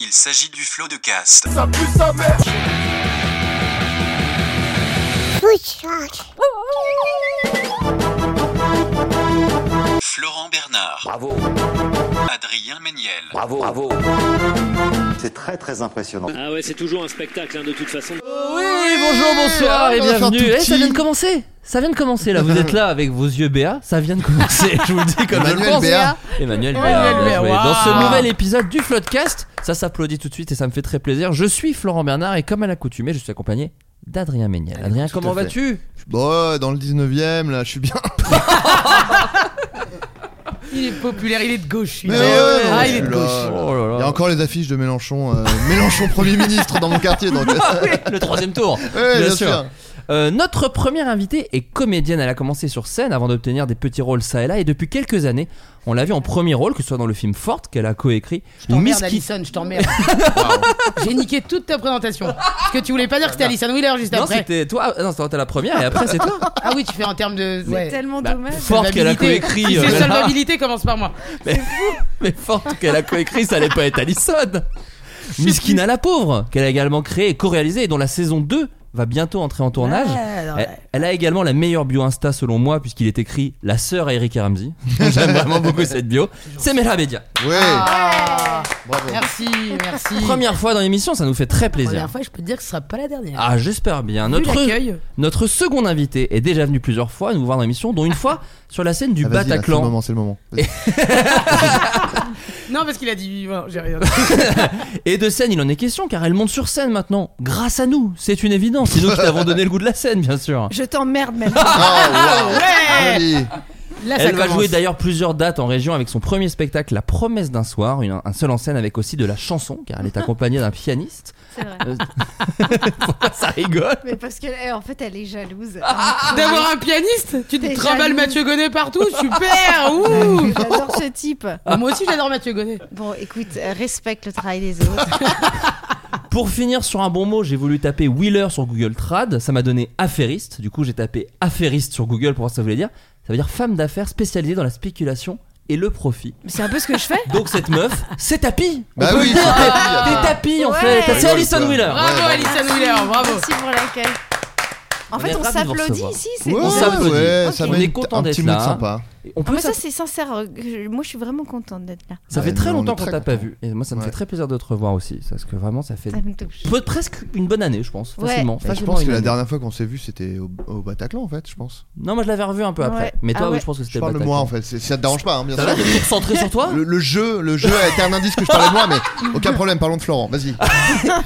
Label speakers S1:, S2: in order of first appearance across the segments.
S1: Il s'agit du flot de cast. Florent Bernard,
S2: Bravo,
S1: Adrien Méniel,
S2: bravo, bravo.
S3: C'est très très impressionnant.
S4: Ah ouais, c'est toujours un spectacle hein, de toute façon.
S5: Oui, bonjour, bonsoir et
S6: bonsoir
S5: bienvenue.
S6: tout
S5: Eh, ça
S6: petit.
S5: vient de commencer. Ça vient de commencer là. Vous êtes là avec vos yeux béats. Ça vient de commencer. Je vous le dis comme je le
S6: Emmanuel
S5: pense.
S6: Béat.
S5: Emmanuel Béat.
S6: Emmanuel
S5: bien
S6: Béat,
S5: joué.
S6: waouh.
S5: Dans ce nouvel épisode du Floodcast, ça s'applaudit tout de suite et ça me fait très plaisir. Je suis Florent Bernard et comme à l'accoutumée, je suis accompagné d'Adrien Méniel. Adrien,
S6: tout
S5: comment
S6: à fait.
S5: vas-tu
S6: Bon, ouais, dans le 19ème, là, je suis bien.
S7: Il est populaire, il est de gauche.
S6: Mais
S7: est-
S6: ouais, non,
S7: ah,
S6: je
S7: il est de
S6: suis
S7: gauche.
S6: là.
S5: Oh là là.
S6: Il y a encore les affiches de Mélenchon, euh, Mélenchon Premier ministre dans mon quartier. Donc, euh, ouais,
S5: Ah Le troisième tour.
S6: bien,
S5: Bien
S6: sûr.
S5: sûr. Euh, notre première invitée est comédienne. Elle a commencé sur scène avant d'obtenir des petits rôles ça et là. Et depuis quelques années, on l'a vu en premier rôle, que ce soit dans le film Forte qu'elle a coécrit ou Miss
S7: T'emmerdes,
S5: Kitty.
S7: Alison, je t'emmerde. J'ai niqué toute ta présentation. Parce que tu voulais pas dire que c'était Alison Wheeler juste
S5: Ah, Non,
S7: après.
S5: c'était toi. Ah, Non, c'était la première et après c'est toi.
S7: Ah oui, tu fais en termes de. ouais.
S8: Tellement
S5: Bah, Forte qu'elle a
S7: Solvabilité.
S5: coécrit.
S7: Si
S5: euh,
S7: Ah, c'est
S5: voilà.
S7: solvabilité, commence par moi.
S5: Mais Forte qu'elle a coécrit, ça allait pas être Alison. Miskina la pauvre, qu'elle a également créée et co-réalisée et dont la saison 2 va bientôt entrer en tournage.
S7: Ah.
S5: Elle, elle a également la meilleure bio Insta selon moi puisqu'il est écrit la sœur à Eric Ramsey. J'aime vraiment beaucoup cette bio. C'est Mela Bedia.
S6: Ouais,
S7: Ah,
S6: bravo.
S7: Merci, merci.
S5: Première fois dans l'émission, ça nous fait très plaisir.
S7: Première fois, je peux te dire que ce sera pas la dernière.
S5: Ah, j'espère bien.
S7: Vu
S5: Notre,
S7: l'accueil.
S5: notre seconde invitée est déjà venue plusieurs fois nous voir dans l'émission, dont une fois sur la scène du
S6: Ah, vas-y, là, C'est le
S5: Bataclan.
S6: moment, c'est le moment. Vas-y.
S7: Non, parce qu'il a dit. bon, J'ai rien.
S5: Et de scène, il en est question car elle monte sur scène maintenant, grâce à nous. C'est une évidence. C'est nous qui t'avons donné le goût de la scène, bien sûr.
S8: Je t'emmerde même.
S6: Ah, wow.
S7: Ouais
S6: Joli.
S7: Là, Ah, ça
S5: Elle va
S7: commence.
S5: jouer d'ailleurs plusieurs dates en région avec son premier spectacle, La Promesse d'un soir, une- un seul en scène avec aussi de la chanson, car elle est accompagnée d'un pianiste.
S8: C'est vrai.
S5: Euh, Pourquoi ça rigole
S8: Mais parce que eh, en fait, elle est jalouse.
S5: Ah.
S7: Ah, D'avoir un pianiste Tu
S8: T'es
S7: te trimbales
S8: jalouse.
S7: Mathieu Gonnet partout Super Ouh
S8: J'adore ce type.
S7: Moi aussi, j'adore Mathieu Gonnet.
S8: Bon, écoute, euh, respecte le travail des autres.
S5: Pour finir sur un bon mot, j'ai voulu taper Wheeler sur Google Trad, ça m'a donné affairiste, du coup j'ai tapé affairiste sur Google pour voir ce que ça voulait dire. Ça veut dire femme d'affaires spécialisée dans la spéculation et le profit.
S8: Mais C'est un peu ce que je fais.
S5: Donc cette meuf, c'est tapis On
S6: Bah
S5: peut
S6: oui,
S5: le dire,
S6: c'est tapis.
S5: t'es- t'es tapis en
S8: Ouais.
S5: fait, c'est
S6: Rigole,
S5: Alison
S6: toi.
S5: Wheeler
S7: Bravo,
S6: Ouais, bravo.
S7: Alison Wheeler, bravo
S8: Merci pour l'accueil. En
S5: On est
S8: fait, on
S5: ravis de vous
S8: s'applaudit
S5: recevoir.
S8: ici. c'est-
S6: Ouais,
S5: On s'applaudit.
S6: ouais, ça
S8: Ok.
S6: met
S5: On est
S6: une-
S5: content
S6: un petit
S5: d'être
S6: mood
S5: là.
S6: sympa.
S5: On
S8: Ah,
S5: peut
S8: moi,
S5: ça,
S8: ça, c'est sincère. euh, je- Moi, je suis vraiment contente d'être là.
S5: ça fait
S6: Ouais,
S5: très
S6: nous, Ah, on
S5: longtemps
S6: est
S5: qu'on
S6: très
S5: t'a pas
S6: contents.
S5: vu, et moi ça me fait
S6: Ouais.
S5: très plaisir de te revoir aussi, parce que vraiment ça fait
S8: Ça me touche.
S5: peut- presque une bonne année je pense,
S8: Ouais.
S5: facilement.
S6: Et Je
S5: facilement
S6: pense que
S5: une
S6: la
S5: année.
S6: dernière fois qu'on s'est vu, c'était au, au Bataclan, en fait, je pense.
S5: Non moi je l'avais revu un peu après,
S8: Ouais.
S5: mais toi
S8: Ah
S5: oui,
S8: ouais.
S5: je pense que
S6: Je
S5: c'était
S6: parle de
S5: Bataclan.
S6: moi, en fait. c'est- Ça te dérange pas, hein, bien
S5: Ça va,
S6: sûr.
S5: t'es concentré sur toi
S6: Le, le jeu, le jeu a été un indice que je parlais de moi, mais aucun problème. Parlons de Florent. Vas-y.
S5: Ah,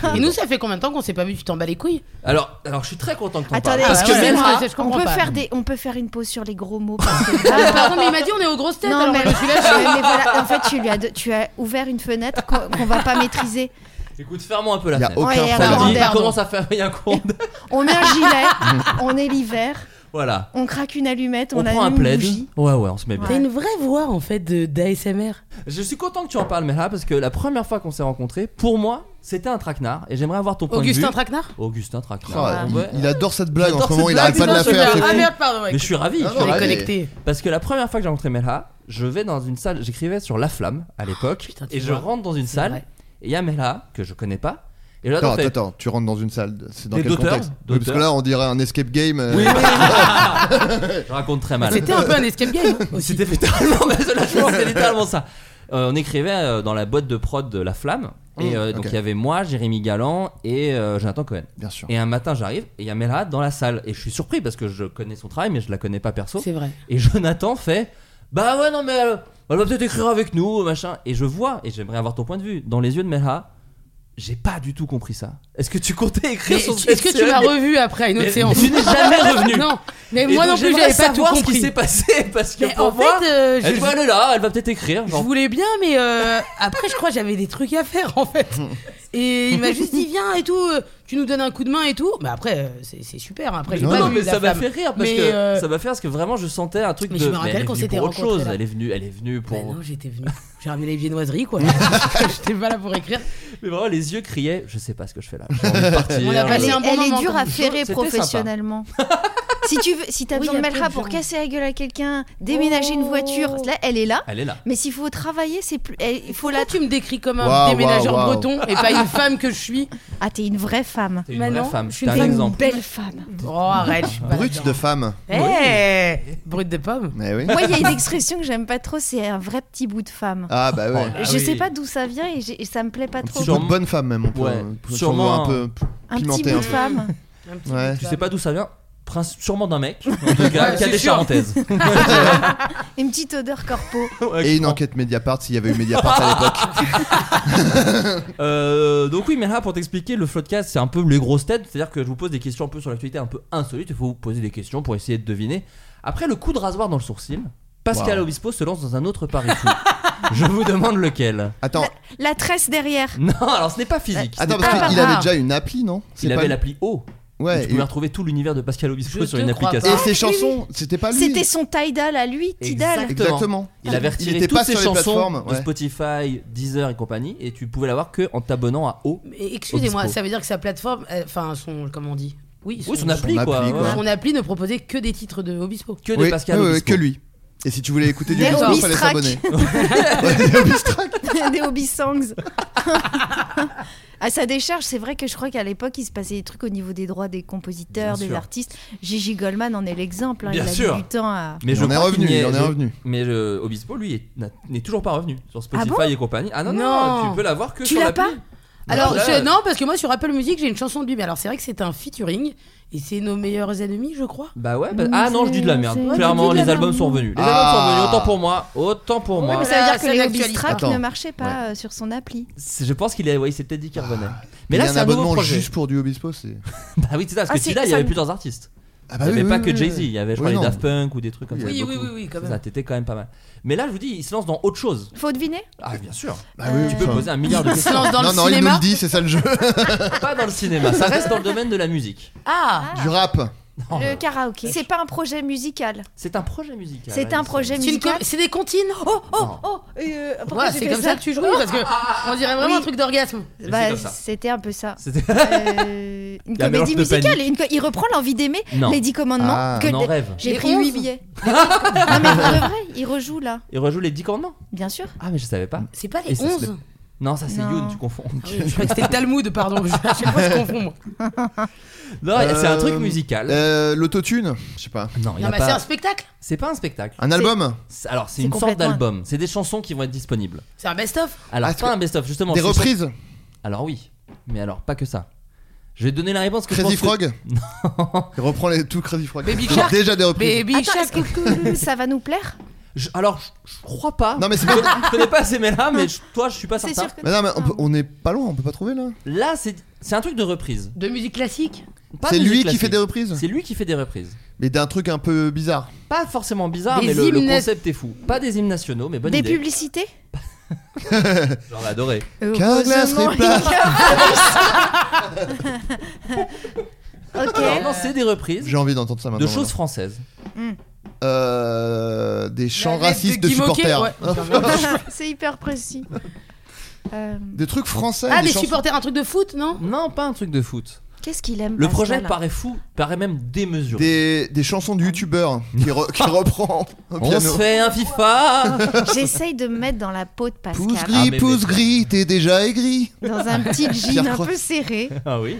S8: Ah.
S7: Et nous, ça fait combien de temps qu'on s'est pas vu Tu t'en bats les couilles
S5: Alors, alors je suis très content que t'en parles.
S8: Attendez, euh,
S5: Parce
S7: Ah,
S5: que
S7: ouais,
S5: même
S7: ouais,
S5: moi,
S7: je- je
S8: on
S7: comprends
S8: peut
S7: pas.
S8: faire des, on peut faire une pause sur les gros mots parce que
S7: Ah, mais pardon, mais il m'a dit on est aux grosses têtes.
S8: non
S7: alors
S8: mais,
S7: moi, je suis là, je suis-
S8: mais voilà, en fait tu lui as de- tu as ouvert une fenêtre qu'on qu'on va pas maîtriser.
S5: écoute, fermons un peu la
S6: Il y a
S5: fenêtre.
S6: aucun
S8: Ouais, et
S5: Ça
S8: alors,
S5: va,
S6: problème.
S5: il
S8: Pardon.
S5: commence à faire il y a un compte.
S8: On met un gilet, on est l'hiver,
S5: Voilà.
S8: on craque une allumette,
S5: On,
S8: on, a
S5: prend un
S8: une
S5: plaid.
S8: bougie.
S5: Ouais, ouais, on se met bien.
S8: Ouais.
S7: une vraie voix en fait de- d'ASMR.
S5: Je suis content que tu en parles, Mela, parce que la première fois qu'on s'est rencontrés, pour moi, c'était un traquenard. Et j'aimerais avoir ton point
S7: Augustin
S5: de vue.
S7: Traquenard
S5: Augustin
S6: Oh,
S5: Traquenard. Ah
S6: il-
S5: bah, Ouais.
S6: il, adore cette blague en
S5: J'adore
S6: ce moment,
S5: cette
S6: il arrête pas
S5: blague,
S6: de la
S5: c'est
S6: faire.
S5: pas
S6: c'est
S7: Ah
S5: vrai.
S6: fou.
S7: merde, pardon, ouais.
S5: Mais je suis ravi. je
S6: Non,
S5: suis
S6: Ah non,
S7: On est
S5: ravi.
S6: allez.
S7: connecté.
S5: Parce que la première fois que j'ai rencontré Mela, je vais dans une salle, j'écrivais sur La Flamme à l'époque,
S7: Oh, putain, tu
S5: et je
S7: vois.
S5: rentre dans une
S7: C'est
S5: salle,
S7: vrai.
S5: et il y a Mela, que je connais pas, et là,
S6: Attends,
S5: dans
S6: attends,
S5: fait-
S6: attends, tu rentres dans une salle, de- c'est dans
S5: Mais
S6: quel
S5: d'auteur,
S6: contexte Oui, Parce que
S5: d'auteur.
S6: là, on dirait un escape game. euh,
S5: Oui, oui, oui. je raconte très mal.
S7: C'était un peu un escape game. hein, aussi.
S5: C'était littéralement, mais là, je pense que c'est littéralement ça. euh, on écrivait euh, dans la boîte de prod de La Flamme. Et
S6: Mmh,
S5: euh, donc
S6: ok.
S5: il y avait moi, Jérémy Galland et euh, Jonathan Cohen.
S6: Bien sûr.
S5: Et un matin j'arrive et il y a Melhat dans la salle. Et je suis surpris parce que je connais son travail mais je la connais pas perso.
S7: C'est vrai.
S5: Et Jonathan fait Bah ouais, non, mais elle, elle va peut-être écrire avec nous, machin. Et je vois, et j'aimerais avoir ton point de vue, dans les yeux de Melha, j'ai pas du tout compris ça. Est-ce que tu comptais
S7: Mais
S5: écrire son
S7: Est-ce que tu l'as revu après une autre
S5: Mais-
S7: séance
S5: mais tu n'es jamais revenu.
S7: Non, mais moi non plus, j'avais pas tout
S5: savoir ce qui
S7: compris.
S5: s'est passé parce que
S7: Mais
S5: pour
S7: en
S5: moi,
S7: fait, euh, je,
S5: elle, va, elle est là, elle va peut-être écrire.
S7: je
S5: genre.
S7: voulais bien, mais euh, après, je crois que j'avais des trucs à faire en fait. Et il m'a juste dit viens et tout, euh, tu nous donnes un coup de main et tout. Mais après, euh, c'est c'est super. Après, j'ai
S6: Non,
S7: pas
S5: Non,
S7: vu
S5: mais
S7: la
S5: ça m'a
S7: flamme.
S5: fait rire parce
S7: Mais,
S5: que
S7: euh,
S5: ça m'a fait rire parce que vraiment je sentais un truc
S7: Mais
S5: de.
S7: je me rappelle
S5: elle est
S7: qu'on
S5: venue
S7: s'était
S5: pour autre
S7: rencontrés,
S5: chose.
S7: là.
S5: Elle est venue, elle est venue pour.
S7: bah non, j'étais venu. J'ai ramené les viennoiseries quoi. j'étais pas là pour écrire.
S5: Mais vraiment les yeux criaient. Je sais pas ce que je fais là. J'ai envie de partir. euh,
S7: On a
S8: Elle
S7: passé
S8: est,
S7: un bon
S8: elle est
S7: moment,
S8: dure
S7: comme
S8: à
S7: toujours.
S8: ferrer
S5: C'était
S8: professionnellement. si tu veux, si t'as
S7: Oui,
S8: besoin
S7: y
S8: de
S7: a
S8: Melra
S7: plein de
S8: pour
S7: gens.
S8: casser la gueule à quelqu'un, déménager une
S7: Oh.
S8: voiture, là elle est là.
S5: Elle est là.
S8: Mais s'il faut travailler, c'est plus. elle- Il faut
S7: Là,
S8: la.
S7: tu me décris comme un
S6: Waouh,
S7: déménageur
S6: waouh, waouh.
S7: breton et pas une femme que je suis.
S8: Ah, t'es une vraie femme.
S5: T'es une
S7: Manon,
S5: vraie femme.
S7: je
S5: T'es
S7: suis une
S5: un
S7: femme
S5: exemple.
S8: Belle femme.
S7: Oh, arrête. je suis pas
S6: Brute
S5: Bah,
S7: là-dedans.
S6: de femme.
S7: Eh, Brute de pomme.
S6: Mais oui.
S8: Moi, il y a une expression que j'aime pas trop, c'est un vrai petit bout de femme.
S6: Ah bah ouais.
S5: Ah
S8: je
S5: oui.
S8: sais pas d'où ça vient et, j'ai- et ça me plaît pas
S6: Un
S8: trop.
S6: petit bout de
S5: Sûrement-
S6: bonne femme même. On peut,
S5: Ouais.
S6: on peut
S5: Sûrement
S6: un peu
S8: Un petit
S6: pimenter
S8: bout
S6: hein. un
S8: de
S6: peu.
S8: femme.
S7: Un petit
S6: Ouais.
S7: bout de
S5: Tu sais
S7: femme.
S5: pas d'où ça vient Prince, sûrement d'un mec, en tout cas,
S7: Ouais,
S5: qui a
S7: c'est
S5: des
S7: sûr.
S5: charentaises.
S8: Une petite odeur corpo.
S6: Et une enquête Mediapart s'il y avait eu Mediapart à l'époque.
S5: Euh, donc oui, mais là, pour t'expliquer, le floodcast, c'est un peu les grosses têtes, c'est-à-dire que je vous pose des questions un peu sur l'actualité, un peu insolite, il faut vous poser des questions pour essayer de deviner. Après le coup de rasoir dans le sourcil, Pascal
S6: Wow.
S5: Obispo se lance dans un autre pari fou. je vous demande lequel.
S6: Attends,
S8: La tresse derrière.
S5: Non, alors ce n'est pas physique.
S6: attends
S5: Ce n'est pas-
S6: parce qu'il
S8: Ah.
S6: avait déjà une appli non C'est
S5: Il
S6: pas
S5: avait
S6: lui
S5: l'appli O. où tu
S6: Ouais.
S5: pouvais
S6: Et,
S5: retrouver tout l'univers de Pascal Obispo
S7: Je
S5: sur
S7: te
S5: une
S7: crois
S5: application.
S6: et ses chansons, c'était pas lui.
S8: C'était son tie-dal à lui, Tidal.
S5: Exact.
S6: Exactement.
S5: Il avait retiré
S6: Ah, était
S5: toutes
S6: pas
S5: ses
S6: sur les
S5: chansons
S6: plateformes.
S5: de
S6: ouais.
S5: Spotify, Deezer et compagnie, et tu pouvais l'avoir que en t'abonnant à O.
S7: Mais Excusez-moi,
S5: Obispo.
S7: ça veut dire que sa plateforme, euh, enfin son, comment on dit Oui,
S5: Oui, son appli, quoi.
S6: appli, quoi.
S5: ouais.
S7: son appli ne proposait que des titres de Obispo.
S5: Que
S6: Oui,
S5: de Pascal
S6: oui, oui,
S5: Obispo.
S6: que lui. Et si tu voulais écouter du
S8: Des
S6: Obispo,
S8: Obis
S6: fallait
S8: Track.
S6: s'abonner. Ouais, des Obis Track.
S8: des hobby songs. à sa Ah, décharge, c'est vrai que je crois qu'à l'époque, il se passait des trucs au niveau des droits des compositeurs,
S5: Bien
S8: des
S5: sûr.
S8: artistes. Gigi Goldman en est l'exemple. hein,
S5: Bien
S8: il
S5: sûr.
S8: a mis du temps à.
S5: Mais
S6: Il en est
S5: crois qu'il
S6: revenu,
S5: n'y
S6: il en est
S5: je-
S6: revenu.
S5: Mais euh, Obispo, lui, est- n'a- n'est toujours pas revenu sur Spotify
S8: Ah bon
S5: et compagnie. Ah non, non,
S7: Non.
S5: tu peux l'avoir que
S8: Tu
S5: sur
S8: l'as
S5: l'appli.
S8: pas
S7: Alors
S5: Voilà.
S7: je- non, parce que moi sur Apple Music j'ai une chanson de lui, mais alors c'est vrai que c'est un featuring et c'est nos meilleurs ennemis, je crois.
S5: Bah ouais, bah- ah non, je dis de la merde.
S8: C'est-
S7: Ouais, tu
S5: Clairement,
S7: dis de
S5: les
S7: la
S5: albums
S7: merde.
S5: sont revenus. Les
S6: Ah.
S5: albums sont revenus, autant pour moi, autant pour moi.
S7: mais
S8: Mais ça veut
S7: Voilà,
S8: dire que
S7: c'est
S8: les hobby
S7: l'actualité.
S8: tracks
S6: Attends.
S8: ne marchaient pas euh, sur son appli.
S5: C'est- Je pense qu'il est, ouais, il s'est peut-être dit qu'il revenait. Mais
S6: Ah. Il y
S5: là,
S6: a un
S5: c'est un nouveau
S6: abonnement
S5: projet.
S6: juste pour du Obispo, c'est.
S5: Bah oui, c'est ça,
S8: Ah,
S5: parce que
S8: c'est-
S5: Tila, il y
S8: ça-
S5: avait plusieurs artistes.
S6: Ah
S5: Il n'y avait
S6: oui,
S5: pas
S6: oui,
S5: que
S6: oui,
S5: Jay-Z,
S6: oui.
S5: il y avait, je
S6: Oui,
S5: crois,
S6: non.
S5: les Daft Punk ou des trucs comme ça.
S7: Oui,
S5: il y avait
S7: oui,
S5: beaucoup.
S7: oui, oui, quand
S5: C'est
S7: même.
S5: Ça, t'étais quand même pas mal. Mais là, je vous dis, il se lance dans autre chose.
S8: Faut deviner
S5: Ah, bien sûr.
S6: Bah oui,
S5: Tu peux
S6: enfin.
S5: poser un milliard de
S7: Il se
S5: questions.
S7: lance dans
S6: non,
S7: le
S6: non, il nous
S7: cinéma.
S6: le dit, c'est ça le jeu.
S5: Pas dans le cinéma, ça reste dans le domaine de la musique.
S7: Ah,
S6: du rap.
S5: Non,
S8: le karaoké. C'est pas un projet musical.
S5: C'est un projet musical.
S8: C'est un projet
S7: c'est une com-
S8: musical.
S7: c'est des comptines.
S8: Oh oh oh. euh, pourquoi
S7: Voilà,
S8: j'ai
S7: c'est
S8: fait
S7: comme ça que tu jouis parce que on dirait vraiment
S8: Oui.
S7: un truc d'orgasme.
S5: c'est
S8: Bah,
S5: comme ça.
S8: c'était un peu ça.
S5: C'était
S8: Euh, une
S5: Il y a un mélange
S8: comédie
S5: de
S8: musicale.
S5: panique.
S8: une co- Il reprend l'envie d'aimer
S5: Non.
S8: les 10 commandements.
S6: Ah,
S8: que
S5: on en
S8: de-
S5: rêve.
S8: J'ai
S7: Les
S8: pris 8
S7: onze.
S8: billets. non, mais pour de vrai, il rejoue là,
S5: Il rejoue les 10 commandements
S8: bien sûr.
S5: Ah, mais je savais pas.
S7: C'est pas
S5: Et
S7: les
S5: ça, c'est
S7: 11
S5: Non, ça c'est
S8: Non.
S5: Youn, tu confonds.
S7: Ah Oui, Je crois que c'était le Talmud, pardon. Je, à chaque fois, je confonds. moi.
S5: Non, c'est un truc
S6: Euh,
S5: musical.
S6: Euh, L'autotune, je sais pas.
S5: Non, il
S7: Non,
S5: a
S7: mais c'est un
S5: pas.
S7: spectacle.
S5: C'est pas un spectacle.
S6: Un album
S5: C'est- Alors,
S8: C'est
S5: c'est une sorte
S8: complètement un-
S5: d'album. C'est des chansons qui vont être disponibles.
S7: C'est un best-of.
S5: Alors,
S6: Ah,
S5: pas
S6: que-
S5: un best-of, justement.
S6: Des
S5: c'est-
S6: reprises
S5: Alors, oui. Mais alors, pas que ça. Je vais te donner la réponse que je
S6: Crazy
S5: pense que-
S6: Frog Il reprend les, tout Crazy Frog.
S7: Baby
S6: J'ai
S7: Shark.
S6: déjà des reprises.
S7: Baby
S8: Attends,
S7: Shark.
S8: est-ce que ça va nous plaire
S5: Je- Alors, je, je crois pas.
S6: Non, mais c'est
S5: je,
S6: pas-
S5: je connais pas ces là mais je- toi, je suis pas
S8: C'est
S5: certain.
S8: sûr que
S6: Mais non, mais on, peut- on est pas loin, on peut pas trouver là.
S5: Là, c'est c'est un truc de reprise.
S7: De musique classique.
S5: Pas
S6: C'est
S5: de musique
S6: lui qui fait
S5: classique.
S6: des reprises
S5: C'est lui qui fait des reprises.
S6: Mais d'un truc un peu bizarre.
S5: Pas forcément bizarre,
S7: Des
S5: mais le, le
S7: hymnes-
S5: concept est fou. Pas des hymnes nationaux, mais bonne
S8: des
S5: idée.
S8: publicités
S5: J'aurais adoré.
S6: Qu'un glace
S8: Heureusement,
S6: n'est pas-
S8: Euh, il y a-
S7: Ah,
S5: Alors,
S8: Ok.
S5: non, c'est des reprises
S6: J'ai envie d'entendre ça maintenant.
S5: de choses françaises.
S6: voilà. Euh, des chants
S7: La lettre
S6: racistes
S7: de
S6: de,
S7: Guy Moquet,
S6: supporters.
S7: ouais.
S8: C'est hyper précis. Euh,
S6: Des trucs français.
S7: Ah, des
S6: chansons-
S7: supporters, un truc de foot, non
S5: Non, pas un truc de foot.
S8: Qu'est-ce qu'il aime
S5: Le
S8: Pascal,
S5: projet
S8: là
S5: paraît fou, paraît même démesuré.
S6: Des, des chansons de youtubeurs hein, qui, re- qui reprend au
S5: On se
S6: piano.
S5: fait un FIFA
S8: J'essaye de me mettre dans la peau de
S6: Pouce
S8: Pascal,
S5: Ah,
S6: gris,
S5: mais-
S6: pouce
S5: mais-
S6: gris, t'es déjà aigri.
S8: dans un petit jean
S6: Pierre
S8: un
S6: Cross.
S8: peu serré,
S5: Ah oui.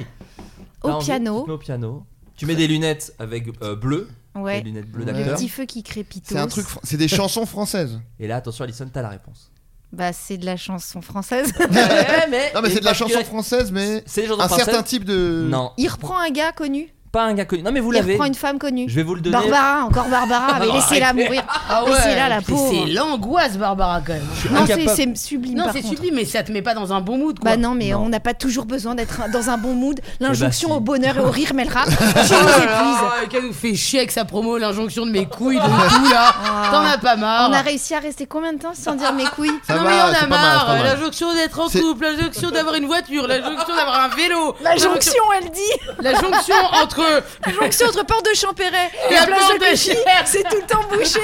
S5: Là,
S8: au
S5: on- tu te mets
S8: piano.
S5: au piano. Tu mets des lunettes avec euh, bleu,
S8: Ouais.
S5: des lunettes bleues
S6: Le
S8: Le
S5: d'acteur.
S8: petit feu qui crépite.
S6: C'est un truc, fr- c'est des chansons françaises.
S5: Et là, attention, Alison, t'as la réponse.
S8: Bah, c'est de la chanson française. Eh,
S6: non, mais c'est de la chanson française, mais
S5: C'est les gens
S6: un certain type de.
S5: Non,
S8: Il reprend un gars connu.
S5: pas un gars connu. Non, mais vous
S8: il
S5: l'avez.
S8: reprend une femme connue.
S5: Je vais vous le donner.
S8: Barbara, encore Barbara, Ah, mais
S5: Non,
S8: laissez-la
S5: arrêtez.
S8: mourir.
S7: Ah ouais.
S8: Laissez-la, la
S7: Mais
S8: pauvre.
S7: C'est l'angoisse, Barbara, quand même.
S8: Non, c'est-
S5: Incapable.
S8: c'est sublime.
S7: Non,
S8: par
S7: c'est
S8: contre.
S7: sublime, mais ça te met pas dans un bon mood, quoi. Eh
S8: Bah non, mais
S5: Non.
S8: on n'a pas toujours besoin d'être dans un bon mood. L'injonction
S5: Eh ben, si.
S8: au bonheur et
S7: ben,
S8: au rire mais le rap.
S7: Oh là là, Qu'elle nous fait chier avec sa promo, l'injonction de mes couilles, de tout là. T'en as pas marre.
S8: Ah. On a réussi à rester combien de temps sans dire mes couilles
S6: Ça
S7: non
S6: va,
S7: mais on
S6: c'est
S7: a
S6: pas mal, c'est
S7: marre,
S6: pas mal.
S7: l'injonction d'être en
S6: C'est-
S7: couple, l'injonction d'avoir une voiture, l'injonction d'avoir un vélo,
S8: La jonction, elle dit
S7: la jonction entre
S8: La jonction entre Porte de Champéret et
S7: La
S8: la place
S7: Porte
S8: de
S7: de
S8: Clichy,
S7: Cher.
S8: c'est tout le temps bouché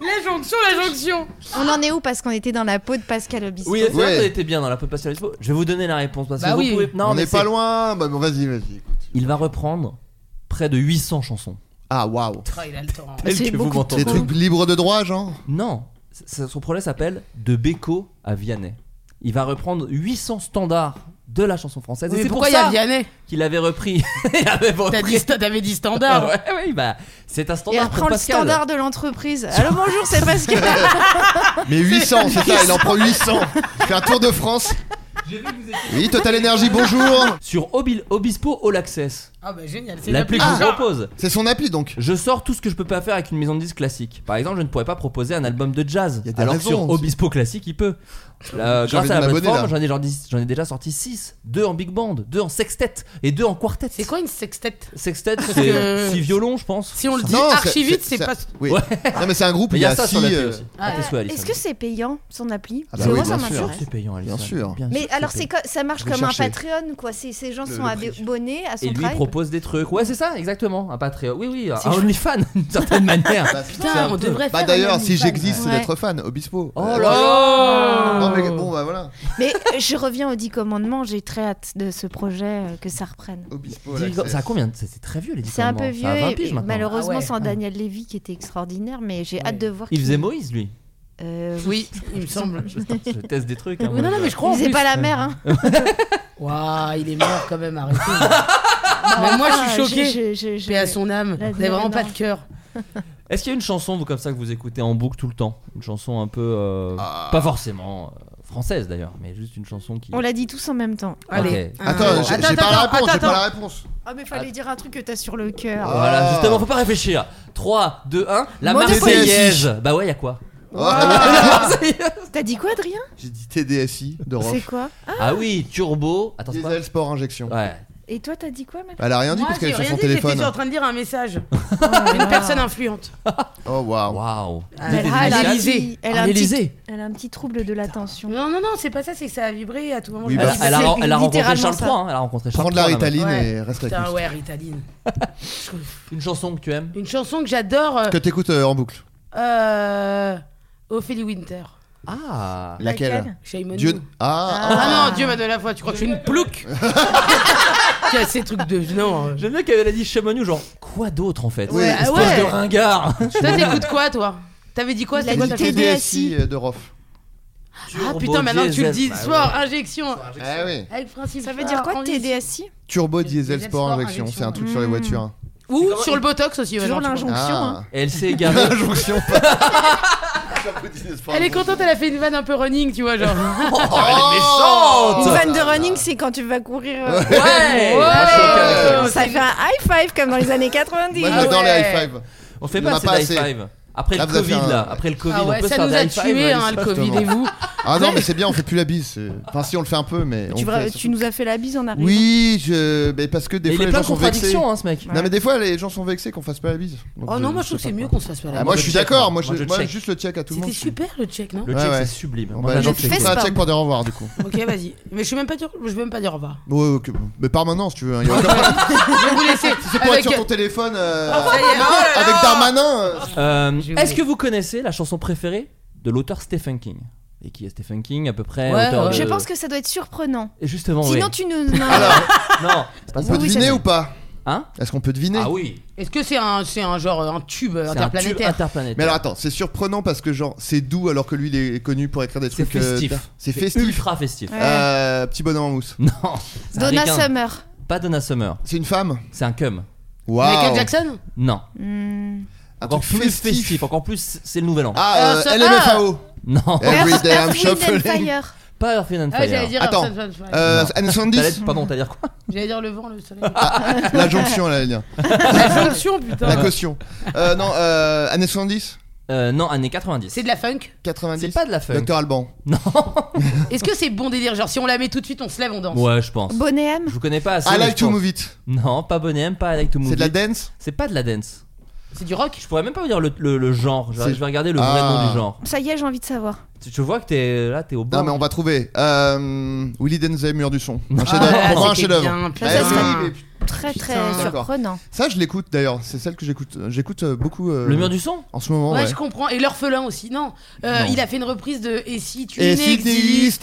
S7: la jonction, la jonction.
S8: On en est où Parce qu'on était dans la peau de Pascal Obispo.
S5: Oui, c'est vrai
S6: Ouais.
S5: que vous étiez bien dans la pop Pascal Obispo. Je vais vous donner la réponse parce que
S7: Bah
S5: vous
S7: oui.
S5: pouvez. Non,
S6: on
S5: mais
S6: n'est pas
S5: c'est-
S6: loin. Bah, bon, vas-y, vas-y.
S5: Il va reprendre près de 800 chansons.
S6: Ah, waouw.
S7: Oh, il a le temps.
S8: Mais c'est
S5: Telles que vous
S8: beaucoup
S5: m'entendez.
S6: Les
S8: trop.
S6: trucs libres de droit, genre
S5: Non, c- c- son projet s'appelle De Beko à Vianney. Il va reprendre 800 standards de la chanson française. et
S7: Mais
S5: c'est pour
S7: pourquoi il y a
S5: ça
S7: Vianney
S5: qu'il avait repris. il avait
S7: T'as
S5: repris.
S7: dit sta- T'avais dit
S5: Ah
S7: standard.
S5: ouais, ouais, bah, c'est un
S8: Et
S5: standard
S8: elle
S5: pour
S8: prend le
S5: Pascal.
S8: standard de l'entreprise. Alors bonjour, c'est Pascal.
S6: Mais 800, c'est ça, il en prend 800. Il fait un tour de France. Oui, Total Energy, bonjour.
S5: Sur Obil- Obispo All Access,
S7: Ah bah génial. c'est
S5: l'appli que
S7: l'appli.
S5: je vous
S7: Ah.
S5: propose.
S6: C'est son appli donc.
S5: Je sors tout ce que je peux pas faire avec une maison de disques classique. Par exemple, je ne pourrais pas proposer un album de jazz.
S6: Y a des
S5: alors que
S6: raisons
S5: sur
S6: aussi.
S5: Obispo classique, il peut. Euh,
S6: J'ai
S5: grâce
S6: envie de
S5: à la
S6: m'abonner,
S5: plateforme,
S6: là.
S5: j'en ai, genre dix- j'en ai déjà sorti 6. 2 en big band, 2 en sextet et 2 en quartet.
S7: C'est quoi une sextette
S5: Sextet,
S7: que-
S5: c'est 6 violons, je pense.
S7: Si on le dit
S6: Non,
S7: archi vite, c'est pas.
S6: Oui.
S5: Ouais.
S6: Non, mais c'est un groupe,
S5: Mais
S6: il
S5: il y a ça
S6: six,
S5: sur l'appli
S6: euh,
S5: aussi.
S7: Ah,
S5: Appelez sous Alison.
S8: Est-ce que c'est payant son appli
S6: Ah
S8: Parce que
S6: bah oui,
S8: moi, ça
S6: bien sûr.
S5: Bien sûr,
S8: m'intéresse.
S5: c'est payant, Alison.
S6: Bien sûr.
S8: Mais alors, c'est co- ça marche
S6: Je vais
S8: comme un
S6: chercher.
S8: Patreon, quoi. Ces, ces gens
S6: Le-
S8: sont
S6: le
S8: ab-
S6: prix.
S8: abonnés à son
S5: Et lui
S8: tribe.
S5: propose des trucs. Ouais, c'est ça, exactement. Un Patreon. Oui, oui,
S7: C'est
S5: un
S7: chou-
S5: OnlyFans, d'une certaine manière. C'est un
S7: Putain, on
S5: peu-
S7: devrait
S6: Bah
S7: faire. un
S6: d'ailleurs, si
S7: OnlyFans.
S6: j'existe, c'est
S8: Ouais.
S6: d'être fan, Obispo.
S5: Oh
S6: Euh,
S5: là
S7: Oh
S6: Non, mais bon, bah voilà.
S8: Mais je reviens au 10 commandements, j'ai très hâte de ce projet euh, que ça reprenne.
S6: Obispo,
S5: Dix-
S6: l'accès.
S5: Ça a combien de- C'est c'est très vieux, les dix
S8: C'est un peu
S5: commandements.
S8: vieux,
S5: Ça a 20
S8: et-
S5: piges
S8: et
S5: maintenant.
S8: malheureusement
S7: Ah ouais.
S8: sans Daniel Lévy qui était extraordinaire, mais j'ai
S7: Ouais.
S8: hâte de voir.
S5: Il
S8: qui-
S5: faisait Moïse, lui.
S8: Euh,
S7: Oui, il me semble.
S5: Je teste des trucs. hein,
S7: Oui,
S5: moi.
S7: non, non, mais je crois. en
S8: Il faisait
S7: plus.
S8: pas la mer, hein.
S7: Waouh, il est mort quand même, arrêtez. Mais moi, je
S8: Ah,
S7: suis choqué.
S8: je- je- je-
S7: Paix à son âme.
S8: La-
S7: Vous avez vraiment
S8: non.
S7: pas de cœur.
S5: Est-ce qu'il y a une chanson, vous, comme ça, que vous écoutez en boucle tout le temps Une chanson un peu. euh,
S6: Ah.
S5: Pas forcément euh, française d'ailleurs, mais juste une chanson qui.
S8: On l'a dit tous en même temps.
S7: Allez. un-
S6: Attends, j'ai j'ai pas la réponse, j'ai
S7: attends,
S6: pas la réponse.
S8: Ah, mais fallait dire un truc que t'as sur le
S6: Ah.
S8: cœur.
S5: Voilà, justement, faut pas réfléchir. 3, 2, 1. La
S8: Monopoly.
S5: Marseillaise. Bah ouais, y a quoi
S8: T'as dit quoi, Adrien
S6: J'ai dit TDSI de
S8: C'est
S6: Roche.
S8: quoi
S5: Ah oui, Turbo. Attends, c'est quoi
S6: Diesel Sport Injection.
S5: Ouais.
S8: Et toi, t'as dit quoi, Mathilde
S6: Elle a rien dit
S7: Moi,
S6: parce qu'elle
S7: j'ai
S6: est sur
S7: rien
S6: son
S7: dit, j'étais
S6: téléphone.
S7: en train de dire un message. Une personne influente. Ah,
S6: Oh waouh.
S5: Waouh.
S7: Elle a- elle a-
S8: un
S7: Élysée.
S8: petit- elle a un petit- elle a un petit trouble de l'attention.
S7: Non, non, non, c'est pas ça, c'est que ça a vibré à tout moment.
S6: Oui,
S7: Je
S5: Elle
S6: bah,
S5: a, elle a-
S8: c'est
S5: elle a rencontré
S8: littéralement
S5: Charles
S8: ça.
S5: III. hein, Elle a rencontré Charles
S6: Prends de la
S5: III, là, même.
S6: Ritaline
S7: Ouais.
S6: et reste avec
S7: Putain,
S6: nous.
S7: ouais, Ritaline.
S5: Une chanson que tu aimes
S7: Une chanson que j'adore. euh,
S6: Que t'écoutes euh, en boucle.
S7: euh, Ophélie Winter.
S5: Ah.
S6: Laquelle
S7: Shame on
S6: Dieu.
S7: you. Ah
S6: Ah,
S7: non, Dieu m'a donné la foi. Tu crois que je suis une plouc Qui a ces trucs de. Non. euh.
S5: J'aime bien qu'elle a dit Chamonix, genre quoi d'autre en fait
S7: Ouais,
S5: Espèce
S7: ah ouais.
S5: de ringard
S7: Toi, t'écoutes quoi, toi T'avais dit quoi
S8: Il
S7: c'était
S8: a
S7: quoi
S8: dit
S7: ta
S8: TD.
S7: chanson
S6: TDSI euh, de Roche.
S7: Ah putain, maintenant que tu le dis,
S5: Turbo diesel. Bah
S7: sport, injection.
S6: Ah oui.
S7: Avec Ah, principe.
S8: Ça veut dire quoi, TDSI
S6: Turbo
S7: Diesel
S6: Diesel Sport
S7: Sport
S6: Injection, c'est un
S7: injection. Mmh.
S6: truc sur les
S8: Mm.
S6: voitures.
S7: Ou sur le botox aussi. ouais,
S8: Toujours
S7: non, tu vois.
S8: l'injonction. hein.
S6: Ah.
S5: Et Elle s'est égarée.
S6: Injonction.
S7: Elle est contente, elle a fait une vanne un peu running, tu vois, genre.
S5: Oh, elle est méchante
S8: Une vanne de running, c'est quand tu vas courir. euh,
S5: Ouais,
S7: Ouais.
S5: franchement,
S8: Ça fait un high five comme dans les années 90.
S6: Moi
S7: Ah
S6: j'adore
S7: ouais.
S6: les high five.
S5: On fait
S6: Il y en
S5: pas
S6: a
S5: assez
S6: pas
S5: d'high
S6: assez.
S5: five. Après
S6: Là,
S5: le
S6: vous avez
S5: Covid,
S6: fait un-
S5: là. Après le Covid,
S7: Ah
S5: on
S7: ouais,
S5: peut
S7: ça
S5: faire
S7: nous
S5: des
S7: a
S5: high five.
S7: tués, hein,
S5: Alice.
S7: le Covid et vous.
S6: Ah non, mais c'est bien, on fait plus la bise. c'est- Enfin, si on le fait un peu, mais. on
S8: Tu,
S6: fait-
S8: vra- tu nous as fait la bise en arrivant.
S6: Oui, je... mais parce que des
S5: Mais il
S6: fois
S5: est
S6: les
S5: plein
S6: gens
S5: de
S6: sont vexés.
S5: contradictions, hein, ce mec.
S6: Non, mais des fois les gens sont vexés qu'on fasse pas la bise. Donc,
S7: Oh non, moi je
S6: sais
S7: trouve que c'est
S6: pas
S7: mieux
S6: quoi.
S7: qu'on se fasse pas
S6: Ah,
S7: la
S6: moi,
S5: Moi,
S7: bise.
S6: je
S5: je
S6: suis
S5: check,
S6: d'accord,
S5: moi. Moi,
S6: moi, je...
S5: je
S6: moi,
S5: check.
S6: juste le check à tout le monde.
S7: C'était super le check, non
S5: Le
S6: Ouais,
S5: check,
S6: ouais.
S5: c'est sublime.
S6: Bon,
S5: Moi,
S6: bah,
S5: j'adore
S6: j'en
S8: le
S5: check.
S6: ferai
S8: fais
S6: un
S8: pas.
S6: check pour des au revoir du coup.
S7: Ok, vas-y. Mais je suis même pas dire, je vais même pas dire au revoir.
S6: Ouais, ok. Mais par maintenant si tu veux. hein, y a aucun problème.
S7: Je vais vous laisser.
S6: C'est pour
S7: avec-
S6: être sur ton téléphone euh,
S7: Ça y est, oh là là.
S6: avec Darmanin. euh,
S5: Euh,
S7: J'ai
S5: Est-ce
S7: oublié.
S5: que vous connaissez la chanson préférée de l'auteur Stephen King Et qui est Stephen King à peu près
S7: Ouais,
S5: auteur
S7: ouais.
S5: de-
S8: Je pense que ça doit être surprenant.
S5: Et Justement,
S8: Sinon,
S5: ouais.
S8: tu nous. non.
S6: euh, Alors,
S5: Non.
S6: on peut
S8: Oui, ça
S6: deviner
S8: va.
S6: ou pas
S5: Hein
S6: Est-ce qu'on peut deviner
S5: Ah oui.
S7: Est-ce que c'est un, c'est un genre, un tube
S5: C'est un tube
S7: interplanétaire
S5: interplanétaire.
S6: Mais alors attends, c'est surprenant parce que genre c'est doux alors que lui il est connu pour écrire des
S5: c'est
S6: trucs. euh,
S5: festif.
S6: c'est festif.
S5: Ultra festif.
S8: Ouais.
S6: Euh, petit bonhomme en mousse.
S5: Non. c'est un
S8: Donna
S5: requin.
S8: Summer.
S5: Pas Donna Summer.
S6: C'est une femme
S5: C'est un cum.
S6: Waouh.
S7: Michael Jackson
S5: Non.
S8: Hmm.
S5: encore
S6: truc
S5: plus
S6: festif.
S5: festif. encore plus, c'est le nouvel an.
S6: Ah, euh, LMFAO.
S5: Non.
S6: Every day
S8: Earth, Wind Ah,
S6: I'm
S8: and
S6: shuffling.
S8: Fire.
S5: Pas Earth, Wind and
S7: Ah,
S5: Fire.
S7: j'allais dire
S6: Attends.
S7: Earth, Wind and Fire.
S6: Euh,
S5: Non.
S6: années 70
S5: T'allais- Pardon, t'as dire quoi
S7: J'allais dire le vent, le soleil.
S6: La jonction, elle allait dire.
S7: La jonction, putain.
S6: Ah. La caution. Euh, non, euh, années 70
S5: Euh, Non, années 90.
S7: C'est de la funk.
S6: 90
S5: C'est pas de la funk.
S6: Docteur Alban.
S5: Non.
S7: Est-ce que c'est bon délire Genre, si on la met tout de suite, on se lève, on danse.
S5: Ouais, je pense.
S8: Bonnet M.
S5: Je vous connais pas assez.
S6: I
S5: mais
S6: like
S5: je
S6: to
S5: pense.
S6: move it.
S5: Non, pas Bonnet M, pas I like to move.
S6: C'est de la
S5: It.
S6: dance
S5: C'est pas de la dance.
S7: C'est du rock
S5: Je pourrais même pas vous dire le, le- le genre. Je,
S6: C'est-
S5: je vais regarder le
S6: Ah.
S5: vrai nom du genre.
S8: Ça y est, j'ai envie de savoir.
S5: Tu, tu vois que t'es là, t'es au bord.
S6: Non, mais on va trouver. Euh, Willy Denzel, mur du son. Un
S7: Ah,
S6: chef-d'œuvre. Pour moi, un
S7: c'était bien,
S6: chef-d'œuvre.
S7: putain.
S6: Eh
S8: Ça,
S6: oui,
S8: c'est-
S6: mais
S8: Très très
S7: Putain,
S6: d'accord.
S8: surprenant.
S6: Ça, je l'écoute d'ailleurs. C'est celle que j'écoute. J'écoute euh, beaucoup. euh,
S5: Le mur du son
S6: En ce moment,
S7: Ouais,
S6: ouais.
S7: je comprends. Et l'orphelin aussi, non. Euh,
S5: Non.
S7: Il a fait une reprise de Et si tu
S6: Et si
S7: n'existais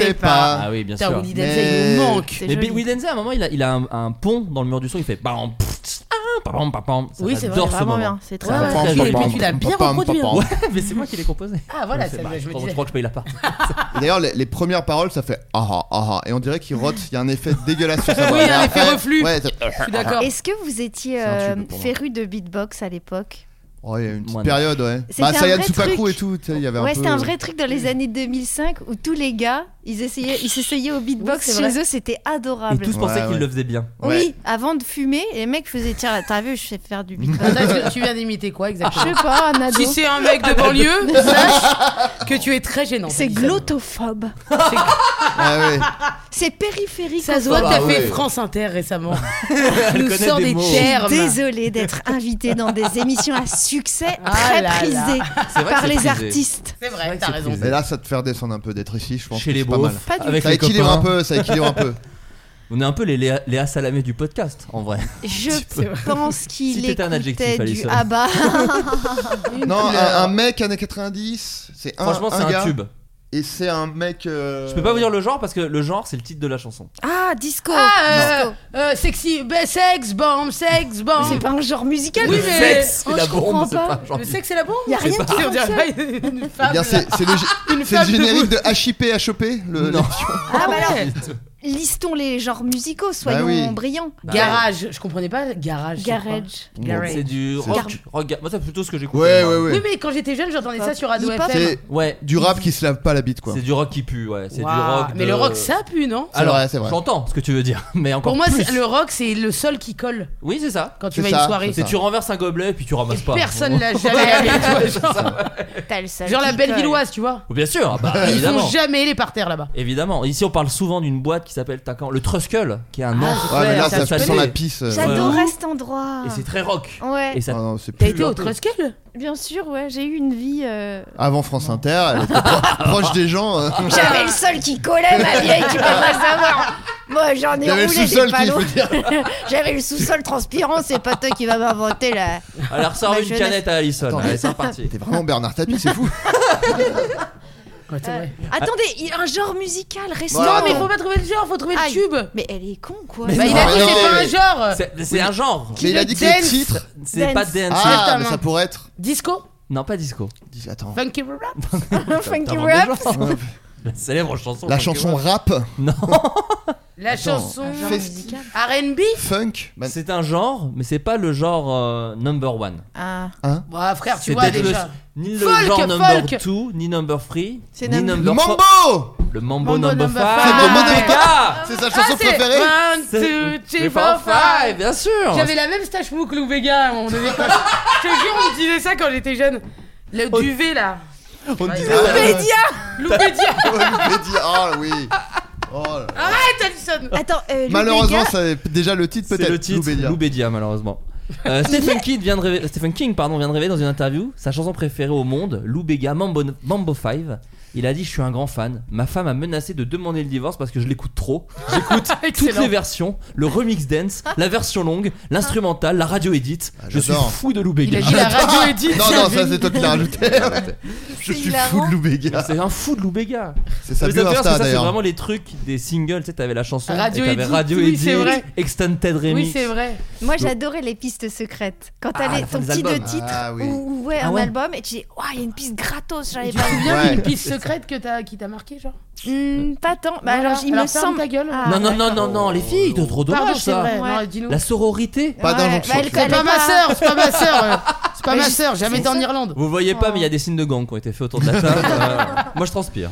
S6: t'existais
S7: pas.
S6: Ah.
S5: Ah oui, bien
S7: Putain,
S5: sûr.
S7: Willy
S6: Mais-
S7: Denzel, il nous manque.
S8: C'est
S5: Mais
S8: joli.
S5: Bill Denzel, à un moment, il a, il a un, un pont dans le mur du son, il fait bam, pff, tss, ah, pam, pam, pam. Ça,
S7: Oui, c'est vrai,
S5: j'adore ce
S8: Vraiment
S5: moment.
S8: bien. C'est
S7: Ouais,
S8: très
S5: Ça
S7: ouais,
S5: va
S6: Pam,
S5: très
S7: et
S5: joli.
S7: puis tu l'as bien
S6: Pam,
S7: reproduit.
S6: pam,
S7: hein.
S6: pam.
S5: Ouais, mais c'est moi qui l'ai composé.
S7: Ah voilà, ça,
S5: C'est-
S7: je me
S5: je,
S7: disais.
S5: crois que je paye la part.
S6: Et D'ailleurs, les, les premières paroles, ça fait ah ah ah ah. Et on dirait qu'il rote. Il y a un effet dégueulasse sur sa
S7: Oui,
S6: voix.
S7: il y a un effet
S6: Ouais,
S7: reflux.
S6: Ouais, ça-
S7: Je suis d'accord.
S8: Est-ce que vous étiez
S6: C'est un
S8: euh,
S6: tube pour moi.
S8: féru de beatbox à l'époque
S6: Oh, il y a une petite
S5: Moi, non.
S6: période, ouais.
S8: C'était
S6: Bah,
S8: un
S6: Sayan
S8: vrai
S6: Supaku
S8: truc.
S6: et tout. tu sais, Il y avait un
S8: Ouais,
S6: peu.
S8: c'était un vrai truc dans les années 2005 où tous les gars, ils essayaient, ils s'essayaient au beatbox
S7: Oui, c'est
S8: chez
S7: vrai.
S8: eux, c'était
S5: Et
S8: adorable.
S5: tous pensaient
S6: Ouais, ouais.
S5: qu'il le faisait bien.
S6: Ouais.
S8: Oui, avant de fumer, les mecs faisaient tiens, t'as vu, je sais faire du beatbox.
S7: Attends, est-ce que tu viens d'imiter quoi
S8: je sais
S7: exactement
S8: pas, un ado.
S7: Si c'est un mec de banlieue, sache que tu es très gênant.
S8: C'est glottophobe.
S6: Ah, ouais.
S8: C'est périphérique.
S7: Ça se voit que
S6: Ah
S7: t'as
S6: ouais.
S7: fait France Inter récemment.
S5: Elle
S7: Il nous
S5: connaît
S7: sort
S5: des
S7: des
S5: mots.
S7: termes.
S8: Désolée d'être invitée dans des émissions à succès
S7: Ah
S8: très
S7: là là.
S8: prisées
S5: C'est vrai que
S8: par
S5: c'est
S8: les
S5: prisé.
S8: artistes.
S7: C'est
S5: C'est vrai
S7: vrai,
S5: que
S7: t'as
S5: c'est
S7: raison.
S5: prisé.
S6: Et là, ça te fait descendre un peu d'être ici, je pense.
S5: Chez
S6: que
S5: les
S6: c'est pas mal.
S5: beaufs,
S8: Pas du
S5: avec
S6: Ça
S5: les
S6: équilibre
S5: copains.
S6: un peu, ça équilibre un peu.
S5: On est un peu les Léa, Léa Salamé du podcast, en vrai.
S8: Je
S5: Tu peux-
S8: pense qu'il
S5: Si t'étais un adjectif,
S8: écoutait du
S5: Alison.
S8: ABBA.
S6: Non, euh, un, un mec années 90, c'est un,
S5: Franchement, c'est
S6: gars,
S5: un tube.
S6: Et c'est un mec. euh,
S5: Je peux pas vous dire le genre parce que le genre, c'est le titre de la chanson.
S8: Ah, disco.
S7: Ah, euh, euh, sexy, bah, sex bomb, sex
S5: Ah.
S7: bomb.
S8: C'est pas un genre musical.
S7: Oui,
S5: le
S7: mais-
S5: sexe,
S8: oh,
S5: c'est la
S8: je comprends
S5: bombe, c'est
S8: pas.
S5: pas un genre.
S7: Le sexe, c'est la bombe
S8: Y a rien qui
S7: On dirait
S8: fonctionne.
S7: pas une
S6: eh
S7: femme.
S6: bien, c'est c'est le, gé-
S7: Une
S6: c'est le
S7: femme
S6: générique
S7: debout.
S6: de HIP HOP le,
S5: Non.
S8: Ah, bah alors,
S7: Ouais.
S8: listons les genres musicaux, soyons
S6: Bah oui.
S8: brillants.
S7: Garage, je comprenais pas. Garage. c'est quoi
S8: Garage.
S7: Garage.
S5: C'est du
S6: C'est-
S5: rock. rock ga- Moi, c'est plutôt ce que j'écoute.
S6: Ouais, ouais, ouais.
S7: Oui, mais quand j'étais jeune, j'entendais ça
S8: Hip-hop.
S7: sur Ado
S8: Hip-hop.
S7: FM.
S6: C'est
S5: Ouais,
S6: du rap qui se lave pas la bite, quoi.
S5: c'est du rock qui pue, ouais. C'est du
S7: Waouh.
S5: rock.
S7: Mais
S5: de-
S7: le rock, ça pue, non
S6: C'est
S5: Alors,
S6: vrai, c'est vrai.
S5: j'entends ce que tu veux dire, mais encore
S7: Pour moi,
S5: plus.
S7: c'est- le rock, c'est le sol qui colle
S5: Oui, c'est ça.
S7: quand tu
S6: C'est
S7: vas à une
S6: ça,
S7: soirée.
S6: c'est
S5: C'est
S6: ça.
S5: tu renverses un gobelet puis tu
S7: Et
S5: ramasses pas.
S7: personne l'a jamais allé, tu vois, genre,
S8: T'as le seul
S7: genre la
S8: qui
S7: belle
S8: colle.
S7: villoise, tu vois.
S5: Ou Bien sûr, ah bah,
S7: Ils
S5: évidemment.
S7: font jamais les parterres là-bas.
S5: Évidemment. Ici, on parle souvent d'une boîte qui s'appelle Tacan, le Truskull, qui est
S7: Ah,
S5: un nom.
S6: Ouais, mais là, ça,
S5: ça
S6: sent
S5: pue.
S6: la pisse. euh, ouais.
S8: J'adorais
S5: Ouais.
S8: cet endroit.
S5: Et c'est très rock.
S8: Ouais,
S5: Et
S6: Ah
S5: ça.
S6: non, c'est
S7: T'as
S6: plus-
S7: été au Truskel
S8: bien sûr, ouais, j'ai eu une vie. euh,
S6: Avant France Inter, elle était pro- proche des gens. euh,
S8: J'avais le sol qui collait, ma vieille, tu peux pas savoir. Moi, j'en ai
S6: T'avais le
S8: roulé
S6: sous-sol
S8: des
S6: qui,
S8: palos.
S6: faut dire.
S8: J'avais le sous-sol transpirant, c'est pas toi qui va m'inventer là.
S5: Elle ressort
S8: Ma
S5: une
S8: jeunesse.
S5: canette à Allison.
S6: Ah. Attends, mais-
S5: Allez, c'est reparti.
S6: T'es vraiment Bernard Tapie, c'est fou.
S7: Ouais, c'est vrai.
S8: Euh, Attendez, il- un genre musical restant.
S6: Voilà.
S7: Non, mais faut pas trouver le genre, faut trouver
S8: Aïe.
S7: le tube.
S8: Mais elle est con quoi.
S7: Bah, il
S6: non,
S7: a
S6: mais
S7: dit
S6: non,
S7: c'est pas
S6: mais-
S7: un genre.
S5: C'est c'est un genre.
S6: Mais il a dit que le
S7: Dance.
S6: titre.
S5: C'est pas
S8: Dance.
S5: dance.
S6: Ah,
S7: ta
S6: mais
S7: main.
S6: ça pourrait être.
S7: Disco
S5: Non, pas disco.
S6: Dis- Attends.
S7: Funky rap
S8: Funky
S5: T'inventes
S8: rap.
S5: des genres. La célèbre chanson.
S6: La
S5: Funky
S6: chanson
S5: Rap.
S6: rap,
S5: Non,
S7: La chanson
S6: Genre
S8: Festif.
S6: musical.
S7: R&B
S6: funk. bah,
S5: c'est un genre, mais c'est pas le genre euh, number one.
S8: Ah,
S6: hein.
S7: Bah frère, tu
S5: C'est
S7: vois
S5: peut-être
S7: déjà.
S5: le- ni le
S7: Folk,
S5: genre number
S7: folk.
S5: two, ni number three,
S8: C'est
S5: ni
S8: num-
S5: number four-
S6: Mambo
S5: Le mambo,
S7: Mambo
S5: number
S7: number
S5: 5
S7: five.
S6: C'est le mambo des
S5: gars
S6: C'est sa chanson
S7: Ah, c'est
S6: préférée
S7: One,
S5: C'est-
S7: two, three,
S5: les
S7: four,
S5: four five,
S7: five.
S5: bien sûr
S7: J'avais la même stache mou que Lou Vega à un moment donné. Je te jure, on me disait ça quand j'étais jeune. Le
S5: Oh.
S7: duvet là.
S6: On disait-
S7: Lou Bédia.
S6: Oh, Wikipédia, ah oui. Oh là là.
S7: Arrête, Alison.
S8: attends, euh, Lou
S6: Malheureusement,
S8: Béga,
S6: ça avait déjà le titre peut-être.
S5: C'est le titre,
S6: Loubédia.
S5: Loubédia malheureusement. Euh, Stephen, King vient de révéler, Stephen King pardon, vient de révéler dans une interview sa chanson préférée au monde, Lou Bega Mambo, Mambo 5. Il a dit Je suis un grand fan. Ma femme a menacé de demander le divorce parce que je l'écoute trop. J'écoute toutes
S7: Excellent. Ah.
S5: les versions le remix dance, la version longue, l'instrumentale, la radio édite.
S6: Ah,
S5: je suis
S6: j'adore.
S5: fou de Lou Bega.
S7: Il a dit la
S8: Ah,
S7: radio est dite.
S6: Non, non, ça c'est toi qui l'as rajouté. Je
S8: C'est
S6: suis fou
S8: hilarant.
S6: de Loubéga.
S5: C'est un fou de Lou Bega.
S6: C'est sa
S5: Mais ça
S6: bio
S5: me fait rire parce que
S6: Insta
S5: ça, c'est
S6: d'ailleurs.
S5: vraiment les trucs des singles. Tu sais, t'avais la chanson,
S7: Radio
S5: et t'avais
S7: Edit,
S5: Radio
S7: oui,
S5: Edit,
S7: c'est vrai.
S5: Extended Remix.
S7: Oui, c'est vrai.
S8: moi j'adorais les pistes secrètes. Quand
S5: Ah,
S8: t'as les-
S5: la fin
S8: ton
S5: des
S8: petit deux
S5: albums.
S8: titres
S6: Ah, oui.
S8: ou, ou, ouais,
S5: Ah
S8: un
S5: ouais.
S8: album et tu dis, Ouah, il y a une piste gratos, j'avais
S7: Tu
S8: pas
S7: te
S8: vu.
S7: souviens
S6: Ouais.
S7: d'une piste secrète que t'as- qui t'a marqué, genre
S8: Hmm, pas tant. Bah,
S7: Voilà.
S8: alors, il me
S7: ferme
S8: semble.
S7: ta gueule.
S8: Ah.
S5: Non, non, non, non, non, les filles, t'es trop dommage
S7: Pardon, c'est
S5: ça.
S7: vrai.
S8: Ouais.
S7: Non, dis-nous.
S5: La sororité
S6: Pas d'injonction.
S8: bah, elle
S7: C'est
S8: connaît
S7: pas ma
S8: pas.
S7: sœur, c'est pas ma sœur. C'est pas
S8: Mais
S7: ma
S8: je-
S7: sœur, jamais
S8: c'est
S7: été en
S8: ça.
S7: Irlande.
S5: Vous voyez pas, mais il y a des signes de gang qui ont été faits autour de la table. Euh, moi, je transpire.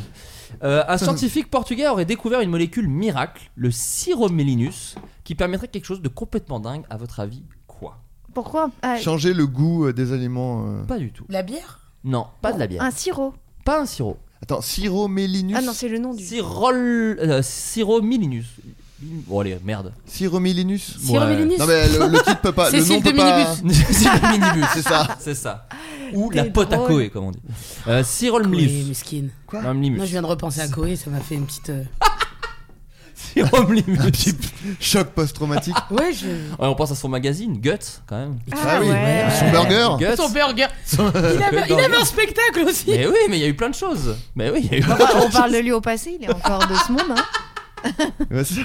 S5: Euh, un scientifique portugais aurait découvert une molécule miracle, le sirhomelinus, qui permettrait quelque chose de complètement dingue. À votre avis, quoi
S8: Pourquoi Ah,
S6: Changer le goût euh, des aliments. euh.
S5: Pas du tout.
S7: La bière
S5: Non, pas de la bière.
S8: Un sirop.
S5: Pas un sirop.
S6: Attends, syromélinus.
S8: Ah non, c'est le nom du.
S5: Sirol, euh, sirhomelinus. Bon allez, merde.
S6: Syromélinus.
S7: Syromélinus.
S6: Non mais le, le titre peut pas. le
S7: Cécile
S6: nom peut
S7: de
S6: pas.
S5: Sirhomelinus.
S6: C'est ça.
S5: C'est ça. Ou
S8: T'es
S5: la pote à
S8: drôle.
S5: Coé, comme on dit. Euh,
S7: Oui,
S5: Sirhomelinus.
S7: mesquine.
S5: Sirhomelinus.
S7: Non, je viens de repenser à Koé, ça m'a fait une petite. euh,
S5: Sirhomelinus.
S6: Choc post-traumatique.
S7: Ouais, je.
S5: Ouais, on pense à son magazine, Guts, quand même.
S6: Ah oui. Son burger.
S5: Guts.
S7: Son burger. Il avait, il avait un spectacle aussi.
S5: Mais oui, mais il y a eu plein de choses. Mais oui, il y a eu plein de
S8: On
S5: choses.
S8: parle de lui au passé, il est encore de ce monde. Hein.
S6: Ouais, c'est-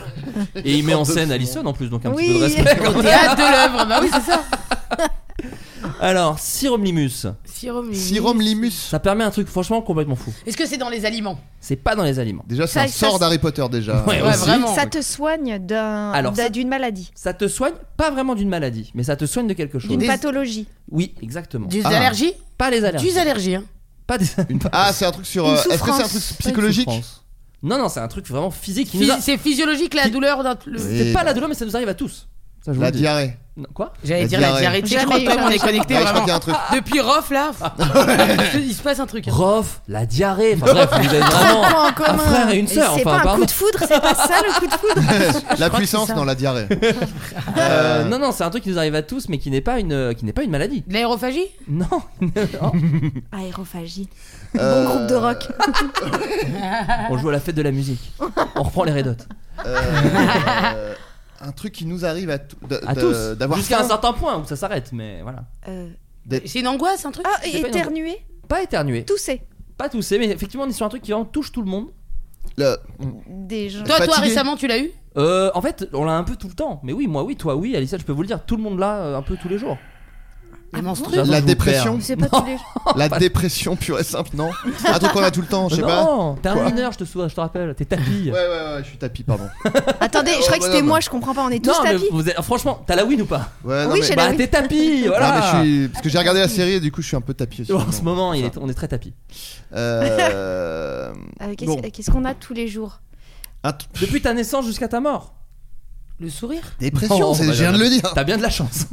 S5: Et il met en scène Allison en plus, donc un petit peu
S8: Oui.
S5: de respect. quand
S7: Au
S5: même.
S7: théâtre de l'œuvre. Bah oui, c'est ça.
S5: Alors, Siromlimus,
S7: Sirop.
S6: Syromélinus.
S5: ça permet un truc franchement complètement fou.
S7: Est-ce que c'est dans les aliments
S5: C'est pas dans les aliments.
S6: Déjà, c'est
S8: Ça-
S6: un
S8: ça-
S6: sort d'Harry Potter déjà.
S5: Ouais,
S7: Ouais,
S5: aussi.
S7: vraiment.
S8: Ça te soigne d'un-
S5: Alors,
S8: d'un-
S5: ça-
S8: d'une maladie,
S5: Ça te soigne pas vraiment d'une maladie, mais ça te soigne de quelque chose.
S8: d'une pathologie.
S5: Oui, exactement.
S7: Des
S6: Ah.
S7: allergies
S5: Pas les allergies.
S7: Des allergies. Hein.
S5: Pas des
S6: Ah, c'est un truc sur. euh,
S8: Une
S6: Est-ce que c'est un
S8: souffrance.
S6: truc
S8: Pas une
S6: psychologique
S5: Souffrance. Non, non, c'est un truc vraiment physique. qui
S7: Physi-
S5: nous a-
S7: C'est physiologique la
S5: Qui-
S7: douleur d'un. le-
S6: Oui. bah.
S5: C'est pas la douleur, mais ça nous arrive à tous. Ça, je vous
S6: La
S5: le dis.
S6: diarrhée.
S5: Non, Quoi
S7: J'allais
S6: La
S7: dire la
S6: diarrhée.
S7: diarrhée. Tu sais, je crois que
S8: Jamais,
S7: toi, on est connecté
S6: Ouais, je
S7: vraiment.
S6: crois qu'il y a un truc.
S7: Depuis Rof là, il se passe un truc. hein.
S5: Rof, la diarrhée. Enfin bref, vous avez vraiment
S8: Point en
S5: un
S8: commun.
S5: frère et une
S8: Et
S5: sœur.
S8: C'est
S5: Enfin,
S8: pas un
S5: pardon.
S8: coup de foudre, c'est pas ça le coup de foudre.
S6: La
S8: c'est
S6: puissance,
S8: ça.
S6: non, la diarrhée.
S5: Euh, non, non, c'est un truc qui nous arrive à tous, mais qui n'est pas une, euh, qui n'est pas une maladie.
S7: De L'aérophagie
S5: Non. non.
S8: Aérophagie.
S6: Euh,
S8: Bon groupe de rock.
S5: On joue à la fête de la musique. On reprend les Redotes.
S6: Euh, un truc qui nous arrive à, tou- d-
S5: À
S6: d-
S5: tous.
S6: D'avoir
S5: Jusqu'à un
S6: faim.
S5: certain point où ça s'arrête, mais voilà.
S8: Euh,
S7: C'est une angoisse, un truc
S8: Ah,
S5: C'est pas une-
S8: éternuer,
S5: Pas éternuer.
S8: tousser.
S5: Pas tousser, mais effectivement, on est sur un truc qui vraiment touche tout le monde.
S6: Le-
S8: Des gens.
S7: Toi, toi,
S6: fatigué.
S7: récemment, tu l'as eu
S5: Euh, en fait, on l'a un peu tout le temps. Mais oui, moi oui, toi oui, Alissa, je peux vous le dire, tout le monde l'a euh, un peu tous les jours.
S7: Les menstrues
S5: J'attends que je vous
S6: dépression.
S5: perde.
S8: C'est pas tous les
S6: la dépression pure et simple, non Un truc qu'on a tout le temps, Oh, je sais pas.
S5: Non, t'es un
S6: Quoi
S5: mineur, je te souviens, je te rappelle, t'es tapis.
S6: Ouais, ouais, ouais, je suis tapis, pardon.
S8: Attendez,
S6: Oh,
S8: je croyais que c'était
S6: bonhomme.
S8: moi, je comprends pas, on est tous
S5: Non, mais
S8: tapis.
S5: vous êtes- franchement, t'as la win ou pas
S6: Ouais, non,
S8: Oui,
S6: mais-
S8: j'ai la-
S5: Bah,
S8: win.
S5: t'es tapis,
S6: Non,
S5: voilà.
S6: mais je suis- Parce que j'ai regardé la série et du coup, je suis un peu tapis aussi.
S5: En ce moment, il
S6: ça.
S5: est- on est très tapis.
S6: Euh,
S8: Euh, Qu'est-ce
S6: bon,
S8: qu'est-ce qu'on a tous les jours
S6: un tr-
S5: Depuis ta naissance jusqu'à ta mort,
S7: Le sourire
S6: Dépression,
S5: Non,
S6: c'est-
S5: bah,
S6: je viens de le dire.
S5: t'as bien de la chance.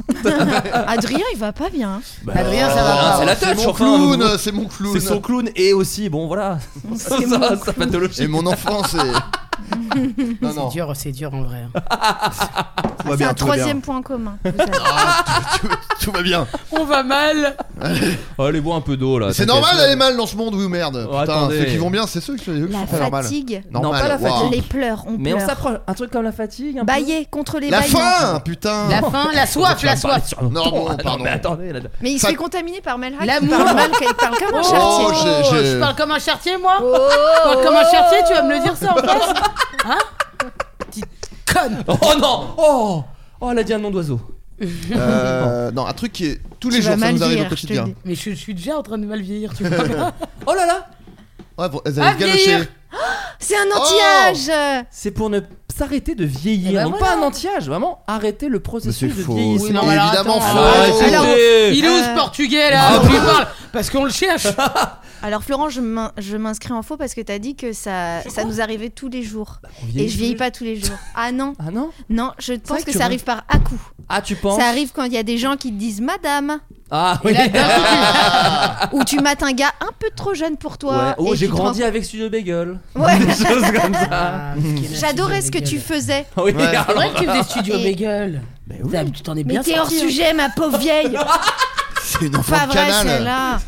S8: Adrien, il va pas bien. hein.
S7: Adrien, ça va
S5: Ah,
S7: pas.
S5: c'est la
S6: C'est
S5: touch,
S6: mon
S5: enfin, vous-
S6: clown, c'est mon clown.
S5: C'est son euh, clown et aussi, bon voilà, ça,
S8: C'est mon
S5: sa pathologie.
S6: Et mon enfant, c'est. Non,
S7: C'est
S6: non,
S7: dur, c'est dur en vrai. hein.
S6: tout va
S8: C'est
S6: bien.
S8: un
S6: tout va bien.
S8: troisième point commun. vous savez.
S6: Ah, tout, tout- tout va bien.
S7: On va mal
S5: Oh, allez, bois un peu d'eau là.
S6: C'est
S5: t'inquiète.
S6: normal d'aller mal dans ce monde, oui, merde.
S5: Oh,
S6: Putain,
S5: attendez.
S6: ceux qui vont bien, c'est ceux qui eux qui
S8: La
S6: sont pas normal.
S8: fatigue,
S5: Non, pas la
S6: waouh.
S5: fatigue.
S8: les pleurs, on
S5: Mais on
S8: pleure.
S5: s'approche, un truc comme la fatigue,
S7: Bah,
S5: un peu.
S8: Bailler contre les
S6: La
S8: bâillements.
S6: faim, putain.
S7: La faim, la soif,
S5: Tu vas
S7: la
S5: me parler
S7: soif
S5: sur mon
S6: Non,
S5: ton,
S6: bon,
S5: attends,
S6: pardon.
S5: mais attendez, là-
S8: Mais il se
S6: Ça-
S8: fait contaminer par Melhac. Il
S7: L'amour.
S8: parle mal, il parle comme un
S6: Oh,
S8: chartier.
S6: j'ai-
S7: Oh,
S6: j'ai-
S7: Je parle comme un chartier, moi
S8: Oh.
S7: Je parle comme un chartier, tu vas me le dire ça en face Hein Petite conne
S5: Oh non Oh Oh, elle a dit un nom d'oiseau.
S6: Euh, non, un truc qui est tous les
S8: Tu
S6: jours,
S8: vas
S6: ça
S8: mal
S6: nous arrive
S8: vieillir, je
S6: au
S8: te
S6: quotidien.
S8: le dis.
S7: Mais je, je suis déjà en train de mal vieillir, tu vois.
S5: Oh là là
S6: Ouais, vous- elles
S7: Ah,
S6: avaient galoché.
S7: vieillir.
S8: C'est
S6: Oh
S8: un anti-âge
S5: C'est pour ne s'arrêter de vieillir.
S7: Eh ben
S5: non
S7: voilà.
S5: pas un anti-âge, vraiment arrêter le processus
S6: Mais c'est
S5: de
S6: faux.
S5: vieillissement. Ah,
S7: Oui, non, mais alors,
S6: Évidemment, Ah.
S7: attends,
S5: Alors,
S6: faux.
S7: alors,
S5: arrêtez.
S7: Il ose
S8: Euh.
S7: portugais là, puis il parle Parce qu'on le cherche
S8: Ah, Alors Florent, je m'in- je m'inscris en faux parce que t'as dit que ça, ça nous arrivait tous les jours.
S5: On vieillit
S8: Et je
S5: tous
S8: vieillis
S5: les-
S8: pas tous les jours. Ah non,
S5: Ah non
S8: non, je
S5: vrai
S8: pense
S5: que
S8: que
S5: tu
S8: ça
S5: re-
S8: arrive par à-coup.
S5: Ah, tu penses
S8: Ça arrive quand il y a des gens qui te disent Madame
S5: Ah oui
S8: ou tu mates un gars un peu trop jeune pour toi.
S5: Ouais. Oh,
S8: et
S5: j'ai
S8: tu te rends-
S5: grandi avec Studio Bagel.
S8: Ouais.
S5: Des choses comme ça.
S7: Ah,
S8: J'adorais ce que tu faisais.
S5: Ah Oui,
S6: Ouais.
S7: C'est
S5: alors-
S7: vrai que tu faisais studio
S8: Et-
S7: bagel.
S6: Bah
S5: Mais oui.
S7: Dame, tu t'en es
S8: Mais
S7: bien
S8: t'es hors
S7: sortie, hein.
S8: sujet, ma pauvre vieille.
S6: C'est une enfant
S8: Pas
S6: de
S8: vrai,
S6: canal.
S8: celle-là.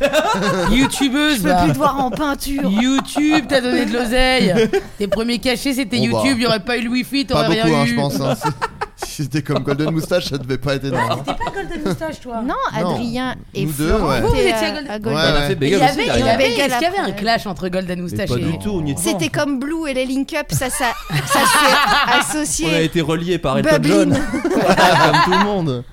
S7: Youtubeuse,
S8: Je peux
S7: bah.
S8: plus te voir en peinture.
S7: YouTube, t'as donné de l'oseille. Tes premiers cachets, c'était
S6: Bon, bah.
S7: YouTube. Il y aurait pas eu le wifi,
S6: Pas
S7: t'aurais rien
S6: beaucoup, hein,
S7: eu.
S6: je pense. hein. C'est- Si c'était comme Golden Moustache, ça devait pas être énorme. hein.
S7: T'es pas Golden Moustache, toi.
S8: Non,
S6: Non.
S8: Adrien et
S6: Nous deux,
S8: Florent
S6: ouais.
S8: étaient
S7: Vous, vous étiez
S8: à-
S7: à Golden-
S8: à
S5: Bah, On
S8: Golden.
S6: Ouais,
S5: a
S6: ouais.
S5: fait
S7: Il y
S5: Bagel aussi
S7: avait, il y
S5: derrière.
S7: avait,
S8: Bagel
S7: est-ce qu'il y avait un
S8: après.
S7: clash entre Golden
S5: Mais
S7: Moustache
S5: pas
S7: et
S5: du tout, on y est
S8: C'était
S5: devant.
S8: comme Blue et les Link Up, ça, ça, ça s'est
S5: On a
S8: associé.
S5: été reliés par Elton John.
S8: Babine.
S6: Comme tout le monde.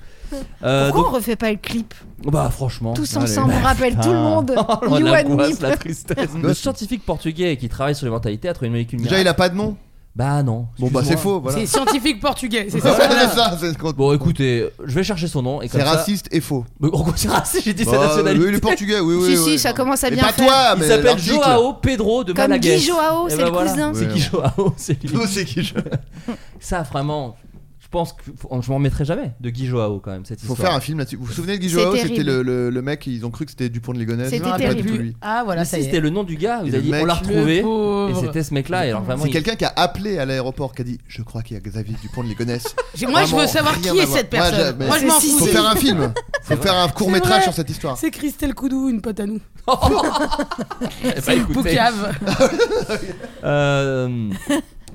S5: Euh,
S8: Pourquoi
S5: donc,
S8: on refait pas le clip
S5: bah franchement.
S8: Tous
S5: allez.
S8: ensemble, on rappelle tout le monde.
S5: Ah, oh,
S8: you and me.
S5: l'angoisse, la tristesse. Le scientifique portugais qui travaille sur les mentalités a trouvé une molécule
S6: Déjà,
S5: miracle.
S6: il a pas de nom.
S5: Bah non.
S6: Bon, bah,
S5: excuse-moi.
S6: c'est faux, voilà.
S7: C'est scientifique portugais, c'est
S6: Ouais,
S7: ça.
S6: c'est
S7: voilà.
S6: ça, c'est ce qu'on-
S5: Bon, écoutez, je vais chercher son nom. et comme
S6: C'est
S5: ça-
S6: raciste et faux.
S5: Mais pourquoi c'est raciste J'ai dit sa
S6: Bah,
S5: nationalité.
S6: oui, il est portugais, oui, oui.
S8: si,
S6: oui,
S8: si,
S6: oui.
S8: ça commence à
S6: Mais
S8: bien
S6: pas
S8: faire.
S6: toi,
S5: Il
S6: mais
S5: s'appelle
S6: l'article.
S5: Joao Pedro de
S8: Comme
S5: Malaguez.
S8: Guy Joao,
S5: Eh
S8: c'est
S5: ben
S8: le
S5: voilà,
S8: cousin.
S5: C'est
S6: Ouais.
S5: Guy Joao, c'est lui.
S6: Nous, c'est qui je-
S5: Ça, vraiment, je pense que je m'en remettrai jamais de Guy Joao quand même, cette
S6: Faut
S5: histoire.
S6: faire un film là-dessus. Vous vous souvenez de Guy
S8: C'est
S6: Joao
S8: terrible.
S6: C'était le, le, le mec, ils ont cru que c'était Dupont de Ligonnès.
S8: C'était
S6: Je me rappelle
S8: terrible.
S6: plus de lui.
S7: Ah voilà,
S5: Mais
S7: ça
S5: si,
S7: y
S5: c'était
S7: est.
S5: le nom du gars, vous
S6: Et
S5: avez
S6: le
S5: dit,
S6: mec,
S5: on l'a
S6: le
S5: retrouvé.
S7: pauvre.
S5: Et c'était ce mec-là. Et alors
S7: Ah,
S5: vraiment,
S6: C'est
S5: il-
S6: quelqu'un qui a appelé à l'aéroport qui a dit Je crois qu'il y a Xavier Dupont de Ligonnès.
S7: J'ai- Moi, je
S6: Vraiment,
S7: veux savoir
S6: rien
S7: qui
S6: à
S7: est
S6: voir.
S7: cette
S6: Moi,
S7: personne.
S6: j'ai-
S7: Moi, je
S8: mais
S7: m'en
S8: si,
S6: Faut
S8: si.
S7: fous.
S6: faire un film. Faut faire un court métrage
S7: vrai.
S6: sur cette histoire.
S7: C'est Christelle Coudou, une pote à nous.
S5: Eh ben, écoutez,
S7: Poucave.
S5: euh,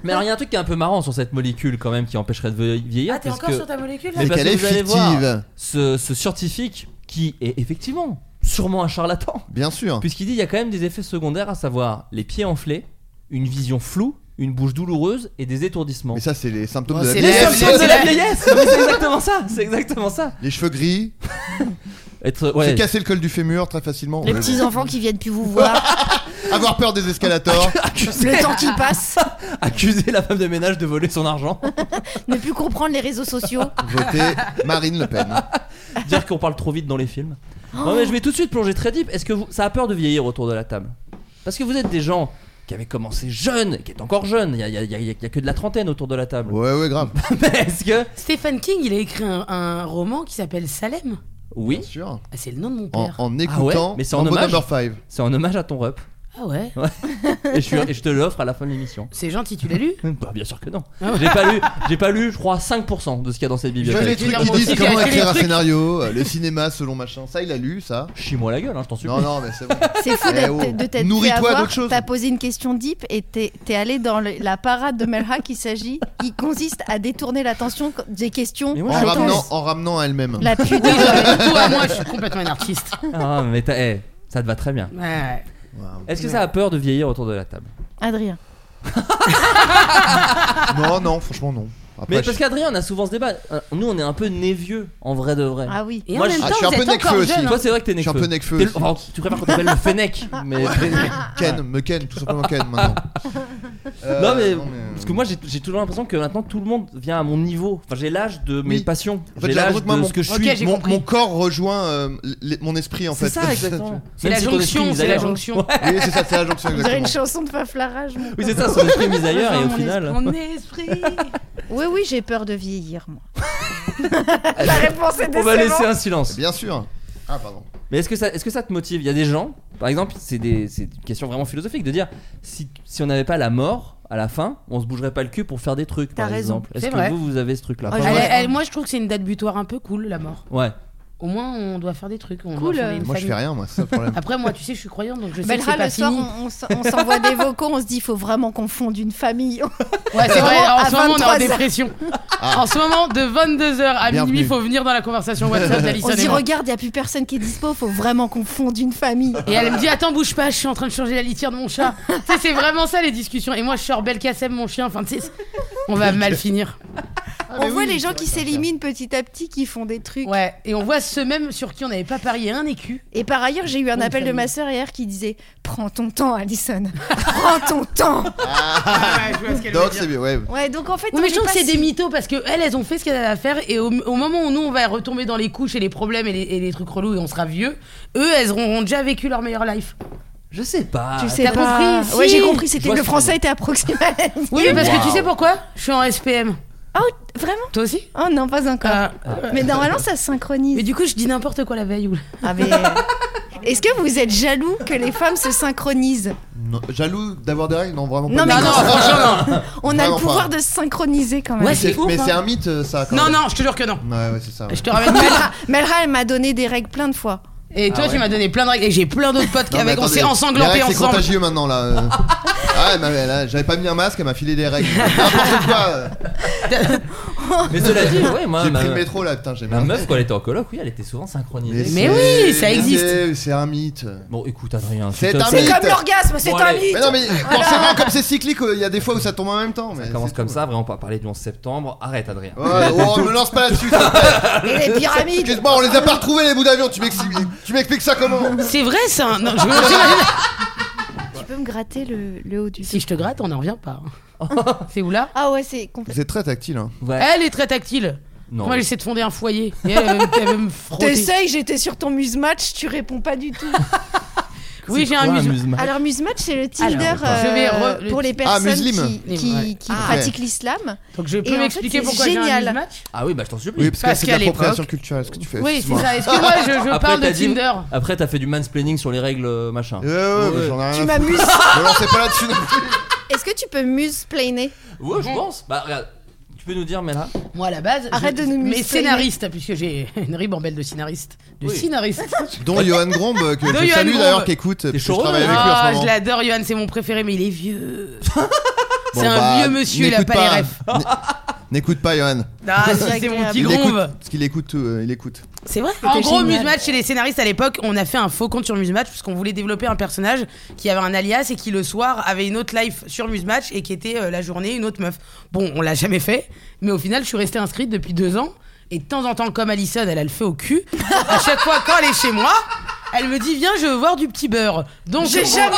S5: Mais alors, il y a un truc qui est un peu marrant sur cette molécule quand même qui empêcherait de vie- vieillir.
S7: Ah, t'es
S5: parce
S7: encore
S5: que...
S7: sur ta molécule là
S5: Mais
S6: C'est
S5: parce
S6: qu'elle
S5: que
S6: est
S5: vous allez voir,
S6: fictive.
S5: ce, ce scientifique qui est effectivement sûrement un charlatan,
S6: Bien sûr.
S5: puisqu'il dit il y a quand même des effets secondaires, à savoir les pieds enflés, une vision floue, une bouche douloureuse et des étourdissements.
S6: Mais ça, c'est les symptômes
S7: Oh,
S6: de la
S7: c'est
S5: les
S7: la-
S6: vieillesse.
S5: symptômes de la
S7: c'est la-
S5: vieillesse Non, mais C'est exactement ça C'est exactement ça
S6: Les cheveux gris,
S5: Être, ouais.
S6: se casser le col du fémur très facilement.
S8: Les
S6: Ouais,
S8: petits enfants qui viennent plus vous voir,
S6: ouais. Avoir peur des escalators.
S5: Accuser,
S8: le temps qui passe,
S5: accuser la femme de ménage de voler son argent,
S8: ne plus comprendre les réseaux sociaux.
S6: Voter Marine Le Pen.
S5: dire qu'on parle trop vite dans les films. Non mais je vais tout de suite plonger très deep. Est-ce que vous, ça a peur de vieillir autour de la table Parce que vous êtes des gens qui avaient commencé jeunes, qui est encore jeunes. Il y a, il y a- il y a- il y a que de la trentaine autour de la table.
S6: Ouais, ouais, grave.
S5: Mais est-ce que
S7: Stephen King, il a écrit un, un roman qui s'appelle Salem.
S6: Bien
S5: oui,
S6: sûr.
S7: Ah, c'est le nom de mon
S6: En,
S7: père.
S6: en
S5: Ah ouais,
S6: écoutant
S5: mais c'est en
S6: Mambo
S5: hommage.
S6: Number 5.
S5: c'est en hommage à ton rep.
S7: Ah ouais
S5: Et je, suis- et je te l'offre à la fin de l'émission.
S7: C'est gentil, tu l'as lu
S5: Bah, bien sûr que non.
S7: Ah
S5: J'ai pas lu, j'ai pas lu, je crois 5% de ce qu'il y a dans cette
S6: Tu vois les
S5: bibliothèque.
S6: trucs
S7: Guillermo
S6: qui
S7: aussi
S6: disent
S7: qui a
S6: comment
S7: écrit
S6: écrire
S7: les
S6: un
S7: trucs.
S6: scénario, euh, le cinéma selon machin. Ça, il a lu, ça.
S5: Chie-moi la gueule, hein, je t'en supplie.
S6: Non, non, mais c'est bon.
S8: C'est fou
S6: Eh
S8: d'être-
S6: oh.
S8: de t'être fait
S6: Nourris-toi
S8: avoir.
S6: d'autres choses.
S8: T'as posé une question deep et t'es t'es allé dans le- la parade de Melha qui s'agit, qui consiste à détourner l'attention des questions.
S5: Mais
S6: En
S5: moi, je
S8: intenses.
S6: ramenant, en ramenant à elle-même.
S8: La
S7: Oui,
S8: pudeur.
S7: je- Ah, toi, moi, je suis complètement un artiste.
S5: Ah, mais t'as- eh, ça te va très bien.
S7: Ouais, ouais.
S5: Est-ce que ça a peur de vieillir autour de la table
S8: Adrien.
S6: Non, non, franchement, non.
S5: Mais
S6: Après, je-
S5: parce qu'Adrien, on a souvent ce débat. Euh, Nous, on est un peu né vieux, en vrai de vrai.
S8: Ah oui.
S7: Et
S5: Moi,
S7: en
S5: je-
S7: même
S6: ah,
S7: temps,
S6: je suis un
S7: vous
S6: peu
S7: êtes
S6: Nekfeu
S7: encore
S6: aussi.
S7: jeune.
S5: Toi, c'est vrai que t'es
S6: Je suis
S5: Nekfeu.
S6: un peu Nekfeu
S5: T'es-
S6: aussi.
S5: enfin, tu préfères qu'on t'appelle le Fennec. Mais
S6: Ken, me Ken, tout simplement Ken maintenant. Euh,
S5: non, mais, parce que moi j'ai j'ai toujours l'impression que maintenant tout le monde vient à mon niveau. Enfin, j'ai l'âge de mes
S6: Oui.
S5: passions.
S6: En fait,
S5: J'ai
S6: j'ai
S5: l'âge
S6: l'impression que moi,
S5: de
S6: mon-
S5: ce que je
S7: Ok,
S5: suis.
S7: j'ai
S6: mon,
S7: compris.
S6: mon corps rejoint euh, les- mon esprit en fait.
S5: C'est ça, exactement.
S7: C'est
S5: Même
S7: la
S5: si ton
S7: jonction,
S5: esprit,
S7: c'est la
S5: d'ailleurs.
S7: jonction.
S6: oui, c'est ça, c'est la jonction
S8: On dirait
S6: exactement.
S8: une chanson de Faflarage. mon
S5: Oui,
S8: gars.
S5: c'est ça, son esprit mis ailleurs et au
S7: Mon es-
S5: final.
S7: Mon esprit.
S8: Oui, oui, j'ai peur de vieillir, moi. La réponse est
S5: On va laisser
S8: décevante.
S5: un silence.
S6: Bien sûr. Ah pardon.
S5: Mais est-ce que, est que ça te motive Il y a des gens, par exemple, c'est des- c'est une question vraiment philosophique de dire si, si on n'avait pas la mort à la fin, on se bougerait pas le cul pour faire des trucs,
S8: T'as
S5: par
S8: raison.
S5: exemple. Est-ce
S7: C'est
S5: que
S7: vrai.
S5: vous, vous avez ce truc-là
S8: Oh,
S5: Enfin,
S8: j'ai-
S7: Elle-
S5: ouais.
S7: elle- moi, je trouve que c'est une date butoir un peu cool, la mort.
S5: Ouais.
S7: Au moins, on doit faire des trucs. on doit
S8: Cool.
S7: fonder une
S6: Moi je
S7: famille.
S6: fais rien moi, c'est ça le
S8: Ah,
S6: problème.
S7: Après, moi, tu sais, je suis croyante, donc je sais que c'est
S8: Belra,
S7: pas
S8: le soir,
S7: fini.
S8: on, on s- on s'envoie des vocaux, on se dit, il faut vraiment qu'on fonde une famille.
S7: Ouais, c'est vrai,
S8: Vraiment,
S7: en
S8: à
S7: ce moment, on est en
S8: 23 heures.
S7: dépression. En ce moment, de 22h à
S6: Ah. Bienvenue.
S7: minuit, il faut venir dans la conversation WhatsApp d'Alison
S8: On se
S7: et
S8: dit,
S7: moi.
S8: regarde, il n'y a plus personne qui est dispo, faut vraiment qu'on fonde une famille.
S7: Et elle me dit attends bouge pas je suis en train de changer la litière de mon chat. tu sais c'est vraiment ça les discussions et moi je sors Belkacem mon chien enfin tu sais on va mal finir.
S5: Ah,
S8: on voit les gens qui s'éliminent petit à petit, qui font des trucs.
S7: Ouais et on voit ce même sur qui on n'avait pas parié un écu.
S8: Et par ailleurs, j'ai eu un
S7: Une
S8: appel de
S7: famille.
S8: ma sœur hier qui disait Prends ton temps, Alison. Prends ton temps.
S6: Donc c'est bien, ouais.
S8: Ouais, donc en fait,
S7: Oui,
S8: on
S7: mais je
S8: est
S7: trouve
S8: pas
S7: que c'est
S8: si-
S7: des mythos parce que elles, elles ont fait ce qu'elles avaient à faire et au, au moment où nous on va retomber dans les couches et les problèmes et les, et les trucs relous et on sera vieux, eux elles auront déjà vécu leur meilleure life.
S5: Je sais pas.
S8: Tu sais
S7: T'as
S8: pas.
S7: compris,
S8: Ouais,
S7: si.
S8: j'ai compris.
S5: Je vois
S8: C'était le
S5: ce que
S8: français
S5: tu
S8: était approximatif.
S7: Oui mais parce que
S5: Waouh.
S7: tu sais pourquoi Je suis en SPM.
S8: Oh, vraiment
S7: Toi aussi
S8: Oh non, pas encore.
S7: Euh,
S8: Mais normalement, ça se
S7: Mais
S8: synchronise.
S7: du coup je dis n'importe quoi la veille. ou-
S8: Ah, mais, euh, Est-ce que vous êtes jaloux que les femmes se synchronisent
S6: Non, jaloux d'avoir des règles, non vraiment
S8: Non,
S6: pas.
S8: mais
S6: du tout.
S8: quand- on a
S6: Vraiment
S8: le pouvoir
S6: pas.
S8: de se synchroniser quand même.
S7: Ouais,
S6: C'est-
S7: c'est ouf,
S6: mais
S7: hein.
S6: c'est un mythe euh, ça quand
S7: Non
S6: même.
S7: non je te jure que non.
S6: Ouais ouais, c'est ça. ouais.
S7: Je te ramène
S8: Melra, Melra, elle m'a donné des règles plein de fois.
S7: Et toi, tu m'as donné plein de règles. Et j'ai plein d'autres potes
S6: Ah Non, mais
S7: avec. On
S6: attendez,
S7: s'est
S6: les
S7: ensanglantés
S6: règles, C'est
S7: ensemble.
S6: contagieux maintenant là. euh. Ah, elle m'avait- là, j'avais pas mis un masque, elle m'a filé des règles. N'importe quoi. euh.
S5: Mais cela dit, ouais, moi,
S6: J'ai
S5: ma,
S6: pris le métro là, putain, j'ai
S5: ma
S6: mal.
S5: meuf, quand elle était en coloc, oui, elle était souvent synchronisée.
S7: Mais
S6: c'est-
S7: oui, ça
S6: mais
S7: existe.
S6: c'est- C'est un mythe.
S5: Bon, écoute, Adrien,
S6: C'est
S5: s'il te
S6: un
S5: plaît,
S6: mythe.
S8: Comme l'orgasme, c'est
S5: Bon,
S8: un
S5: allez.
S8: mythe.
S6: Mais non, mais forcément, comme c'est cyclique, euh, il y a des fois où ça tombe en même temps. mais
S5: Ça commence
S6: c'est
S5: comme
S6: tout.
S5: ça, vraiment, on va parler du 11 septembre. Arrête, Adrien.
S6: Ouais, oh, on me lance pas là-dessus. s'il te plaît.
S8: Et les pyramides.
S6: Excuse-moi, on les a pas retrouvés les bouts d'avion. Tu m'expliques tu m'expliques ça comment
S7: C'est vrai, ça. Non, je me-
S8: Tu peux peux me gratter le, le haut du
S7: Si je te gratte, on n'en revient pas. hein. c'est où là
S8: Ah ouais, c'est complètement.
S6: C'est très tactile. Hein.
S7: Elle est très tactile.
S5: Non.
S7: Moi, j'essaie de fonder un foyer. Et elle, elle veut me- elle veut me frotter.
S8: T'essayes, j'étais sur ton muse-match, tu réponds pas du tout.
S7: Oui, j'ai un
S5: Quoi,
S7: muse.
S5: amuse-moi
S8: Alors, muse-match, c'est le Tinder
S7: Alors, attends. Je vais
S8: euh,
S7: re- le-
S8: pour les
S7: Ah,
S8: personnes
S6: muslim.
S8: qui, qui-
S7: Ouais.
S8: qui
S6: Ah.
S8: pratiquent l'islam.
S7: Donc, je
S8: Et en
S7: peux
S8: fait,
S7: m'expliquer
S8: c'est
S7: pourquoi j'ai un
S8: génial.
S7: muse match
S5: Ah oui, bah je t'en supplie.
S6: Oui, parce,
S7: Parce
S6: que c'est de
S7: qu'à
S6: l'appropriation
S7: l'époque-
S6: culturelle ce que tu fais.
S7: Oui, c'est
S6: excuse-moi.
S7: ça. Excuse-moi, je, je
S5: Après,
S7: parle de
S5: t'as dit-
S7: Tinder.
S5: Après, t'as fait du mansplaining sur les règles euh, machin.
S6: Eh ouais, mais j'en ai rien
S8: Tu
S6: à foutre.
S8: m'amuses.
S6: Ne lancez pas là-dessus non plus.
S8: Est-ce que tu peux muse-plainer
S5: Ouais, je pense. Bah regarde, tu peux nous dire, mais là.
S7: Moi, à la base.
S8: Arrête
S7: je-
S8: de nous
S7: Mais
S8: muscler.
S7: scénariste, puisque j'ai une ribambelle de scénaristes. De
S5: Oui.
S7: scénaristes.
S6: Dont Johan Grombe, euh, que
S7: Dont
S6: je
S7: Johan
S6: salue
S7: Grombe.
S6: d'ailleurs, qui écoute. parce que Je
S5: chaud,
S6: travaille avec lui
S7: Ah,
S6: en ce
S7: je
S6: moment.
S7: l'adore, Johan, c'est mon préféré, mais il est vieux.
S6: Bon,
S7: c'est un
S6: bah,
S7: vieux monsieur, il a
S6: n'écoute
S7: pas, les refs.
S6: N- N'écoute pas, Johan.
S7: Ah, si, c'est mon
S8: agréable.
S7: petit
S6: Il écoute.
S7: grombe.
S6: Parce qu'il écoute, tout, euh, il écoute.
S7: C'est vrai. En gros,
S8: génial.
S7: Musematch, chez les scénaristes à l'époque, on a fait un faux compte sur Musematch parce qu'on voulait développer un personnage qui avait un alias et qui le soir avait une autre life sur Musematch et qui était euh, la journée une autre meuf. Bon, on l'a jamais fait, mais au final, je suis restée inscrite depuis deux ans et de temps en temps, comme Alison, elle a le feu au cul. À chaque fois, quand elle est chez moi, elle me dit Viens, je veux voir du petit beurre. Donc,
S8: J'ai
S7: on-
S8: jamais,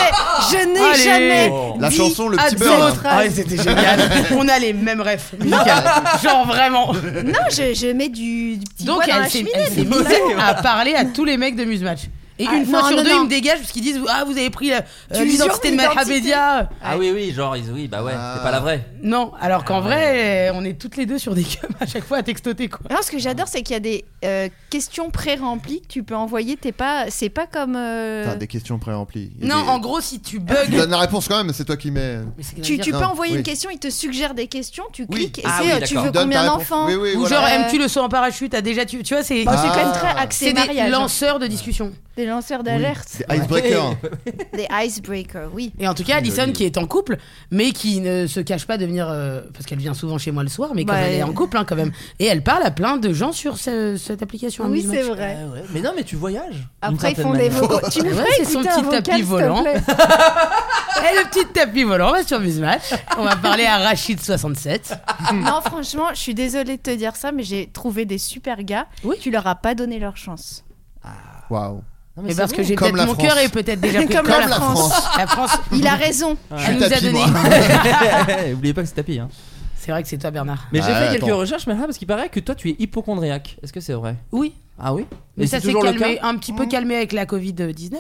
S8: je n'ai
S7: Allez.
S8: jamais.
S5: Oh.
S6: La
S8: dit
S6: chanson, le
S8: à
S6: petit
S8: zéro
S6: beurre, là.
S8: trace.
S7: Ah ouais, c'était génial. on a les mêmes refs musicales. Genre vraiment.
S8: Non, je, je mets du, du petit
S7: Donc
S8: bois dans
S7: elle
S8: la
S7: s'est
S8: cheminée.
S7: elle s'est hein. mise à parler à tous les mecs de Muse Match. Et
S8: Ah,
S7: une fois
S8: non,
S7: sur
S8: non,
S7: deux,
S8: non.
S7: ils me dégagent parce qu'ils disent Ah, vous avez pris euh, euh,
S8: Tu
S7: l'identité de
S8: usurpes
S7: Mahabedia.
S5: Ah oui, oui, genre, ils- oui, bah ouais, c'est pas la vraie.
S7: Non, alors qu'en vrai, euh, on est toutes les deux sur des cums à chaque fois à textoter quoi.
S8: Alors, ce que j'adore, c'est qu'il y a des euh, questions pré-remplies que tu peux envoyer. T'es pas, c'est pas comme. euh,
S6: Putain, des questions pré-remplies. Il y a
S7: Non,
S6: des-
S7: en gros, si tu
S6: Tu
S7: bugs.
S6: donnes la réponse quand même, c'est toi qui mets.
S8: tu tu peux
S6: Non,
S8: envoyer
S6: oui.
S8: une question, il te suggère des questions, tu
S6: Oui.
S8: cliques et
S5: Ah
S8: c'est
S5: oui,
S8: euh, tu
S5: d'accord.
S8: veux
S6: Donne
S8: combien
S6: ta réponse.
S8: d'enfants.
S6: Eh Oui, oui,
S7: Ou
S6: voilà.
S7: genre,
S8: Euh,
S7: aimes-tu le saut en parachute Ah, déjà, tu, tu vois, c'est.
S8: Bon, c'est quand même
S6: Ah.
S8: très axé
S7: C'est des
S8: mariage. hein.
S7: lanceurs de discussion.
S8: Des lanceurs d'alerte.
S6: C'est Icebreaker.
S8: Des icebreakers, oui.
S7: Et en tout cas, Alison,
S6: Joli.
S7: qui est en couple, mais qui ne se cache pas de venir. euh, parce qu'elle vient souvent chez moi le soir, mais comme
S8: Bah,
S7: elle est
S8: elle-
S7: en couple, hein, quand même. Et elle parle à plein de gens sur ce- cette application.
S8: Oui,
S7: Muse
S8: c'est
S7: Match.
S8: vrai.
S5: Ah ouais, Mais non, mais tu voyages.
S8: Après, ils
S5: D'une certaine
S8: font des
S5: manière.
S8: vocaux. Bah, Tu nous
S7: Ah Ouais,
S8: fais
S7: c'est son
S8: écouter un
S7: petit
S8: vocal,
S7: tapis
S8: s'il te
S7: volant.
S8: plaît
S7: Et le petit tapis volant, on va sur Musematch. On va parler à Rachid67.
S8: Non, franchement, je suis désolée de te dire ça, mais j'ai trouvé des super gars.
S7: Oui.
S8: Tu leur as pas donné leur chance.
S6: Ah. Waouh.
S5: Non,
S8: Eh
S7: Mais
S8: ben,
S5: c'est
S7: Eh, parce
S5: vrai.
S7: que j'ai
S6: Comme
S7: peut-être
S6: la
S7: mon
S6: France.
S7: cœur est peut-être déjà pris.
S8: Comme
S6: Comme
S8: la
S6: la France.
S7: La France,
S8: Il a raison.
S6: Je
S7: elle
S6: suis
S7: nous a
S6: tapis,
S7: donné.
S6: moi.
S5: Oubliez pas que c'est tapis. Hein.
S7: C'est vrai que c'est toi, Bernard.
S5: Mais j'ai
S6: Ah,
S5: fait
S6: attends.
S5: quelques recherches, mais là, parce qu'il paraît que toi, tu es hypochondriaque. Est-ce que c'est vrai
S7: Oui,
S5: Ah oui
S7: mais
S5: Et
S7: ça
S5: c'est
S7: s'est
S5: toujours le
S7: calmé,
S5: cas.
S7: un petit peu
S8: hein.
S7: calmé avec la Covid-19.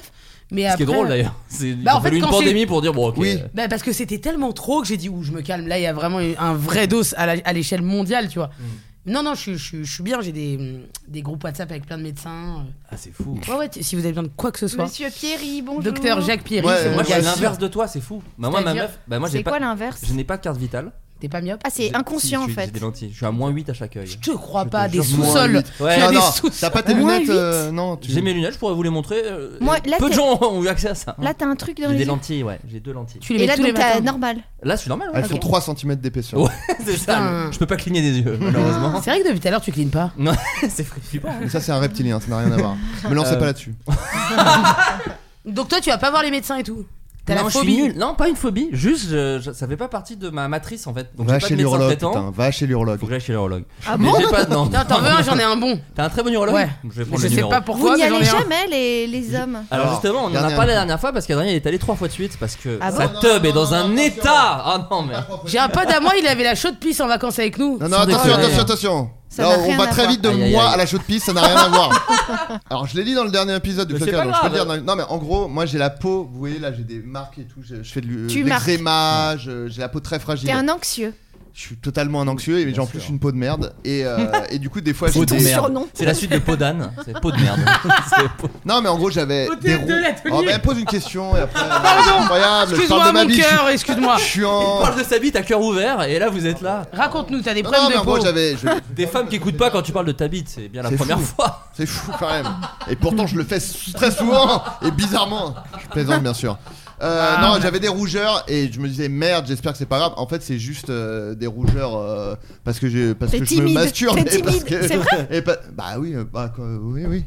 S7: Mais
S5: Ce qui
S7: après,
S5: est drôle
S8: euh,
S5: d'ailleurs. C'est
S7: Bah, en
S5: il a fallu
S7: fait,
S5: une
S7: quand c'est-
S5: pandémie pour dire bon, ok.
S6: Oui.
S7: Bah, parce que c'était tellement trop que j'ai dit, ouh, je me calme. Là, il y a vraiment eu un vrai dos à la- à l'échelle mondiale, tu vois.
S6: Mm.
S7: Non, non, je, suis- je suis- je suis bien. J'ai des, des groupes WhatsApp avec plein de médecins. euh,
S5: Ah, c'est fou.
S7: Ouais, ouais, t- si vous avez besoin de quoi que ce soit.
S8: Monsieur Pierry, bonjour.
S7: Docteur Jacques Pierry,
S6: Ouais,
S7: c'est
S6: ouais,
S7: mon
S5: Moi, je
S7: gars.
S5: suis l'inverse de toi, c'est fou. Bah, moi, ma
S7: C'est-à-dire
S5: meuf, bah, moi, j'ai
S8: C'est
S5: pas.
S8: quoi l'inverse
S5: Je n'ai pas de carte vitale.
S7: T'es pas myope
S8: Ah, c'est
S5: J'ai-
S8: inconscient
S5: si,
S8: en
S5: je suis- J'ai
S8: fait.
S5: des lentilles. Je suis à moins 8 à chaque œil.
S7: Je te crois
S5: Je te
S7: pas, des
S5: jure, moins
S7: sous-sols.
S5: huit.
S7: Tu
S5: Ouais.
S7: as
S6: Ah
S7: des
S6: non,
S7: sous-sols.
S6: t'as pas tes
S8: Moins
S6: lunettes
S8: huit.
S6: euh, Non, tu.
S5: J'ai mes lunettes, je pourrais vous les montrer. euh,
S8: Moi, là,
S5: peu de
S8: t'es-
S5: gens ont eu accès à ça. hein.
S8: Là, t'as un truc dans
S5: j'ai
S8: les
S5: des
S8: yeux.
S5: lentilles, ouais, j'ai deux lentilles.
S7: Tu les
S8: Et
S7: mets
S8: là,
S7: tous les
S8: donc, t'as
S7: matins.
S8: normal.
S5: Là, je suis normal. ouais.
S6: Elles font 3 cm d'épaisseur.
S5: Ouais, c'est ça.
S7: Putain.
S5: Je peux pas cligner des yeux, malheureusement.
S7: C'est vrai que depuis tout à l'heure tu clignes pas.
S5: Non, c'est flippant.
S6: Mais ça, c'est un reptilien, ça n'a rien à voir. Me lancez
S5: Euh,
S6: pas là-dessus.
S7: Donc toi tu vas pas voir les médecins et tout. T'as
S5: non,
S7: la
S5: je suis
S7: phobie.
S5: nul. Non, pas une phobie. Juste, je- je- ça fait pas partie de ma matrice en fait. Donc j'ai
S6: Va
S5: pas de médecin
S6: chez l'urologue,
S5: traitant.
S6: putain. Va chez
S5: Faut que
S6: l'urologue.
S5: j'aille chez l'urologue.
S8: Ah
S5: mais
S8: bon
S5: j'ai pas de non.
S7: Non, t'en veux un, j'en ai un bon.
S5: T'as un très bon urologue.
S7: Ouais.
S5: Je vais
S7: Mais
S5: prendre
S7: je
S5: le
S7: sais
S5: numéro.
S7: pas
S8: Vous
S7: pourquoi,
S8: n'y
S7: mais j'en
S8: allez
S7: ai un.
S8: jamais, les, les hommes
S5: Alors
S6: Alors,
S5: justement, on en a
S6: dernière.
S5: pas la dernière fois parce que la dernière il est allé trois fois de suite parce que
S8: Ah
S5: sa
S8: bon
S5: teub est dans un état. Ah non mais.
S7: J'ai un pote à moi, il avait la chaude pisse en vacances avec nous.
S6: Non, non,
S5: Sans
S6: attention,
S5: déconner.
S6: attention, attention.
S8: Ça
S6: Là,
S8: n'a
S6: on
S8: rien
S6: va
S8: à
S6: très
S8: voir.
S6: vite de
S5: Aïe, aïe,
S6: moi
S5: aïe.
S6: à la chaude piste, ça n'a rien à voir. Alors, je l'ai dit dans le dernier épisode du
S5: Mais c'est
S6: Flocal,
S5: pas
S6: donc je peux le
S5: grave.
S6: dire. dans- Non, mais en gros, moi j'ai la peau, vous voyez là, j'ai des marques et tout, je, je fais de l'u-
S8: Tu
S6: de l'eczéma, je- j'ai la peau très fragile.
S8: T'es un anxieux.
S6: Je suis totalement un anxieux et j'ai en plus une peau de merde. Et, euh, et du coup, des fois,
S5: Peau
S6: j'ai
S5: de
S6: des.
S5: merde. C'est la suite de peau d'âne. C'est peau de merde. C'est peau-
S6: Non, mais en gros, j'avais.
S7: Au
S6: Des
S7: thème de l'atelier.
S6: Oh, mais pose une question et après. Pardon Incroyable, je parle
S7: Excuse-moi
S6: de ma
S7: mon
S6: vie, je suis
S7: cœur, excuse-moi.
S5: On
S6: chiant.
S5: parle de sa bite à cœur ouvert et là vous êtes là.
S7: Raconte-nous, t'as des
S6: Non, non,
S7: problèmes
S6: mais
S7: de
S6: en gros,
S7: peau.
S6: j'avais. je-
S5: Des femmes qui écoutent pas quand tu parles de ta bite, c'est bien la
S6: C'est
S5: première
S6: fou.
S5: fois.
S6: C'est fou quand même. Et pourtant, je le fais s- très souvent et bizarrement. Je plaisante, bien sûr. Euh,
S8: Ah.
S6: non, j'avais des rougeurs et je me disais merde, j'espère que c'est pas grave. En fait, c'est juste euh, des rougeurs euh, parce que je parce
S8: T'es
S6: que je me
S8: timide.
S6: masturbe
S8: T'es
S6: et parce
S8: timide.
S6: que-
S8: C'est vrai
S6: et pa- bah oui, euh, bah quoi, oui oui.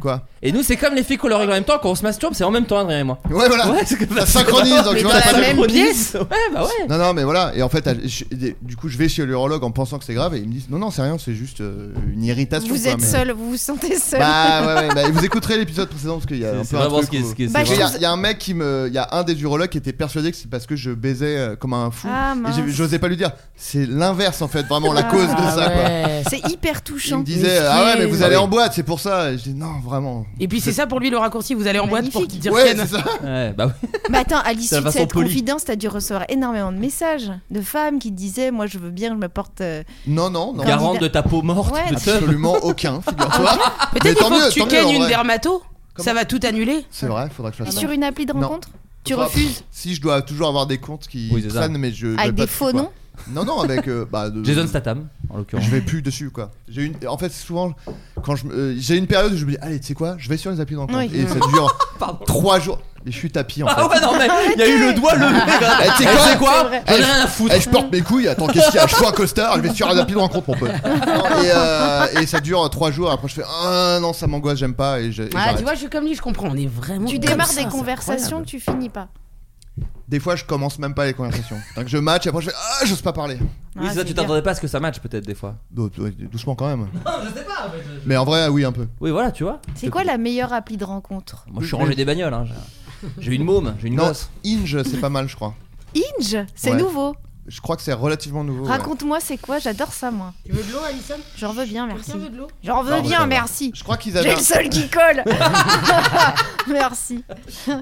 S6: Quoi
S5: Et nous, c'est comme les filles qu'on leur règle en même temps, quand on se masturbe, c'est en même temps, Adrien et moi.
S6: Ouais, voilà.
S5: c'est que-
S6: Ah, Ça synchronise, donc,
S5: Mais
S6: tu vois,
S5: dans
S6: ça
S5: la même
S6: synchronise.
S5: pièce. Ouais, bah ouais.
S6: Non, non, mais voilà. Et en fait, je- du coup, je vais chez l'urologue en pensant que c'est grave et ils me disent non, non, c'est rien, c'est juste euh, une irritation.
S8: Vous
S6: quoi,
S8: êtes
S6: mais-
S8: seul, vous vous sentez seul.
S6: Bah ouais, ouais, bah, et vous écouterez l'épisode précédent parce qu'il y a
S5: C'est-
S6: un
S5: c'est
S6: peu un
S5: vraiment
S6: truc
S5: ce qui est-
S6: où-
S5: ce qui est-
S8: Bah,
S6: Il
S8: je
S6: y, a-
S8: trouve-
S6: il y a un mec qui me, il y a un des urologues qui était persuadé que c'est parce que je baisais euh, comme un fou.
S8: Ah,
S6: et
S8: mince. Ah,
S6: j'ai- j'osais pas lui dire. C'est l'inverse en fait, vraiment la cause de
S7: Ah
S6: ça. quoi.
S8: C'est hyper
S6: Il
S8: touchant.
S6: me disait
S7: Mais
S6: ah ouais mais
S7: c'est-
S6: vous allez
S7: Ah oui.
S6: en boîte, c'est pour ça. Et je dis non vraiment.
S7: Et puis c'est ça pour lui le raccourci, vous allez en boîte pour
S8: Magnifique.
S7: dire
S6: Ouais
S7: Ken.
S6: c'est ça.
S5: Ouais, bah oui.
S8: Mais attends, à l'issue
S5: la
S8: de
S5: façon
S8: cette
S5: polie.
S8: confidence, t'as dû recevoir énormément de messages de femmes qui te disaient Moi, je veux bien, je me porte. euh,
S6: Non non non.
S8: Garant-
S5: Garante de ta peau morte.
S8: Ouais,
S5: de teuf.
S6: Absolument aucun.
S8: Ah,
S6: Figure-toi. Mais
S7: Peut-être il
S6: tant
S7: faut
S6: mieux,
S7: que tu
S6: tant mieux, en
S7: gagnes une
S6: vrai.
S7: dermato,
S6: Comment
S7: ça va tout annuler.
S6: C'est vrai, faudra que je fasse. ça.
S8: Sur une appli de
S6: Non.
S8: rencontre Tu
S6: Faudra-
S8: refuses
S6: Si je dois toujours avoir des comptes qui
S5: Oui, c'est ça.
S6: traînent, mais je. je vais
S8: Avec
S6: pas
S8: des
S6: dessus,
S8: faux
S6: quoi.
S8: noms
S6: Non, non, avec. euh, bah, de-
S5: Jason Statham, en l'occurrence.
S6: Je vais plus dessus quoi. J'ai une en fait souvent quand je me- euh, j'ai une période où je me dis allez tu sais quoi je vais sur les applis d'entente
S8: Oui.
S6: et ça dure
S5: Pardon.
S6: trois jours et je suis tapis en fait.
S5: Ah ouais, non, mais il y a eu le doigt levé.
S6: Eh, tu sais
S5: Eh,
S6: quoi
S5: c'est quoi
S8: vrai.
S5: J'en ai rien à foutre.
S6: Eh, je porte mes couilles attends qu'est-ce qu'il y a je suis un costard je vais sur les applis de rencontre mon pote. Non, et, euh, et ça dure trois jours après je fais ah non ça m'angoisse j'aime pas et, je- et
S7: Ah,
S6: j'arrête.
S7: tu vois, je suis comme lui, je comprends, on est vraiment.
S8: Tu
S7: comme
S8: démarres
S7: ça,
S8: des
S7: c'est
S8: conversations
S7: incroyable.
S8: que tu finis pas.
S6: des fois je commence même pas les conversations. Donc je match et après je fais ah j'ose pas parler.
S5: Oui,
S8: Ah,
S5: c'est ça, tu
S8: bien.
S5: t'attendais pas à ce que ça matche peut-être des fois.
S6: Dou- dou- Doucement quand même. Mais en vrai oui un peu.
S5: Oui, voilà, tu vois.
S8: C'est quoi la meilleure appli de rencontre
S5: Moi, je suis rangé des bagnoles. hein. J'ai- J'ai une môme, j'ai une
S6: Non
S5: gosse.
S6: Inge c'est pas mal je crois.
S8: Inge C'est
S6: Ouais.
S8: nouveau.
S6: Je crois que c'est relativement nouveau. ouais.
S8: Raconte-moi, c'est quoi J'adore ça, moi.
S7: Tu veux de l'eau, Alison
S8: J'en veux bien, merci.
S7: Quelqu'un veut de l'eau
S8: J'en veux
S6: Non, mais ça
S8: bien,
S6: va.
S8: merci.
S6: Je crois qu'ils avaient.
S8: J'ai
S6: un-
S8: le seul qui colle. merci.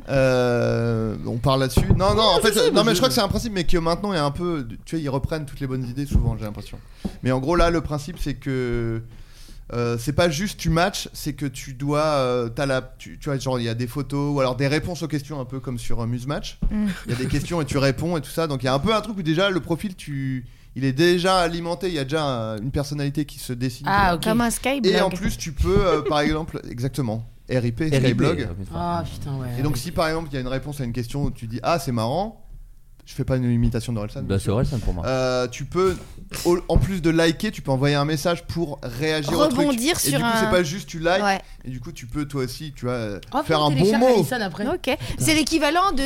S6: Euh, on parle là-dessus. Non, non, en fait, non, mais je crois que c'est un principe, mais que maintenant est un peu. Tu vois, ils reprennent toutes les bonnes idées souvent, j'ai l'impression. Mais en gros, là, le principe, c'est que. euh, c'est pas juste tu matches, c'est que tu dois. euh, t'as la, tu, tu vois, genre, il y a des photos ou alors des réponses aux questions, un peu comme sur euh, MuseMatch.
S8: Mm.
S6: Il y a des questions et tu réponds et tout ça. Donc il y a un peu un truc où déjà le profil, tu, il est déjà alimenté, il y a déjà euh, une personnalité qui se dessine.
S7: Ah, ok.
S8: Comme un Skype.
S6: et en plus, tu peux, euh, par exemple, exactement, RIP, Skyblog.
S5: RIP,
S7: Ah, putain, ouais.
S6: Et donc, si par exemple il y a une réponse à une question où tu dis Ah, c'est marrant, je fais pas une imitation d'Orelsan.
S5: Bah, c'est vrai, ça pour moi.
S6: Euh, tu peux, au- en plus de liker, tu peux envoyer un message pour réagir au truc.
S8: Rebondir
S6: Et
S8: sur
S6: du coup,
S8: un-
S6: c'est pas juste tu likes,
S8: Ouais.
S6: et du coup, tu peux toi aussi, tu vois, euh,
S7: Oh,
S6: faire
S7: faut
S6: un bon
S7: télécharger
S6: mot.
S7: Alison après.
S8: Ok, c'est l'équivalent de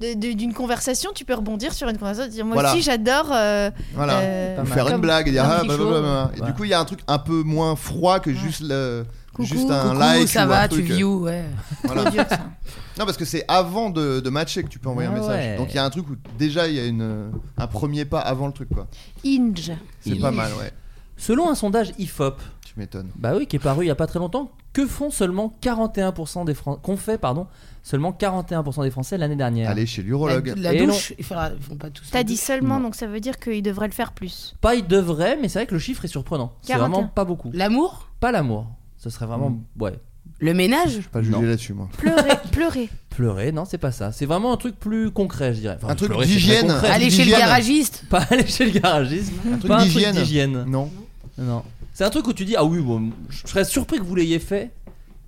S8: de- de- d'une conversation. Tu peux rebondir sur une conversation. Dire, moi
S6: Voilà. Ben.
S8: aussi, j'adore. euh,
S6: Voilà.
S8: euh,
S6: Ou
S5: Bah,
S6: faire une
S8: comme-
S6: blague et dire
S7: comme
S6: ah,
S7: petit
S6: blablabla.
S7: show.
S6: Et du coup, il y a un truc un peu moins froid que juste le.
S7: Coucou,
S6: juste un
S7: coucou,
S6: like.
S7: ça
S6: ou un
S7: va,
S6: truc. euh.
S7: tu view, ouais.
S6: Voilà. Non, parce que c'est avant de, de matcher que tu peux envoyer
S5: Ah
S6: un message.
S5: ouais.
S6: Donc il y a un truc où déjà il y a une, un premier pas avant le truc, quoi.
S8: Inge.
S6: C'est
S5: Il-
S6: pas mal, ouais.
S5: Selon un sondage IFOP,
S6: Tu m'étonnes.
S5: bah oui, qui est paru il y a pas très longtemps, que font seulement 41% des Français, qu'ont fait, pardon, seulement 41% des Français l'année dernière
S6: Aller chez
S7: La,
S6: l'urologue.
S7: la
S5: Et
S7: douche, il faudra- ils font pas tous.
S8: T'as
S7: la
S8: dit
S7: douche.
S8: seulement, donc ça veut dire qu'il devrait le faire plus.
S5: Pas ils devraient, mais c'est vrai que le chiffre est surprenant. C'est
S8: 41.
S5: vraiment pas beaucoup.
S7: L'amour
S5: Pas l'amour. Ce serait vraiment.
S6: Mm.
S5: Ouais.
S7: Le ménage
S6: Pas
S5: Non.
S6: jugé là-dessus, moi.
S8: Pleurer, pleurer.
S5: Pleurer, non, c'est pas ça. C'est vraiment un truc plus concret, je dirais. Enfin,
S6: Un truc
S5: pleurer, c'est très
S6: d'hygiène.
S5: concret.
S7: Aller chez le
S6: d'hygiène.
S7: garagiste
S5: Pas aller chez le garagiste.
S6: Un truc
S5: Pas un truc
S6: d'hygiène.
S5: d'hygiène.
S6: Non.
S5: Non. C'est un truc où tu dis ah oui bon, je serais surpris que vous l'ayez fait.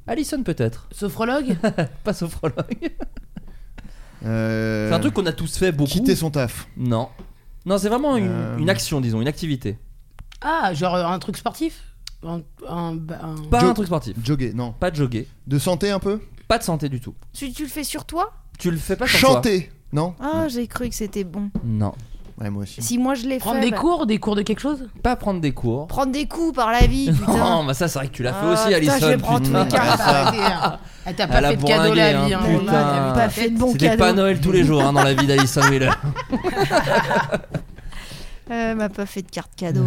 S5: Allison peut-être,
S7: Sophrologue
S5: pas sophrologue.
S6: Euh,
S5: C'est un truc qu'on a tous fait beaucoup.
S6: Quitter son taf.
S5: Non. Non, c'est vraiment une,
S6: Euh.
S5: une action, disons, une activité.
S7: Ah, genre euh, un truc sportif Un. un- bah, un-
S5: Pas
S6: Jo-
S5: un truc sportif.
S6: Jogger, non.
S5: Pas de jogger.
S6: De santé un peu
S5: Pas de santé du tout.
S8: Tu, tu le fais sur toi
S5: Tu le fais pas sans toi.
S6: Chanter Non
S8: Ah, j'ai cru que c'était bon.
S5: Non.
S6: Ouais, moi aussi.
S8: Si moi je l'ai fait.
S7: Prendre des
S8: bah,
S7: cours Des cours de quelque chose
S5: Pas prendre des cours.
S8: Prendre des coups par la vie,
S5: Non,
S8: putain.
S5: bah ça c'est vrai que tu l'as fait
S8: Ah,
S5: aussi,
S8: putain,
S5: Allison.
S8: je vais prendre
S5: putain.
S8: mes cartes.
S7: Ah, bah, hein. Elle t'a
S5: Elle a
S7: pas fait de cadeau
S5: bourlingué,
S7: la
S5: hein,
S7: vie, hein.
S5: putain.
S8: T'as pas fait de bon
S5: C'était
S8: cadeau.
S5: pas Noël tous les jours hein, dans la vie d'Alison Wheeler.
S8: Euh, m'a pas fait de carte cadeau.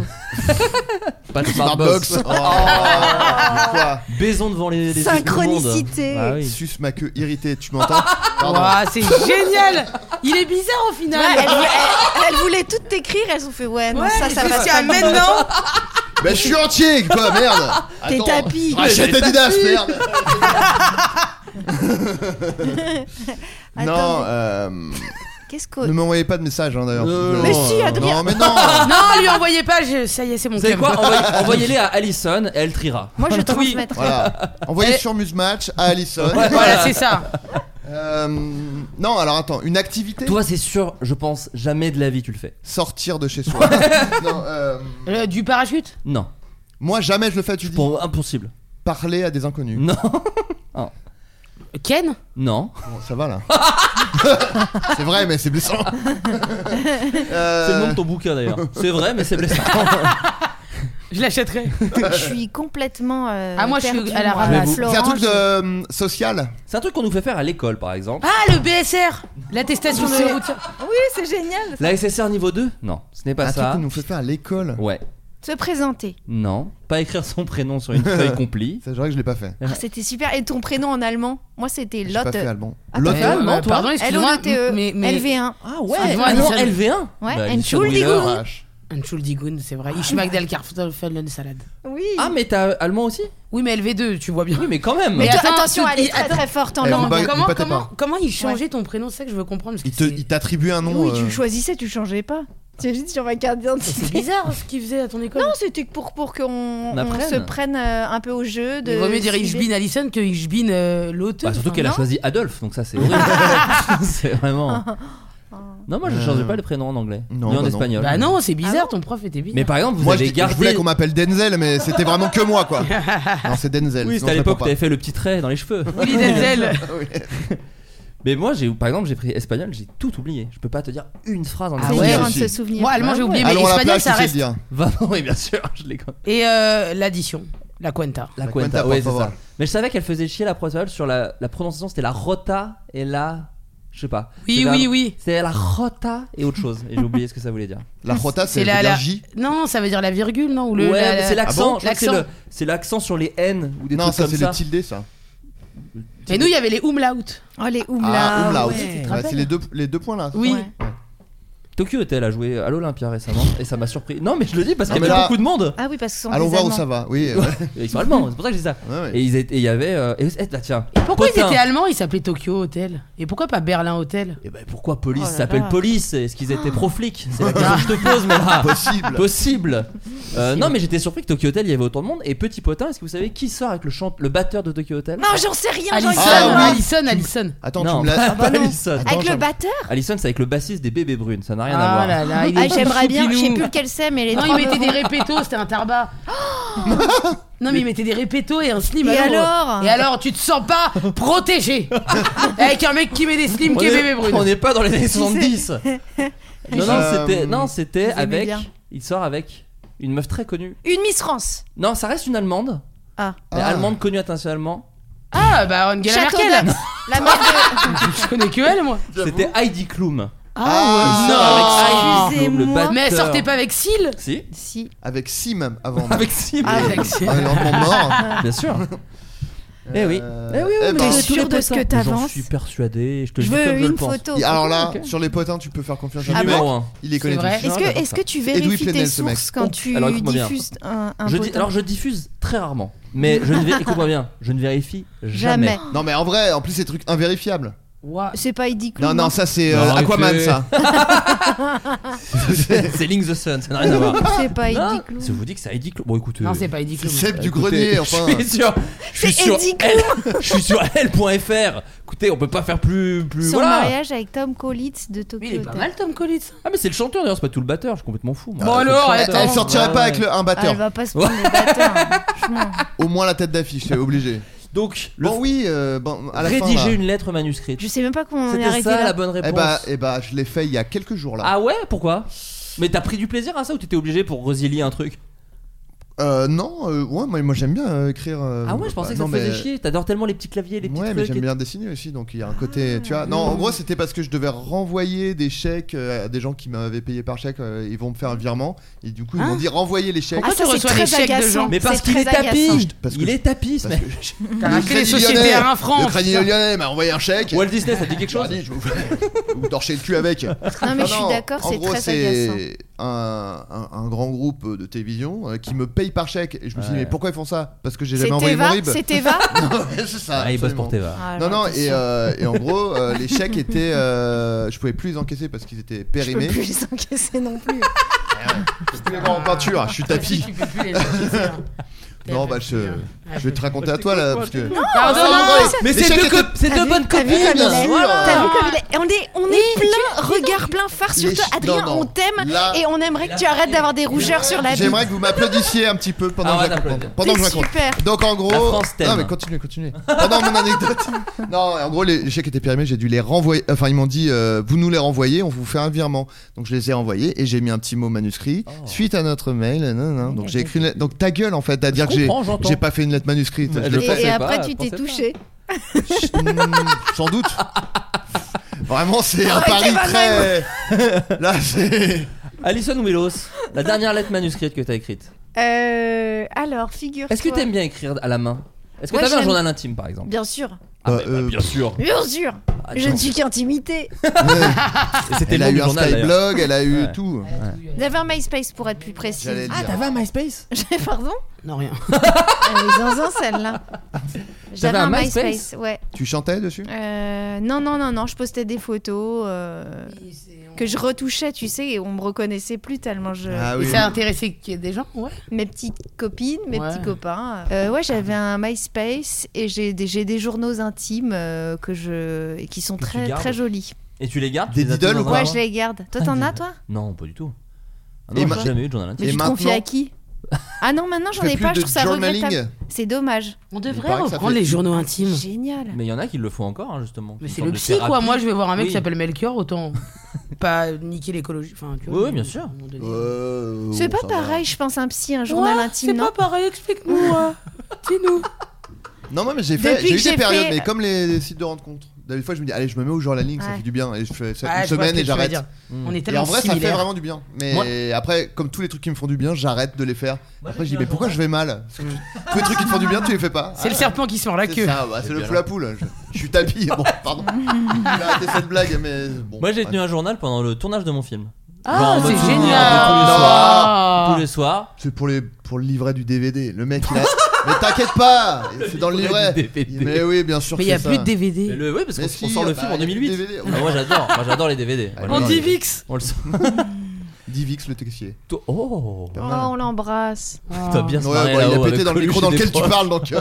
S5: Pas de
S6: Starbucks.
S5: Starbucks.
S6: Oh, Quoi
S5: Baisons devant les, les
S8: Synchronicité.
S5: Ah oui.
S6: Suce ma queue irritée, tu m'entends Pardon.
S7: Ouah, Ah, c'est génial Il est bizarre au final
S8: Ouais, elles, elles- elles voulaient toutes t'écrire, elles ont fait ouais, non,
S7: Ouais,
S8: ça,
S7: mais
S8: ça
S7: c'est
S8: passe
S7: parce
S8: pas.
S7: qu'à maintenant
S6: Bah, je suis entier, quoi, merde
S8: T'es
S6: Attends,
S8: tapis.
S6: Rachète
S5: T'es
S6: Adidas, merde Non,
S8: Attendez.
S6: euh,
S8: Qu'est-ce que.
S6: ne m'envoyez pas de message, hein, d'ailleurs.
S5: Euh,
S8: Mais
S6: Non,
S8: si,
S6: euh,
S8: Adrien.
S6: Non, mais non
S7: Non, lui envoyez pas, je- ça y est, c'est mon
S5: Vous savez
S7: thème.
S5: quoi Envoyez- Envoyez-les à Allison et elle triera.
S8: Moi je
S5: Oui.
S8: transmettrai.
S6: Voilà. Envoyez
S7: Eh.
S6: sur Musematch à Allison.
S7: Voilà, c'est ça.
S6: Euh, non, alors attends, une activité
S5: Toi, c'est sûr, je pense jamais de la vie tu le fais.
S6: Sortir de chez soi. non, euh,
S7: Euh, du parachute
S5: Non,
S6: moi jamais je le fais, tu dis.
S5: pour impossible.
S6: parler à des inconnus.
S5: Non.
S7: Ken
S5: Non.
S6: ça va là. c'est vrai, mais c'est blessant. Euh,
S5: C'est le nom de ton bouquin d'ailleurs. C'est vrai, mais c'est blessant.
S7: Je l'achèterai.
S8: Je suis complètement. euh,
S7: Ah, moi, je suis
S8: perdue,
S7: à la
S8: moi.
S7: ramasse.
S5: Mais vous-
S6: C'est un
S8: Florent,
S6: truc de,
S8: je-
S6: euh, social.
S5: C'est un truc qu'on nous fait faire à l'école par exemple.
S7: Ah, le BSR L'attestation de route.
S8: Oui, c'est génial.
S5: La SSR niveau 2 Non, ce n'est pas
S6: un truc
S5: ça.
S6: qu'on nous fait faire à l'école.
S5: Ouais.
S8: Se présenter.
S5: Non. Pas écrire son prénom sur une feuille complie.
S6: C'est vrai que je l'ai pas fait.
S8: Ah, c'était super. Et ton prénom en allemand Moi, c'était
S6: J'ai pas
S8: Lotte.
S6: fait allemand.
S8: Attends,
S5: Lotte,
S8: euh,
S5: allemand, toi
S7: Pardon, excuse-moi.
S8: LOTTE,
S7: mais- mais-
S8: LV1.
S5: Ah ouais.
S7: Excuse-moi,
S5: Ah non,
S7: Alison.
S5: LV1
S8: Ouais,
S5: Bah, Alison
S8: Entschuldigung.
S5: Wheeler.
S6: Ah, vache.
S8: E.
S7: Entschuldigung, c'est vrai. Ich mag del Kartoffeln Salad.
S8: Oui.
S5: Ah mais t'as allemand aussi
S7: Oui, mais LV2, tu vois bien.
S5: Oui mais quand même.
S8: mais
S7: Mais
S8: toi,
S7: attends,
S8: attention,
S7: Ah, tu-
S8: elle est
S7: il-
S8: très
S7: attends.
S8: très forte hein. en
S6: Eh,
S8: langue.
S6: bah, il
S7: comment,
S6: battait
S7: comment,
S6: pas.
S7: comment il changeait ton prénom C'est ça que je veux comprendre. parce que
S6: Il te-
S7: c'est-
S6: il t'attribue un nom.
S8: Oui, tu
S6: euh,
S8: le choisissais, tu le changeais pas. Tu as juste sur ma carte
S7: C'est
S8: d'identité.
S7: bizarre ce qu'il faisait à ton école.
S8: Non, c'était que pour, pour qu'on on
S5: apprenne.
S8: se prenne euh, un peu au jeu. De
S7: il vaut mieux dire Ich
S8: cibler.
S7: bin Allison que Ich bin euh, l'auteur.
S5: Bah, surtout qu'elle a
S8: non.
S5: choisi Adolphe, donc ça c'est horrible. c'est vraiment. Non, moi je ne
S6: Euh,
S5: changeais pas les prénoms en anglais,
S6: non,
S5: ni en
S6: bah non.
S5: espagnol.
S7: Bah non, c'est
S8: Ah
S7: bizarre,
S8: bon
S7: ton prof était bizarre.
S5: Mais par exemple, vous
S6: Moi, je,
S5: avez
S6: je
S5: gardé.
S6: voulais qu'on m'appelle Denzel, mais c'était vraiment que moi, quoi. non, c'est Denzel.
S5: Oui,
S6: sinon
S5: c'était à
S6: je
S5: l'époque où
S6: réponds
S5: t'avais fait le petit trait dans les cheveux.
S7: Willy Denzel.
S6: pas. Oui.
S5: Mais moi, j'ai, par exemple, j'ai pris espagnol, j'ai tout oublié. Je peux pas te dire une phrase en
S7: Ah
S8: C'est
S5: espagnol.
S8: dur
S6: ouais,
S8: hein, de
S6: aussi.
S8: se souvenir.
S7: Moi, allemand, j'ai oublié, mais
S6: Alors, à la
S7: espagnol,
S6: plage,
S7: ça
S6: tu sais le
S7: reste.
S6: dire.
S5: Vraiment, oui, bien sûr, je l'ai con-
S7: Et euh, l'addition, la cuenta.
S5: La,
S6: La
S5: cuenta,
S6: cuenta, por
S5: ouais, c'est
S6: favor.
S5: ça. Mais je savais qu'elle faisait chier la prononciation sur la, la prononciation, c'était la rota et la. Je sais pas.
S7: Oui,
S5: C'était
S7: oui,
S5: un-
S7: oui.
S5: C'était la rota et autre chose. Et j'ai oublié ce que ça voulait dire.
S6: La rota, c'est
S7: C'est la, la-
S6: la J.
S7: Non, ça veut dire la virgule, non Ou le,
S5: ouais,
S7: la-
S5: mais c'est
S7: la-
S5: l'accent.
S7: Ah bon
S5: je crois que c'est,
S7: L'accent.
S5: le- c'est l'accent sur les N ou des
S6: Non,
S5: trucs
S6: ça,
S5: comme
S6: c'est
S5: ça.
S6: le tilde, ça.
S7: Mais nous, il y avait les umlaut.
S8: Oh, les
S6: ah,
S8: oumla.
S6: umlaut.
S7: ouais. Tu te
S6: Ouais, c'est les deux, les deux points là.
S7: Oui.
S8: Ouais.
S5: Tokyo était elle a joué à l'Olympia récemment et ça m'a surpris. Non mais je le dis parce
S6: Non,
S5: qu'il y
S6: mais
S5: avait
S6: là-
S5: beaucoup de monde.
S8: Ah oui, parce que ce sont
S6: Allons
S8: des
S6: voir où
S8: Allemands.
S6: ça va. Oui. ouais.
S5: Ils sont allemands, c'est pour ça que je dis ça.
S6: Ah Ouais, ouais.
S5: Et ils étaient- et il y avait euh, et, eh, bah, tiens.
S7: Pourquoi
S5: Potin.
S7: ils étaient allemands Ils s'appelaient Tokyo Hotel. Et pourquoi pas Berlin Hotel
S5: Et bah, pourquoi police
S8: Oh là
S5: s'appelle
S8: là.
S5: police Est-ce qu'ils étaient pro flics C'est la question que je te pose mais là.
S6: Possible.
S5: Possible. Euh, non mais j'étais surpris que Tokyo Hotel il y avait autant de monde et petit potin est-ce que vous savez qui sort avec le chant le batteur de Tokyo Hotel
S8: Non, j'en sais rien, j'en
S7: Allison,
S6: Ah, oui.
S7: Allison, Allison.
S6: Attends,
S5: Non,
S6: tu me l'as.
S5: pas Allison.
S6: Attends,
S8: Avec le
S6: j'en-
S8: batteur
S5: Allison c'est avec le bassiste des bébés brunes ça n'a rien à
S7: Ah
S5: voir.
S7: là là, il
S8: Ah,
S7: est
S8: J'aimerais bien, je sais
S7: choupinou.
S8: plus lequel c'est, mais les
S7: Non, il
S8: trois
S7: mettait
S8: me
S7: des
S8: vont.
S7: répétos, c'était un tarbat. non, mais il mettait des répétos et un slim.
S8: Et alors
S7: Et alors, tu te sens pas protégé Avec un mec qui met des slims
S5: On
S7: qui est
S5: est-
S7: bébé brune.
S5: On n'est pas dans les années 70. non, non,
S6: Euh,
S5: c'était, non, c'était
S8: vous aimez
S5: avec.
S8: bien.
S5: Il sort avec une meuf très connue.
S8: Une Miss France.
S5: Non, ça reste une Allemande.
S8: Ah.
S5: Mais
S6: Ah.
S5: Allemande connue internationalement.
S7: Ah, bah Angela
S8: Château
S7: Merkel
S8: d'Œx, La mère
S7: Je connais que elle, moi
S5: C'était Heidi Klum.
S6: Ah,
S5: Non, avec Heidi Klum,
S8: Excusez-moi.
S5: le batteur.
S7: Mais elle sortait pas avec Seal
S5: Si.
S8: de... Si.
S6: Avec si même avant.
S5: Avec Sim.
S7: Ah, avec Seal.
S6: Ah, l'enfant mort.
S5: Bien sûr. Eh oui.
S6: Euh,
S5: Eh oui, oui, mais
S6: eh ben.
S5: tous
S8: T'es sûr
S5: les
S8: de
S5: potins.
S8: ce que t'avances
S5: J'en suis persuadé. Je te le
S8: Je
S5: dis comme
S8: veux
S5: je le
S8: une
S5: pense.
S8: photo.
S6: Et Alors là,
S5: Ok.
S6: sur les potins, tu peux faire confiance à
S5: Ah
S6: ce
S5: numéro
S6: mec.
S5: un.
S6: Il les connaît
S7: C'est vrai.
S6: tous.
S8: Est-ce que,
S5: j'adore
S8: est-ce
S5: ça.
S8: que tu
S6: Edoui
S8: vérifies tes
S6: Plenel, ce mec.
S8: sources quand tu
S5: Oh, Alors, écoute-moi bien.
S8: diffuses un, un
S5: Je dis-
S8: potin
S5: alors je diffuse très rarement, mais je ne vais, écoute-moi bien, je ne vérifie jamais.
S8: Jamais.
S6: Non, mais en vrai, en plus, c'est trucs invérifiables.
S7: Ouah.
S8: C'est pas Heidi Klum.
S6: Non, non, ça, c'est euh,
S5: Non, arrêtez.
S6: Aquaman, ça.
S5: C'est Link the Sun, ça n'a rien à voir.
S8: C'est pas Heidi
S5: Non,
S8: Klum.
S5: je vous dis que c'est Heidi Klum. Bon, écoutez.
S7: Non, c'est pas Eddie
S6: C'est
S7: Klum.
S6: Seb du
S5: Écoutez,
S6: grenier, enfin.
S5: Je suis sur. Je suis
S8: C'est
S5: sur
S8: Eddie
S5: L- je suis sur L.fr. Écoutez, on peut pas faire plus. plus
S8: Son
S5: voilà.
S8: mariage avec Tom Collins de Tokyo
S7: Mais il est
S8: Hotel.
S7: pas mal, Tom Collins.
S5: Ah, mais c'est le chanteur d'ailleurs, c'est pas tout le batteur, je suis complètement fou. moi.
S7: Bon,
S5: C'est le
S7: alors,
S5: chanteur.
S7: attends.
S6: Elle sortirait
S5: Ouais,
S6: pas
S5: ouais.
S6: avec le- un
S8: Ah, elle
S6: batteur.
S8: va pas se prendre les batteurs. hein. Franchement.
S6: Au moins la tête d'affiche, c'est obligé.
S5: Donc, le
S6: Bon, oui, euh, bon, à la fin.
S5: rédiger
S6: là.
S5: une lettre manuscrite.
S8: Je sais même pas comment on est
S5: C'était
S8: arrêté
S5: ça
S8: là.
S5: la bonne réponse.
S6: Eh bah, eh bah, je l'ai fait il y a quelques jours là.
S5: Ah ouais, pourquoi Mais t'as pris du plaisir à ça ou t'étais obligé pour résilier un truc
S6: Euh, non, euh, ouais, moi, moi, j'aime bien euh, écrire. euh,
S5: Ah ouais, je pensais
S6: bah,
S5: que ça
S6: non,
S5: te faisait
S6: mais-
S5: chier. T'adores tellement les petits claviers, les petits
S6: Ouais, mais
S5: trucs. Ah.
S6: j'aime bien dessiner aussi, donc il y a un côté, tu vois. Non, en gros, c'était parce que je devais renvoyer des chèques euh, à des gens qui m'avaient payé par chèque. euh, ils vont me faire un virement et du coup ils m'ont dit renvoyer les chèques.
S7: Ah,
S8: ça,
S7: tu
S8: c'est
S7: reçois
S8: très
S7: des chèques de
S8: agaçant.
S7: gens.
S5: Mais parce
S8: C'est
S5: qu'il
S8: très
S5: est
S8: agaçant.
S5: tapis.
S6: Ah, Parce que-
S5: Il est tapis, ce
S6: Parce
S5: mec.
S6: que je-
S7: T'as
S6: Le
S7: racheté les
S6: Crédit
S7: sociétés
S6: Lyonnais-
S7: à un franc.
S6: Le crédit
S7: putain.
S6: lyonnais m'a envoyé un chèque.
S5: Walt Disney, ça te dit quelque
S6: Je leur
S5: chose
S6: ai dit, je vous vous torchez le cul avec. Ah Non,
S8: mais je suis d'accord,
S6: en
S8: c'est
S6: gros,
S8: très
S6: c'est un, un, un grand groupe de télévision euh, qui me paye par chèque. Et je me suis dit,
S5: Ouais.
S6: mais pourquoi ils font ça Parce que j'ai
S8: C'est
S6: jamais envoyé mon
S8: Teva
S6: RIB.
S8: C'est Teva
S6: c'est ça.
S5: Ah, il bosse
S6: absolument.
S5: pour Teva.
S8: Ah,
S6: Non, non, et,
S8: attention.
S6: euh, et en gros, euh, les chèques étaient. euh, je pouvais plus les encaisser parce qu'ils étaient
S8: Je peux
S6: périmés.
S8: plus les encaisser non plus.
S6: Je peux les voir en peinture, je suis tapis.
S7: Tu peux plus les-
S6: Non, bah je.
S7: Ouais.
S6: Je vais te raconter à toi là parce que. Ah,
S8: Non, Pardon, non, non,
S5: mais
S6: Les
S5: c'est
S6: chèques
S5: deux
S6: étaient-
S5: cop- c'est
S8: T'as
S5: deux
S8: vu-
S5: bonnes
S8: t'as vu
S5: copines,
S8: comme il est
S5: voilà.
S8: T'as vu comme il est On est, on est plein, regard plein phare sur
S6: Les
S8: toi.
S6: chi-
S8: Adrien,
S6: non, non.
S8: on t'aime
S6: Là-
S8: et on aimerait que tu arrêtes d'avoir des rougeurs sur la vie.
S6: J'aimerais que vous m'applaudissiez un petit peu pendant
S5: Ah, on
S6: que je
S5: va
S6: raconte.
S5: t'applaudir.
S6: Pendant que je
S8: Eh, C'est
S6: raconte.
S8: super.
S6: Donc en gros,
S5: La France t'aime.
S6: non mais continuez, continuez. Pendant mon anecdote, non en gros les chèques étaient périmés, j'ai dû les renvoyer. Enfin ils m'ont dit euh, vous nous les renvoyez, on vous fait un virement. Donc je les ai renvoyés et j'ai mis un petit mot manuscrit
S5: Oh.
S6: suite à notre mail. Non, non. Donc j'ai écrit une lettre- donc ta gueule en fait à dire que j'ai
S5: comprends, j'entends.
S6: j'ai pas fait une lettre manuscrite.
S5: Mais
S6: Je
S5: je
S6: le
S8: Et,
S5: pensais
S8: et
S5: pas,
S8: après,
S5: je
S8: tu t'es
S5: pensais pas.
S8: touché.
S6: Hmm, sans doute. Vraiment c'est
S5: Ah,
S6: un pari très. Là c'est.
S5: Alison Willows, la dernière lettre manuscrite que t'as écrite.
S8: Euh, alors, figure.
S5: Est-ce que t'aimes bien écrire à la main Est-ce que
S8: Ouais,
S5: t'avais un
S8: j'aime.
S5: journal intime par exemple
S8: Bien sûr.
S5: Ah,
S6: Bah,
S5: mais, bah,
S6: euh,
S5: Bien sûr.
S8: Bien sûr. Je ne suis qu'intimité.
S5: Et Ah, C'était
S6: Elle
S5: le
S6: a
S5: nom
S6: eu
S5: du
S6: un
S5: journal. d'ailleurs.
S6: skyblog, elle a eu
S5: Ouais.
S6: tout.
S8: J'avais un MySpace pour être plus précis.
S6: J'allais dire.
S5: un MySpace
S8: Pardon
S7: Non, rien.
S8: Elle est zinzin celle-là. J'avais
S5: T'avais
S8: un
S5: un
S8: MySpace,
S5: MySpace
S8: ouais.
S6: Tu chantais dessus
S8: Euh, non, non, non, non, je postais des photos euh, que je retouchais, tu sais, et on me reconnaissait plus tellement je.
S6: Ah
S7: Et
S6: oui.
S7: ça a intéressé qu'il y ait des gens, ouais.
S8: Mes petites copines, mes
S7: Ouais.
S8: petits copains. Euh, ouais, j'avais un MySpace et j'ai des, j'ai des journaux intimes euh, que je, et qui sont
S5: tu
S8: très,
S5: gardes
S8: très jolis.
S5: Et tu les gardes tu
S6: Des
S5: les as tous
S6: diddles
S5: dans
S6: ou
S5: un
S6: quoi
S8: Ouais,
S5: endroit
S8: je les garde. Toi,
S5: Ah,
S8: t'en
S5: des-
S8: as, toi
S5: Non, pas du tout. Ah
S6: Et
S5: non,
S6: ma-
S5: j'ai jamais eu de journal intime.
S8: Mais
S6: Et
S8: tu te confies à
S6: maintenant
S8: qui Ah non, maintenant, j'en
S6: fais
S8: ai
S6: plus
S8: pas,
S6: de
S8: je trouve ça
S6: journaling
S8: regrettable. C'est dommage.
S7: On
S6: devrait
S7: devrait
S6: paraît que ça
S7: reprendre
S6: fait-
S7: les journaux intimes.
S8: Génial.
S5: Mais il y en a qui le font encore, hein, justement.
S7: Mais
S5: Une
S7: c'est
S5: sorte
S7: le
S5: de
S7: psy, quoi.
S5: thérapie.
S7: Moi, je vais voir un mec
S5: Oui.
S7: qui s'appelle Melchior, autant pas niquer l'écologie. Enfin, tu vois,
S5: Oui, oui, bien
S7: à un
S5: sûr.
S7: moment donné.
S6: Euh,
S8: C'est
S6: bon,
S8: pas
S6: ça va.
S8: pareil, je pense, un psy, un journal
S7: Ouais,
S8: intime.
S7: C'est
S8: non
S7: pas pareil, explique-nous. hein. Dis-nous.
S6: Non, non, mais j'ai fait,
S8: Depuis
S6: j'ai
S8: que
S6: eu des
S8: j'ai
S6: périodes,
S8: fait-
S6: mais comme les, les sites de rencontre. Des fois, je me dis, allez, je me mets au journaling, ça
S8: Ouais.
S6: fait du bien. Et je fais ça
S7: Ah,
S6: une
S7: je vois ce
S6: semaine
S7: que
S6: et
S7: tu veux
S6: j'arrête. Hmm.
S7: dire. On est
S6: Et
S7: tellement
S6: en vrai, ça fait
S7: similaires.
S6: vraiment du bien. Mais après, comme tous les trucs qui me font du bien, j'arrête de les faire. après, je dis, mais pourquoi je vais mal Parce que Tous les trucs qui te font du bien, tu les fais pas.
S7: C'est le
S6: Ah,
S7: serpent qui se mord la
S6: c'est
S7: queue.
S6: ça, bah, c'est le poule à poule. Je, je suis tapis. Bon, pardon. J'ai arrêté cette blague, mais bon.
S5: Moi, j'ai
S6: bref.
S5: tenu un journal pendant le tournage de mon film. Genre,
S7: Ah,
S5: en mode
S7: c'est
S5: souvenir de
S7: génial. Ah.
S5: Tous les soirs.
S6: C'est pour, les, pour le livret du DVD. Le mec, il a. mais t'inquiète pas C'est dans le
S5: livret
S6: livret.
S5: du DVD.
S6: Mais oui, bien sûr.
S7: Mais il y a
S6: c'est
S7: plus
S6: ça.
S7: de
S5: Mais
S7: DVD.
S5: le- Oui, parce qu'on
S6: Mais si,
S5: on sort le
S6: bah,
S5: film en
S6: il y a des
S5: 2008.
S6: DVD.
S5: Ah, moi, j'adore. Moi, j'adore les DVD.
S6: Ah,
S5: Voilà.
S7: En
S6: Non,
S7: DivX.
S5: On le sent.
S6: Divix, le textier.
S5: Toi- Oh
S8: Oh, on l'embrasse.
S7: Ah.
S5: T'as bien
S7: Oh.
S5: se
S6: Ouais,
S5: marré
S6: bah, il a
S5: là-haut
S6: pété
S5: avec
S6: dans le
S5: Coluche
S6: micro dans
S5: et des
S6: lequel tu
S5: profs.
S6: parles donc. euh,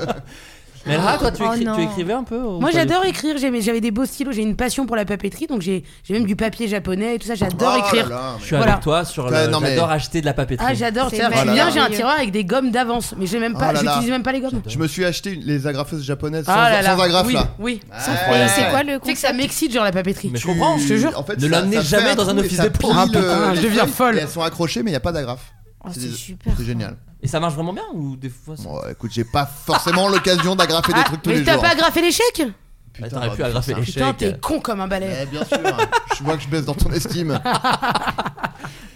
S5: Mais là, toi, tu,
S8: Oh
S5: écris- tu
S8: non.
S5: écrivais un peu ou
S7: Moi
S5: pas du
S7: j'adore écrire, j'aimais- j'avais des beaux stylos, j'ai une passion pour la papeterie, donc j'ai j'ai même du papier japonais et tout ça, j'adore
S6: oh
S7: écrire.
S6: là là,
S5: Je
S6: mais-
S5: suis
S7: Voilà.
S5: avec toi sur le.
S6: Ouais, non, mais-
S5: J'adore acheter de la papeterie.
S7: Ah j'adore,
S8: C'est
S7: c'est vrai.
S6: merveilleux.
S7: Bien, j'ai un tiroir avec des gommes d'avance, mais j'ai même pas,
S6: Oh là là.
S7: j'utilise même pas les gommes.
S6: Je me suis acheté une- les agrafeuses japonaises sans,
S7: Ah là là.
S6: sans agrafe
S7: oui,
S6: là.
S7: oui.
S8: Et
S6: Ouais.
S8: c'est quoi le
S7: Tu sais que ça
S8: concept
S7: m'excite genre la papeterie.
S5: Mais je
S6: Tu-
S5: comprends, je te jure.
S6: en fait,
S5: ne
S6: ça-
S5: l'amenez
S6: ça fait
S5: jamais dans
S6: trou
S5: un
S6: et
S5: office
S6: ça
S5: de presse.
S6: plie
S7: Ah, putain,
S6: les
S7: je deviens
S6: feuilles,
S7: folle.
S6: et Elles sont accrochées mais il n'y a pas d'agrafe.
S8: Oh,
S6: C'est
S8: C'est
S6: des-
S8: super.
S6: C'est génial.
S5: Et ça marche vraiment bien ou des fois ça-
S6: Bon, ouais, écoute, j'ai pas forcément l'occasion d'agrafer des
S7: Ah,
S6: trucs tous
S7: mais
S6: les
S7: t'as
S6: jours.
S7: pas agrafé les chèques
S5: Ah,
S6: Putain,
S5: T'aurais pu
S6: bah,
S5: agrafer les
S7: Putain,
S5: chèques.
S7: t'es con comme un balai.
S6: Eh, bien sûr, je vois que je baisse dans ton estime.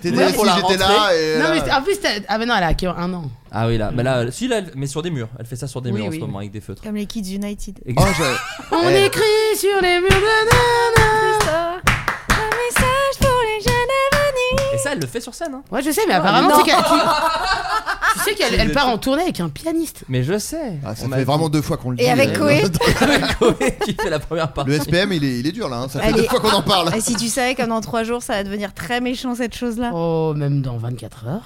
S6: T'es
S5: Ouais,
S6: né si
S5: pour la
S6: j'étais là
S5: rentrée.
S6: et.
S7: Non mais
S6: là-
S7: c'est- en plus t'as- ah mais non elle a que un an.
S5: Ah oui, là. Mais là, si, là, elle- mais sur des murs. Elle fait ça sur des
S7: Oui,
S5: murs en
S7: oui.
S5: ce moment avec des feutres.
S8: Comme les Kids United.
S6: Oh,
S5: Exact.
S6: je-
S7: On
S6: Eh.
S7: écrit sur les murs de nana.
S8: Un message pour les jeunes à venir.
S5: Et ça, elle le fait sur scène. hein.
S7: Ouais je sais
S6: Oh,
S7: mais apparemment
S8: non.
S7: c'est qu'elle tu- tu sais qu'elle elle part en tournée avec un pianiste.
S5: Mais je sais.
S6: Ah, ça
S5: On
S6: fait
S5: m'a-
S6: vraiment deux fois qu'on le dit.
S8: Et avec
S6: euh,
S8: Koé
S5: Avec Koé qui fait la première partie.
S6: Le SPM, il est, il est dur là, hein. ça fait
S8: Elle
S6: deux
S8: est-
S6: fois qu'on en parle.
S8: Et si tu savais que dans trois jours, ça va devenir très méchant cette chose-là.
S7: Oh même dans 24 heures.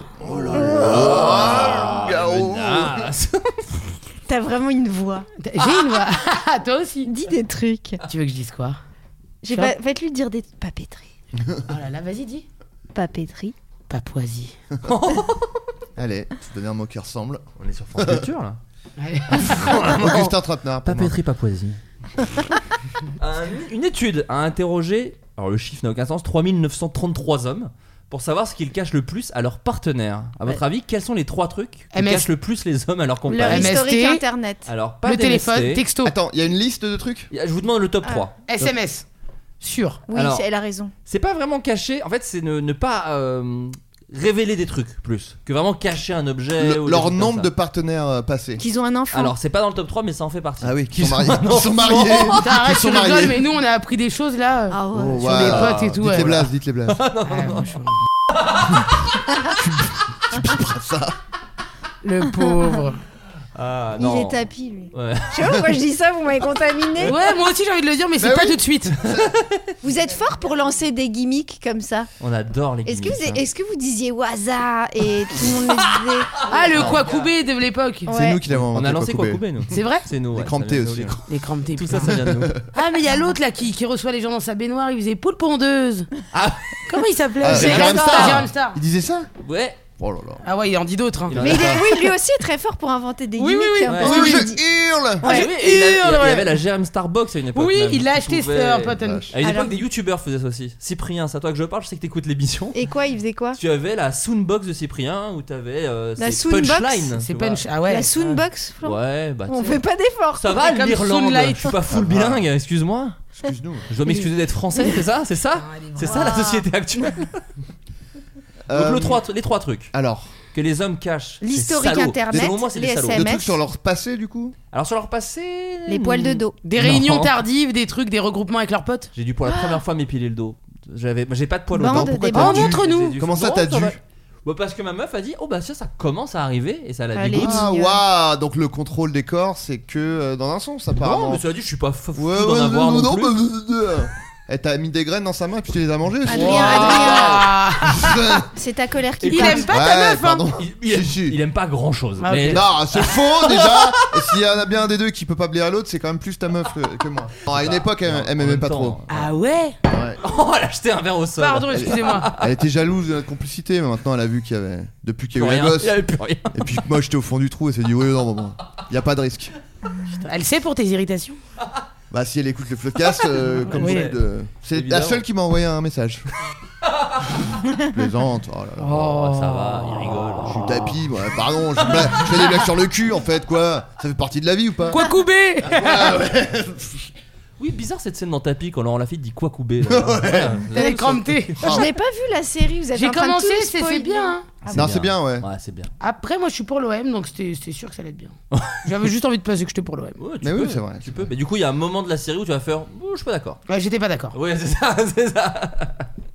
S6: Gao. Ah.
S5: Menace.
S8: T'as vraiment une voix.
S7: J'ai une voix. Toi aussi.
S8: Dis des trucs.
S7: Tu veux que je dise quoi
S8: J'ai
S7: Fab-
S8: pas... Faites-lui dire des papeteries.
S7: Oh là là, vas-y, dis.
S8: Papeterie.
S7: Papouasie.
S6: Allez, c'est donner un mot qui ressemble.
S5: On est sur France Culture là.
S6: Augustin Trapenard. pour moi.
S5: Papeterie, papouasie. Un- une étude a interrogé, alors le chiffre n'a aucun sens, 3933 hommes pour savoir ce qu'ils cachent le plus à leur partenaire. À votre avis, quels sont les trois trucs qui
S7: MS.
S5: cachent le plus les hommes à leur
S8: Leur
S5: compagne
S7: MS.
S8: historique internet.
S5: Alors, pas
S7: Le
S5: d' MST.
S7: téléphone, texto,
S6: Attends, il y a une liste de trucs
S5: Je vous demande le top 3.
S7: SMS. Sûr.
S8: Oui,
S5: Alors-
S8: c'est- elle a raison.
S5: C'est pas vraiment caché, en fait, c'est ne, ne pas euh, révéler des trucs plus que vraiment cacher un objet.
S6: Le-
S5: Eh, ou des
S6: leur
S5: trucs comme
S6: nombre
S5: ça.
S6: de partenaires euh, passés.
S8: Qu'ils ont un enfant.
S5: Alors, c'est pas dans le top 3, mais ça en fait partie.
S6: Ah oui, qui
S5: Qu'ils
S6: sont mariés.
S5: un
S6: Qui sont
S5: enfant.
S6: mariés.
S7: Putain, arrête,
S6: Ils sont
S7: tu rigoles,
S6: mariés.
S7: mais nous, on a appris des choses là.
S8: Ah ouais.
S6: Oh,
S7: Sur
S6: wow.
S7: les potes et tout,
S6: Dites
S7: ouais.
S6: les blases, dites les blases.
S7: Ah, franchement.
S6: ça.
S7: Le pauvre.
S5: Ah,
S8: Il
S5: non.
S8: est tapis, lui.
S5: Ah, Ouais.
S8: Je sais pas pourquoi je dis ça, vous m'avez contaminé.
S7: Ouais, moi aussi j'ai envie de le dire, mais
S6: Bah
S7: c'est pas tout de suite.
S8: Vous êtes fort pour lancer des gimmicks comme ça.
S5: On adore les
S8: Est-ce que,
S5: gimmicks,
S8: vous,
S5: hein.
S8: est-ce que vous disiez Waza et tout le monde le disait
S7: Ah, le Kwakubé de l'époque.
S8: Ouais.
S6: nous qui l'avons
S5: On a
S6: inventé,
S5: lancé
S6: Kwakubé.
S5: Kwakubé, nous.
S7: C'est vrai
S5: C'est nous.
S6: Les
S5: ouais,
S6: crampes
S5: ça vient de
S6: aussi. hein.
S5: nous,
S7: Les cramptés.
S5: Tout
S7: putain.
S5: ça, ça vient de nous.
S7: Ah, mais il y a l'autre là qui, qui reçoit les gens dans sa baignoire, il faisait poule pondeuse.
S5: Ah.
S7: Comment il s'appelait
S6: Ah, c'est Jérôme Star.
S7: Jérôme Star.
S6: Il disait ça
S5: Ouais.
S6: Oh là là.
S7: Ah ouais, il en dit d'autres. hein.
S5: Il en a
S8: Mais il est-
S5: pas.
S8: oui, lui aussi est très fort pour inventer des
S7: Oui,
S8: gimmicks.
S7: oui, oui.
S8: hein,
S5: Ouais.
S8: parce
S6: Oh,
S8: qu'il
S6: je
S8: dit-
S6: hurle
S5: Ah,
S7: Ouais.
S5: j'ai vu, il, a- il y
S7: Hurle, ouais.
S5: avait la GM Starbucks à une époque.
S7: Oui,
S5: même.
S7: il l'a
S5: Tu
S7: acheté,
S5: pouvais-
S7: c'était un pote à nous.
S5: À une
S8: Alors-
S5: époque, des youtubeurs faisaient ça aussi. Cyprien, c'est à toi que je parle, je sais que t'écoutes l'émission.
S8: Et quoi, il faisait quoi
S5: Tu avais la soundbox de Cyprien où t'avais euh,
S8: La
S5: ses
S8: soundbox
S5: punchlines.
S7: C'est
S5: tu
S7: punch. Ah ouais.
S8: La soundbox, Florent
S5: vois. Ouais, bah.
S8: On
S5: tu-
S8: fait pas d'efforts.
S5: Ça va
S7: comme
S5: l'Irlande
S7: Sunlight.
S5: Je suis pas full
S6: Ça va.
S5: bilingue, excuse-moi.
S6: Excuse-nous.
S5: Je dois m'excuser d'être français, c'est ça C'est ça
S7: Ah, elle est
S5: C'est ça la société actuelle Donc le trois- les trois trucs
S6: Euh, Alors,
S5: que les hommes cachent. c'est
S8: L'historique
S5: salaud.
S8: internet,
S5: Selon moi, c'est des
S8: les
S5: salauds.
S6: des
S8: SMS.
S6: trucs sur leur passé du coup
S5: Alors sur leur passé.
S8: Les poils de dos.
S7: Des
S5: Non.
S7: réunions tardives, des trucs, des regroupements avec leurs potes.
S5: J'ai dû pour la première fois m'épiler le dos. J'avais, j'ai pas de poils
S8: Oh Bande
S5: au dos.
S8: des
S6: pourquoi
S8: bandes.
S6: t'as dû-
S5: J'ai dû-
S6: Comment ça
S5: Non,
S6: t'as dû
S5: va. Bah, parce que ma meuf a dit oh bah ça ça commence à arriver et ça la
S8: Allez.
S5: dégoûte.
S6: Ah
S8: Ignoble.
S6: waouh Donc le contrôle des corps, c'est que euh, dans un sens apparemment.
S5: Non mais ça a dit je suis pas fou fou
S6: Ouais,
S5: d'en
S6: ouais,
S5: avoir
S6: non,
S5: non,
S6: non,
S5: plus.
S6: bah, bah, bah, bah. Eh, t'as mis des graines dans sa main et puis tu les as mangées
S8: Adrien,
S7: Ah.
S6: Adrien
S8: C'est ta colère qui
S5: Il
S8: parle.
S7: aime pas ta meuf, hein.
S5: Il, il aime,
S6: Si, si.
S5: il aime pas grand chose.
S7: Ah, ok.
S6: Non, c'est faux déjà! Et S'il y en a bien un des deux qui peut pas blairer l'autre, c'est quand même plus ta meuf que, que moi. Non,
S5: Bah,
S6: à une époque, elle, elle m'aimait pas trop.
S7: Ah ouais
S6: Ouais.
S5: Oh elle a jeté un verre au sol.
S7: Pardon, excusez-moi.
S6: Elle était jalouse de notre complicité, mais maintenant elle a vu qu'il y avait. Depuis qu'il y
S5: Plus
S6: a eu les
S5: rien.
S6: gosses.
S5: Il y avait plus rien.
S6: Et puis que moi j'étais au fond du trou, elle s'est dit, oui, non, bon, bon, y a pas de risque.
S7: Elle sait pour tes irritations.
S6: Bah, si elle écoute le podcast, euh, comme
S7: Oui.
S6: je dis, euh, c'est la
S5: Évidemment.
S6: seule qui m'a envoyé un message. Plaisante, oh là là.
S5: Oh ça va, il rigole.
S6: Je
S7: Oh.
S6: suis tapis, moi. pardon, je, bla- je fais des blagues sur le cul en fait, quoi. Ça fait partie de la vie ou pas
S7: Quoi couper
S6: Ah, ouais.
S5: Oui bizarre cette scène dans tapis quand Laurent Lafitte dit quoi couper.
S7: Elle est cramtée.
S8: Je n'ai pas vu la série, vous êtes
S7: J'ai
S8: en train de
S7: commencé,
S8: tout me
S7: c'est
S8: spoiler.
S7: c'est bien. hein.
S6: Non, c'est bien, ouais.
S5: Ouais c'est bien.
S7: Après, moi, je suis pour l'OM, donc c'était c'était sûr que ça allait être bien. J'avais juste envie de passer que j'étais pour l'OM.
S5: Ouais, tu
S6: Mais oui,
S5: peux,
S6: c'est vrai.
S5: Tu peux. Mais du coup il y a un moment de la série où tu vas faire Oh, je suis pas d'accord.
S7: Ouais, j'étais pas d'accord.
S5: Ouais c'est ça c'est ça.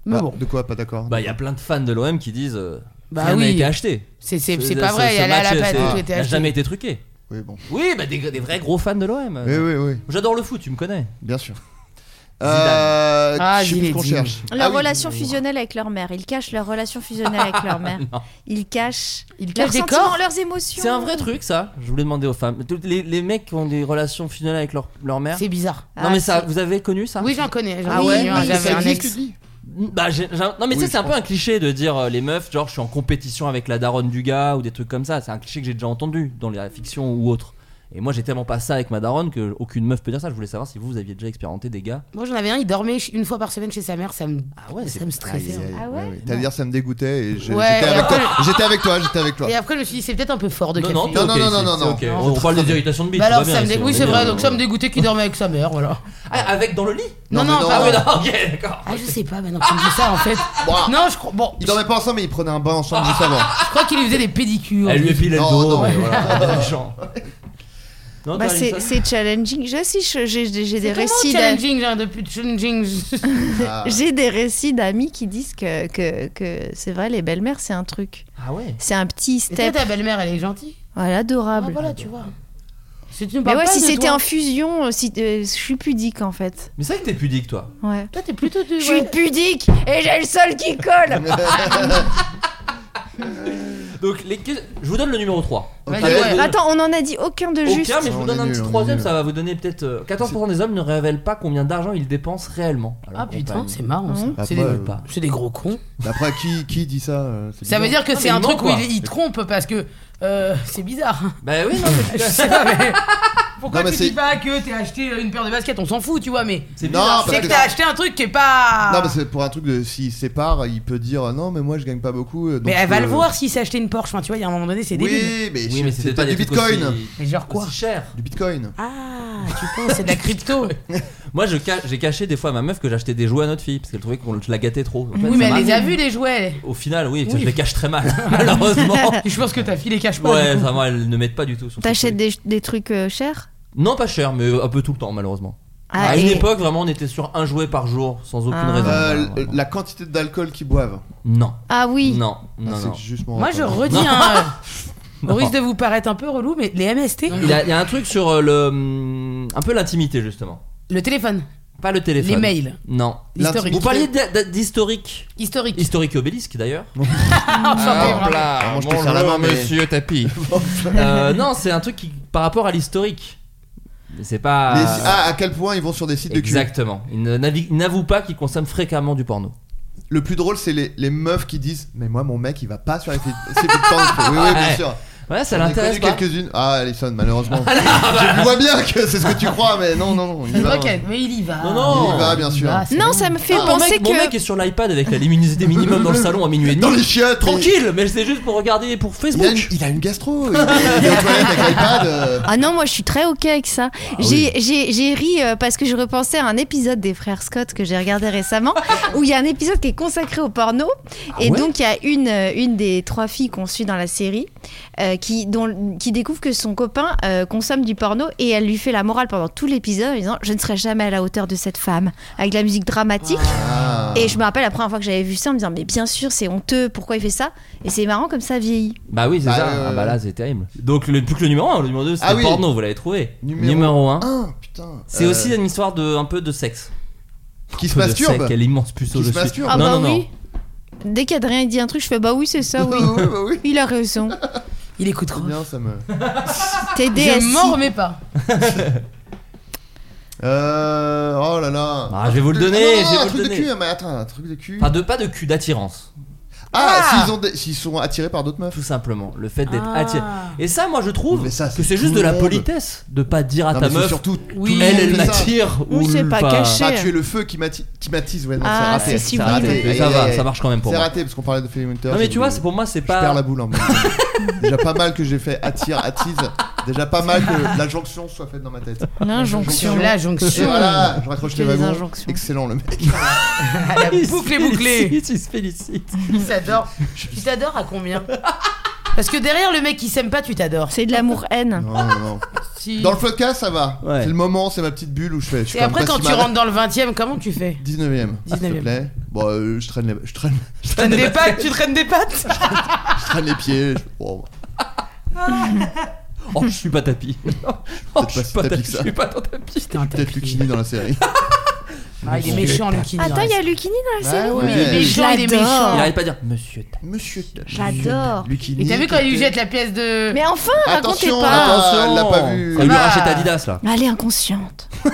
S7: Mais
S6: Ah,
S7: bon,
S6: De quoi, pas d'accord
S5: Bah, il y a plein de fans de l'OM qui disent. euh,
S7: Bah
S5: rien n'a
S7: oui.
S5: été acheté.
S7: c'est c'est-
S5: Ce-
S7: c'est pas
S5: ce-
S7: vrai,
S5: ce
S7: elle a
S5: match,
S7: la patte,
S5: c'est-
S7: tout était
S5: il a
S7: acheté.
S5: jamais été truqué.
S6: Oui, bon.
S5: Oui, bah, des, des vrais gros fans de l'OM.
S6: Oui, oui, oui,
S5: J'adore le foot, tu me connais.
S6: bien sûr. Euh,
S7: Ah,
S6: je sais plus ce
S7: Zinedine.
S6: qu'on cherche.
S8: Leur
S6: Ah oui.
S8: relation fusionnelle avec leur mère. Ils cachent leur relation fusionnelle avec leur mère. Ils cachent,
S7: Ils
S8: leurs
S7: cachent des
S8: sentiments,
S7: corps
S8: leurs émotions.
S5: C'est un vrai truc, ça. Je voulais demander aux femmes. Tous Les, les mecs qui ont des relations fusionnelles avec leur, leur mère.
S7: C'est bizarre.
S5: Non, mais ça, vous avez connu ça
S7: Oui, j'en connais. j'en
S5: Ah
S7: ai
S5: ouais,
S7: eu un,
S5: oui,
S7: J'avais
S6: Ça
S7: un
S6: existe,
S7: ex.
S6: tu dis
S5: Bah, j'ai- j'ai un- non, mais
S6: Oui,
S5: tu sais, c'est
S6: je
S5: un peu un cliché de dire euh, les meufs, genre je suis en compétition avec la daronne du gars ou des trucs comme ça. C'est un cliché que j'ai déjà entendu dans la fiction ou autre. Et moi, j'ai tellement pas ça avec ma daronne que aucune meuf peut dire ça. Je voulais savoir si vous, vous aviez déjà expérimenté des gars.
S7: Moi, j'en avais un, il dormait une fois par semaine chez sa mère, ça me,
S5: Ah ouais, c'est
S7: ça me
S6: Aïe,
S7: stressait. hein.
S6: aïe, aïe,
S8: Ah
S6: ouais,
S8: ouais
S6: ouais. T'allais dire ça me dégoûtait et je- j'étais
S7: Ouais, et
S6: avec,
S7: après-
S6: toi. J'étais avec toi, j'étais avec toi.
S7: Et après, je me suis dit, c'est peut-être un peu fort de
S5: Non,
S7: café.
S5: non, t'es
S6: Non,
S5: ok,
S6: non, non,
S5: c'est-
S6: non,
S5: c'est ok.
S6: non. Non,
S5: On
S6: c'est
S5: parle
S6: très
S5: des
S6: bien.
S5: irritations de bite.
S7: Bah
S5: tout va
S7: alors,
S5: bien,
S7: ça me dé-
S5: c'est-
S7: oui,
S5: on
S7: c'est
S5: est
S7: vrai,
S5: bien.
S7: donc ça me dégoûtait qu'il dormait avec sa mère, voilà.
S5: euh, Ah, avec dans le lit
S7: Non,
S6: mais
S7: non,
S6: non.
S7: pas-
S5: Ah oui, non, ok, d'accord.
S7: Ah, je sais pas maintenant que tu me dis ça en fait.
S6: Ouah.
S7: Non, je crois. Bon,
S6: Ils dormaient pas ensemble, mais ils prenaient un bain ensemble juste avant.
S7: je crois qu'il lui faisait des pédicures.
S5: Elle lui épile le
S6: Non,
S5: dos,
S6: non,
S5: et
S6: ouais.
S5: voilà, dans les champs. Non,
S8: Bah,
S5: t'as
S8: c'est
S5: une-
S8: c'est challenging. Je si je- j'ai j'ai- j'ai
S7: C'est
S8: des
S7: vraiment
S8: récits d'a-
S7: challenging, genre, depuis challenging.
S6: Ah.
S8: j'ai des récits d'amis qui disent que que, que c'est vrai les belles-mères c'est un truc.
S5: Ah ouais.
S8: C'est un petit
S7: Et toi,
S8: step.
S7: ta belle-mère, elle est gentille.
S8: Voilà,
S7: Ah,
S8: adorable.
S7: voilà, tu vois. Si tu nous
S8: bah. Mais
S7: parles
S8: ouais,
S7: pas
S8: si
S7: de
S8: c'était
S7: toi-
S8: en fusion, euh, si euh, je suis pudique en fait.
S5: Mais c'est vrai que t'es pudique, toi.
S8: Ouais.
S7: Toi, t'es plutôt de.
S8: Je suis
S7: ouais.
S8: pudique et j'ai le sol qui colle.
S6: Ah,
S5: Donc, les... que- je vous donne le numéro 3.
S7: Vas-y,
S6: Ok.
S7: ouais.
S8: Attends, on en a dit aucun de juste.
S5: Aucun, mais je
S6: Ah,
S5: vous
S6: on
S5: donne
S6: est
S5: un
S6: nul,
S5: petit
S6: on est
S5: troisième,
S6: nul.
S5: ça va vous donner peut-être. euh, 14% des hommes ne révèlent pas combien d'argent ils dépensent réellement. Alors,
S7: Ah
S5: on
S7: putain,
S5: t'aime.
S7: c'est marrant ça.
S6: Bah,
S7: C'est
S6: bah,
S7: des...
S6: euh,
S5: pas.
S7: c'est des gros cons.
S6: Mais Après, qui, qui dit ça euh, c'est
S7: Ça veut
S6: bizarre.
S7: dire que
S5: Ah,
S7: c'est
S5: mais
S7: un
S5: il ment,
S7: truc où
S5: quoi.
S7: il, il trompe parce que euh, c'est bizarre.
S5: Bah oui, non, mais
S7: Je sais pas, mais- Pourquoi
S6: Non, mais
S7: tu
S6: c'est-
S7: dis pas que t'as acheté une paire de baskets On s'en fout, tu vois, mais
S5: c'est
S6: Non,
S5: bizarre.
S6: parce
S7: c'est que t'as acheté un truc qui est pas.
S6: Non, mais c'est pour un truc de s'il se sépare, il peut dire non, mais moi je gagne pas beaucoup. euh, donc
S7: Mais
S6: je
S7: elle va
S6: peux-
S7: le voir s'il s'est acheté une Porsche. Enfin, tu vois, il y a un moment donné, c'est débile.
S6: Oui, mais,
S5: Oui, mais
S6: c'est
S5: c'était
S6: pas du bitcoin.
S7: Mais genre quoi
S5: Aussi cher.
S6: Du bitcoin.
S7: Ah, tu penses, c'est de la crypto.
S5: Moi, je ca- j'ai caché des fois à ma meuf que j'achetais des jouets à notre fille parce qu'elle trouvait qu'on je la gâtait trop. En fait,
S7: oui,
S5: ça
S7: mais elle
S5: m'arrive.
S7: les a vus, les jouets.
S5: Au final, oui, parce que
S7: Oui.
S5: je les cache très mal, malheureusement.
S7: Je pense que ta fille les cache pas.
S5: Ouais,
S7: du coup.
S5: vraiment, elles ne m'aident pas du tout. sur ce
S8: T'achètes
S5: truc.
S8: des, des trucs euh, chers
S5: Non, pas cher, mais un peu tout le temps, malheureusement.
S8: Ah,
S5: à une
S8: et-
S5: époque, vraiment, on était sur un jouet par jour, sans aucune
S8: Ah.
S5: raison.
S6: Euh,
S5: Voilà, vraiment.
S6: la quantité d'alcool qu'ils boivent.
S5: Non,
S8: Ah oui.
S5: non, non,
S6: Ah,
S5: non.
S6: c'est juste mon
S7: Moi, je
S6: rapport.
S7: redis, hein, Au risque de vous paraître un peu relou, mais les MST.
S5: Il y a, il y a un truc sur euh, le. hum, un peu l'intimité, justement.
S7: Le téléphone.
S5: Pas le téléphone.
S7: Les mails.
S5: Non.
S7: L'historique.
S5: Vous parliez d'a- d'a- d'historique.
S7: Historique.
S5: Historique et obélisque d'ailleurs.
S7: Ah,
S5: Hop là,
S6: Bon, je te serre la
S5: bonjour,
S6: main, mais-
S5: monsieur Tapi. Euh, non, c'est un truc qui, par rapport à l'historique. Mais C'est pas.
S6: Les- Ah, à quel point ils vont sur des sites de cul
S5: Exactement. Ils ne navi- ils n'avouent pas qu'ils consomment fréquemment du porno.
S6: Le plus drôle, c'est les, les meufs qui disent Mais moi, mon mec, il va pas sur les sites sites de porno. Oui, oui, bien
S5: Ouais.
S6: sûr.
S5: Ouais, ça
S6: J'en ai
S5: l'intéresse
S6: connu
S5: pas.
S6: quelques-unes. Ah, Alison, malheureusement. Je vois bien que c'est ce que tu crois, mais non, non, non. Il y va,
S7: Ok, mais il y va.
S5: Non, non.
S6: Il y va, bien sûr.
S8: Non, ça me fait
S5: Ah, mon,
S8: penser
S5: mec,
S8: que.
S5: mon mec est sur l'iPad avec la luminosité minimum dans le salon à minuit et
S6: Dans les
S5: demi.
S6: chiottes.
S5: Tranquille, mais c'est juste pour regarder pour
S6: Il a, une,
S5: Facebook.
S6: il a une gastro. Il il est aux toilettes avec l'iPad. euh.
S8: Ah non, moi je suis très ok avec ça. J'ai j'ai- j'ai ri euh, parce que je repensais à un épisode des frères Scott que j'ai regardé récemment, où il y a un épisode qui est consacré au porno. et
S5: ouais
S8: donc il y a une, euh, une des trois filles qu'on suit dans la série euh, qui, dont, qui découvre que son copain euh, consomme du porno et elle lui fait la morale pendant tout l'épisode en lui disant Je ne serai jamais à la hauteur de cette femme, avec la musique dramatique.
S6: Ah.
S8: Et je me rappelle la première fois que j'avais vu ça en me disant Mais bien sûr, c'est honteux, pourquoi il fait ça Et c'est marrant comme ça vieillit.
S5: Bah oui, c'est
S6: Bah,
S5: ça.
S6: euh,
S5: Ah bah là, c'est terrible. Donc, le, plus que le numéro 1, le numéro 2, c'est
S6: Ah
S5: le
S6: oui.
S5: porno, vous l'avez trouvé.
S6: Numéro-
S5: 1.
S6: Ah, putain.
S5: C'est
S6: Euh,
S5: aussi une histoire de, un peu de sexe.
S6: Qui se
S5: Peu de sexe,
S6: masturbe
S5: Quel immense puceau
S6: Qui
S5: je
S6: se
S5: suis.
S6: masturbe.
S8: Ah
S5: non,
S8: bah
S5: non, non.
S8: oui. Dès qu'Adrien il dit un truc, je fais Bah oui, c'est ça, oui.
S6: Oui, oui, oui.
S8: Il a raison.
S7: Il écoute trop.
S6: Bien, ça me.
S7: Je
S8: TDSI.
S7: m'en remets pas.
S6: Euh, oh là là.
S5: Ah, je vais vous le donner,
S6: Ah, non,
S5: je vais
S6: un
S5: vous
S6: truc
S5: le
S6: de
S5: donner.
S6: cul. Mais attends, un truc de cul.
S5: Pas de, pas de cul, d'attirance.
S6: Ah,
S7: Ah.
S6: s'ils ont des- s'ils sont attirés par d'autres meufs.
S5: Tout simplement. Le fait d'être
S7: Ah.
S5: attiré. Et ça, moi, je trouve
S6: Mais ça, c'est
S5: que c'est
S6: tout
S5: juste de
S6: le
S5: la
S6: monde.
S5: politesse de pas dire à
S6: Non,
S5: ta
S6: mais c'est
S5: Ah, meuf.
S6: Surtout,
S7: Oui.
S5: Elle,
S6: monde
S5: elle
S6: fait ça.
S5: m'attire.
S8: Oui, c'est pas caché.
S6: Ah, tu es le feu qui m'atti- qui m'attise. Ouais, non,
S8: Ah,
S6: c'est raté.
S8: c'est sublime.
S5: Ça,
S6: raté.
S5: mais
S6: Aïe,
S5: ça
S6: aïe,
S5: va,
S6: aïe.
S5: ça marche quand même pour
S6: C'est
S5: moi.
S6: raté parce qu'on parlait de Phoebe Winter.
S5: Non, mais tu vois, c'est pour moi, c'est
S6: Je
S5: pas.
S6: perds la boule en même temps. Déjà pas mal que j'ai fait attire, attise. Déjà pas mal que la jonction soit faite dans ma tête.
S8: L'injonction.
S7: La
S6: Et
S7: jonction.
S6: voilà, je raccroche
S8: Je fais
S6: les
S8: des
S6: wagons.
S8: injonctions.
S6: Excellent le mec.
S7: La boucle est bouclée.
S5: Il se félicite.
S7: Tu t'adores. Tu t'adores à combien Parce que derrière le mec qui s'aime pas, tu t'adores.
S8: C'est de l'amour-haine.
S6: Non, non, non.
S7: Si.
S6: Dans le podcast, ça va.
S5: Ouais.
S6: C'est le moment, c'est ma petite bulle où je fais. Je suis
S7: Et après,
S6: même pas
S7: quand tu
S6: si malade.
S7: rentres dans le 20ème, comment tu fais
S6: 19ème, s'il te
S7: 19e.
S6: plaît. Bon, euh, je traîne les, je traîne,
S7: Tu traînes des pattes Tu traînes des pattes
S6: je traîne les pieds. Je... bon,
S5: Oh, je suis pas tapis. Oh, je suis
S6: pas
S5: pas
S6: si tapis
S5: tapis.
S6: que
S5: Je
S6: ça.
S5: suis pas ton tapis.
S7: Putain,
S6: peut-être Lucini dans la série.
S7: Ah, il est méchant, Lucini.
S8: Attends, Ah, il y a Lucini
S7: Ah,
S8: dans la série
S6: Ouais,
S7: Il
S6: Bah ouais.
S7: est méchant, il est
S8: J'adore.
S5: Il
S7: méchant.
S5: arrête pas de dire Monsieur Tapi.
S6: Monsieur.
S8: J'adore.
S6: Lucini.
S7: Et t'as vu quand il lui jette la pièce de.
S8: Mais enfin, racontez
S6: Attention,
S8: pas.
S6: attention. Ah, elle l'a pas vu.
S5: Quand il lui
S7: Ça va.
S5: rachète Adidas là.
S8: Mais Elle est inconsciente.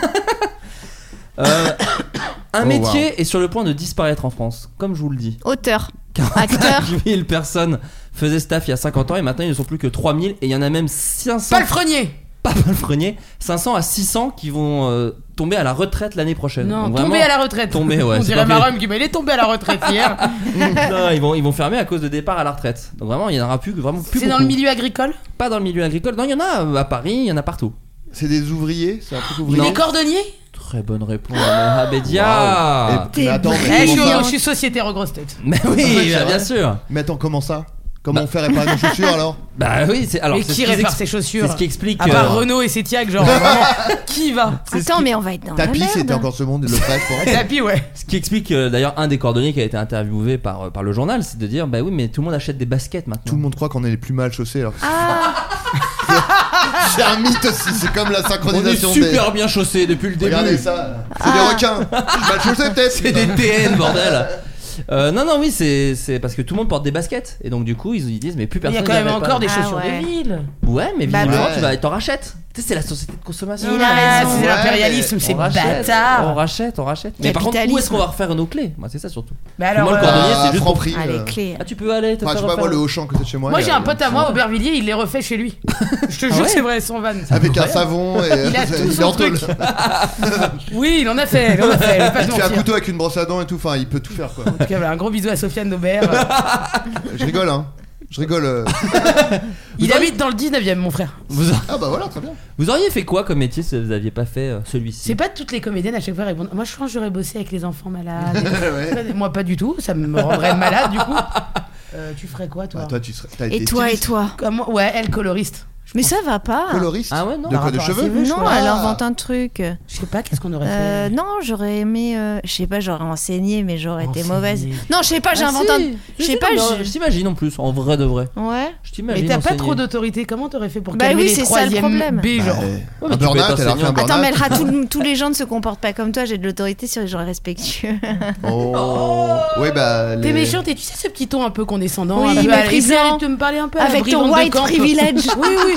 S5: Euh, un
S6: Oh,
S5: métier est sur le point de disparaître en France, comme je vous le dis.
S8: Auteur.
S5: 45 000 personnes faisaient staff il y a 50 ans et maintenant ils ne sont plus que 3000 et il y en a même 500
S7: Pas le frenier
S5: pas Palefrenier, 500 à 600 qui vont euh, tomber à la retraite l'année prochaine.
S7: Non,
S5: Donc
S7: tombé
S5: vraiment-
S7: à la retraite.
S5: Tombé, ouais,
S7: On
S5: c'est
S7: dirait
S5: pas
S7: Marom qui m'a il est tombé à la retraite hier.
S5: Non, ils vont ils vont fermer à cause de départ à la retraite. Donc vraiment, il y en aura plus que vraiment plus
S7: C'est dans le
S5: beaucoup.
S7: milieu agricole
S5: pas dans le milieu agricole. Non, il y en a euh, à Paris, il y en a partout.
S6: C'est des ouvriers, c'est un truc ouvrier.
S7: Les cordonniers
S5: Très bonne réponse à Mohamedia.
S6: Et- mais attends,
S7: Eh,
S6: mais
S7: je suis-
S6: comment ça
S7: je suis sociétaire aux grosses têtes.
S5: Mais
S6: Ouais,
S5: oui,
S6: c'est
S5: bah, bien
S6: vrai.
S5: sûr.
S6: Mais attends, comment ça Comment on fait réparer nos chaussures alors
S5: Bah oui, c'est alors
S7: Mais
S5: c'est
S7: qui
S5: ce qu'ils
S7: répare
S5: ex-
S7: ses chaussures
S5: C'est ce qui explique
S7: À part
S5: euh,
S7: Renault et Sétiac, genre vraiment, qui va
S8: Attends, mais on va
S7: Ah,
S8: être dans la
S6: Tapis, c'était
S8: merde.
S6: encore ce monde, le prêt pour
S7: Tapis, ouais.
S5: Ce qui explique euh, d'ailleurs un des cordonniers qui a été interviewé par, euh, par le journal, c'est de dire bah oui mais tout le monde achète des baskets maintenant.
S6: Tout le monde croit qu'on est les plus mal chaussés alors. que
S8: Ah,
S6: C'est un mythe aussi, c'est comme la
S5: On est
S6: synchronisation
S5: super bien chaussés depuis le
S6: des.
S5: début.
S6: Regardez ça, c'est
S8: Ah.
S6: des requins. Je suis mal chaussé peut-être.
S5: C'est des TN bordel. Euh, non non oui c'est c'est parce que tout le monde porte des baskets et donc du coup ils, ils disent mais plus
S7: Il y
S5: personne.
S7: a quand même
S5: n'avait pas-
S7: encore des
S8: Ah
S7: chaussures
S8: ouais.
S7: de ville.
S5: Ouais mais
S8: Bah,
S5: visiblement
S6: ouais.
S5: tu vas t'en rachètes. Tu sais c'est la société de consommation.
S8: Il a
S7: Ah,
S8: raison.
S7: C'est
S6: Ouais,
S7: l'impérialisme,
S6: mais
S7: c'est
S5: on rachète, on
S7: bâtard.
S5: rachète, on rachète. Mais par contre, où est-ce
S8: Capitalisme.
S5: qu'on va refaire nos clés Moi, c'est ça surtout.
S7: Bah alors,
S5: Moi, le
S7: euh,
S5: cordonnier,
S6: Ah,
S5: c'est juste.
S6: Franprix.
S8: ah, les
S6: euh,
S8: clés.
S5: Ah, tu peux aller. te
S6: Enfin,
S5: faire
S6: je sais pas moi,
S5: refaire-
S6: le Auchan que c'est chez moi.
S7: Moi,
S6: il y
S7: j'ai
S6: a-
S7: un pote à moi, Aubervilliers, il les refait chez lui. Je te jure,
S5: ouais
S7: c'est vrai, son van.
S6: Avec un savon et euh,
S7: Il a tout
S6: est
S7: son
S6: en tôle.
S7: truc. Oui, il en a fait, il en a fait. je vais pas
S6: Il
S7: te
S6: te fait un
S7: mentir.
S6: couteau avec une brosse à dents et tout, enfin il peut tout faire quoi.
S7: En tout cas, voilà, un gros bisou à Sofiane Daubert.
S6: Je rigole hein. Je rigole. euh.
S7: Il habite dans le 19ème, mon frère.
S5: Vous,
S6: Ah bah voilà, très bien.
S5: vous auriez fait quoi comme métier si vous n'aviez pas fait euh,
S7: C'est
S5: celui-ci
S7: pas toutes les comédiennes à chaque fois répondent. Moi, je pense que j'aurais bossé avec les enfants malades.
S6: Ouais.
S7: Moi, pas du tout. Ça me rendrait malade, du coup. Euh, tu ferais quoi, toi,
S6: Bah, toi tu serais. t'as
S8: Et
S6: été
S8: toi, et
S6: styliste.
S8: toi
S7: Comme- Ouais, elle coloriste.
S8: Mais ça va pas.
S6: Coloriste
S5: Ah ouais, non.
S6: De quoi, de
S7: Par rapport à
S6: cheveux
S7: ses cheveux, je
S8: Non,
S7: crois.
S8: elle invente un truc.
S7: Je sais pas, qu'est-ce qu'on aurait
S8: Euh,
S7: fait
S8: non, j'aurais aimé. euh, je sais pas, j'aurais enseigné, mais j'aurais été
S5: Enseigné.
S8: mauvaise. Non, je sais pas, j'ai inventé. un- Je sais pas,
S5: Ah, euh, je
S8: je-
S5: t'imagine en plus, en vrai de vrai.
S8: Ouais.
S5: Je
S7: Mais
S5: t'imagine.
S7: t'as pas
S5: enseigner.
S7: trop d'autorité, comment t'aurais fait pour
S8: Bah
S7: calmer
S8: oui,
S7: les
S8: c'est ça le
S7: troisièmes
S8: problème.
S7: B, genre
S6: Bah,
S5: Ouais, mais
S6: un
S5: tu peux être
S6: burn-out, elle a
S5: enseignant.
S6: fait un burn-out.
S8: Attends, mais elle rajoute tout- tous les gens ne se comportent pas comme toi. J'ai de l'autorité sur les gens respectueux.
S6: Oh. Ouais, bah.
S7: T'es
S5: Euh.
S6: les-
S7: méchante et tu sais ce petit ton un peu condescendant,
S8: Oui,
S7: un peu
S8: méprisant.
S7: à la- Tu me parler un peu à la
S8: Avec ton
S7: brivante de
S8: white
S7: Camp.
S8: privilege.
S7: oui, oui.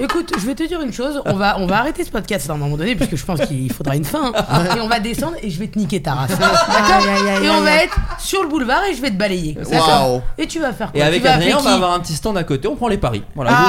S7: Écoute, je vais te dire une chose, on va, on va arrêter ce podcast à un moment donné, puisque je pense qu'il faudra une fin. hein. Et on va descendre et je vais te niquer ta race. D'accord
S8: Aïe, aïe, aïe,
S7: Et on
S8: aïe,
S7: va
S8: aïe.
S7: être sur le boulevard et je vais te balayer.
S6: Waouh.
S7: Et tu vas faire quoi
S5: Et avec
S7: tu vas
S5: Adrien, on
S7: appeler
S5: va
S7: qui
S5: avoir un petit stand à côté, on prend les paris. Voilà,
S7: Ah,
S5: vous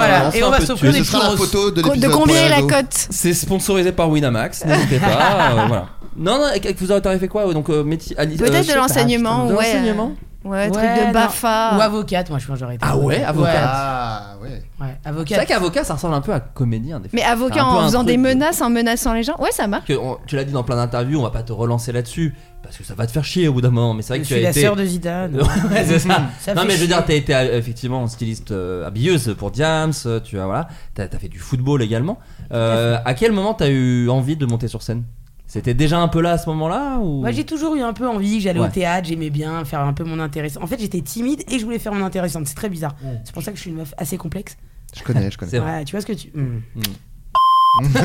S5: venez,
S7: voilà.
S5: fait
S7: Et on
S5: un
S7: va
S5: peu de
S7: se
S5: thunes.
S7: prendre
S6: Ce
S7: des
S6: sera la
S7: churros.
S6: photo de
S8: De
S6: l'épisode.
S8: combien est la
S6: Poirello.
S8: cote
S5: C'est sponsorisé par Winamax, n'hésitez pas. euh, voilà. Non, non, et- et vous auriez fait quoi donc, euh, métier- Ali- euh,
S8: Peut-être
S5: je sais
S8: de
S5: pas,
S8: l'enseignement.
S5: putain, de
S8: ouais,
S5: l'enseignement
S8: euh, Ouais, truc
S7: Ouais,
S8: de
S7: non.
S8: BAFA.
S7: Ou avocate, moi je pense que j'aurais été.
S5: Ah ouais, avocate.
S6: Ah,
S7: Ouais,
S6: ouais.
S7: ouais,
S5: C'est vrai
S7: avocate.
S5: qu'avocat, ça ressemble un peu à comédien. Des fois.
S8: Mais
S5: C'est
S8: avocat
S5: un peu
S8: en
S5: un
S8: faisant
S5: truc
S8: des
S5: de-
S8: menaces, en menaçant les gens. Ouais, ça marche.
S5: Que on- tu l'as dit dans plein d'interviews, on va pas te relancer là-dessus parce que ça va te faire chier au bout d'un moment. Mais c'est vrai
S7: Je
S5: que tu
S7: suis
S5: as
S7: la
S5: été.
S7: sœur de Zidane.
S5: Ah, Ouais, c'est ça.
S7: Ça
S5: non
S7: fait
S5: mais je veux
S7: chier.
S5: dire, t'as été euh, effectivement styliste euh, habilleuse pour Diams, euh, tu as voilà, t'as as fait du football également. Euh, à quel moment t'as eu envie de monter sur scène C'était déjà un peu là à ce moment-là ou
S7: Moi, j'ai toujours eu un peu envie. J'allais
S5: Ouais.
S7: au théâtre, j'aimais bien faire un peu mon intéressant. En fait, j'étais timide et je voulais faire mon intéressante. C'est très bizarre. C'est pour ça que je suis une meuf assez complexe.
S6: Je connais, je connais. Ah
S5: C'est vrai. Mm.
S7: Ouais, tu vois ce que tu. Hmm.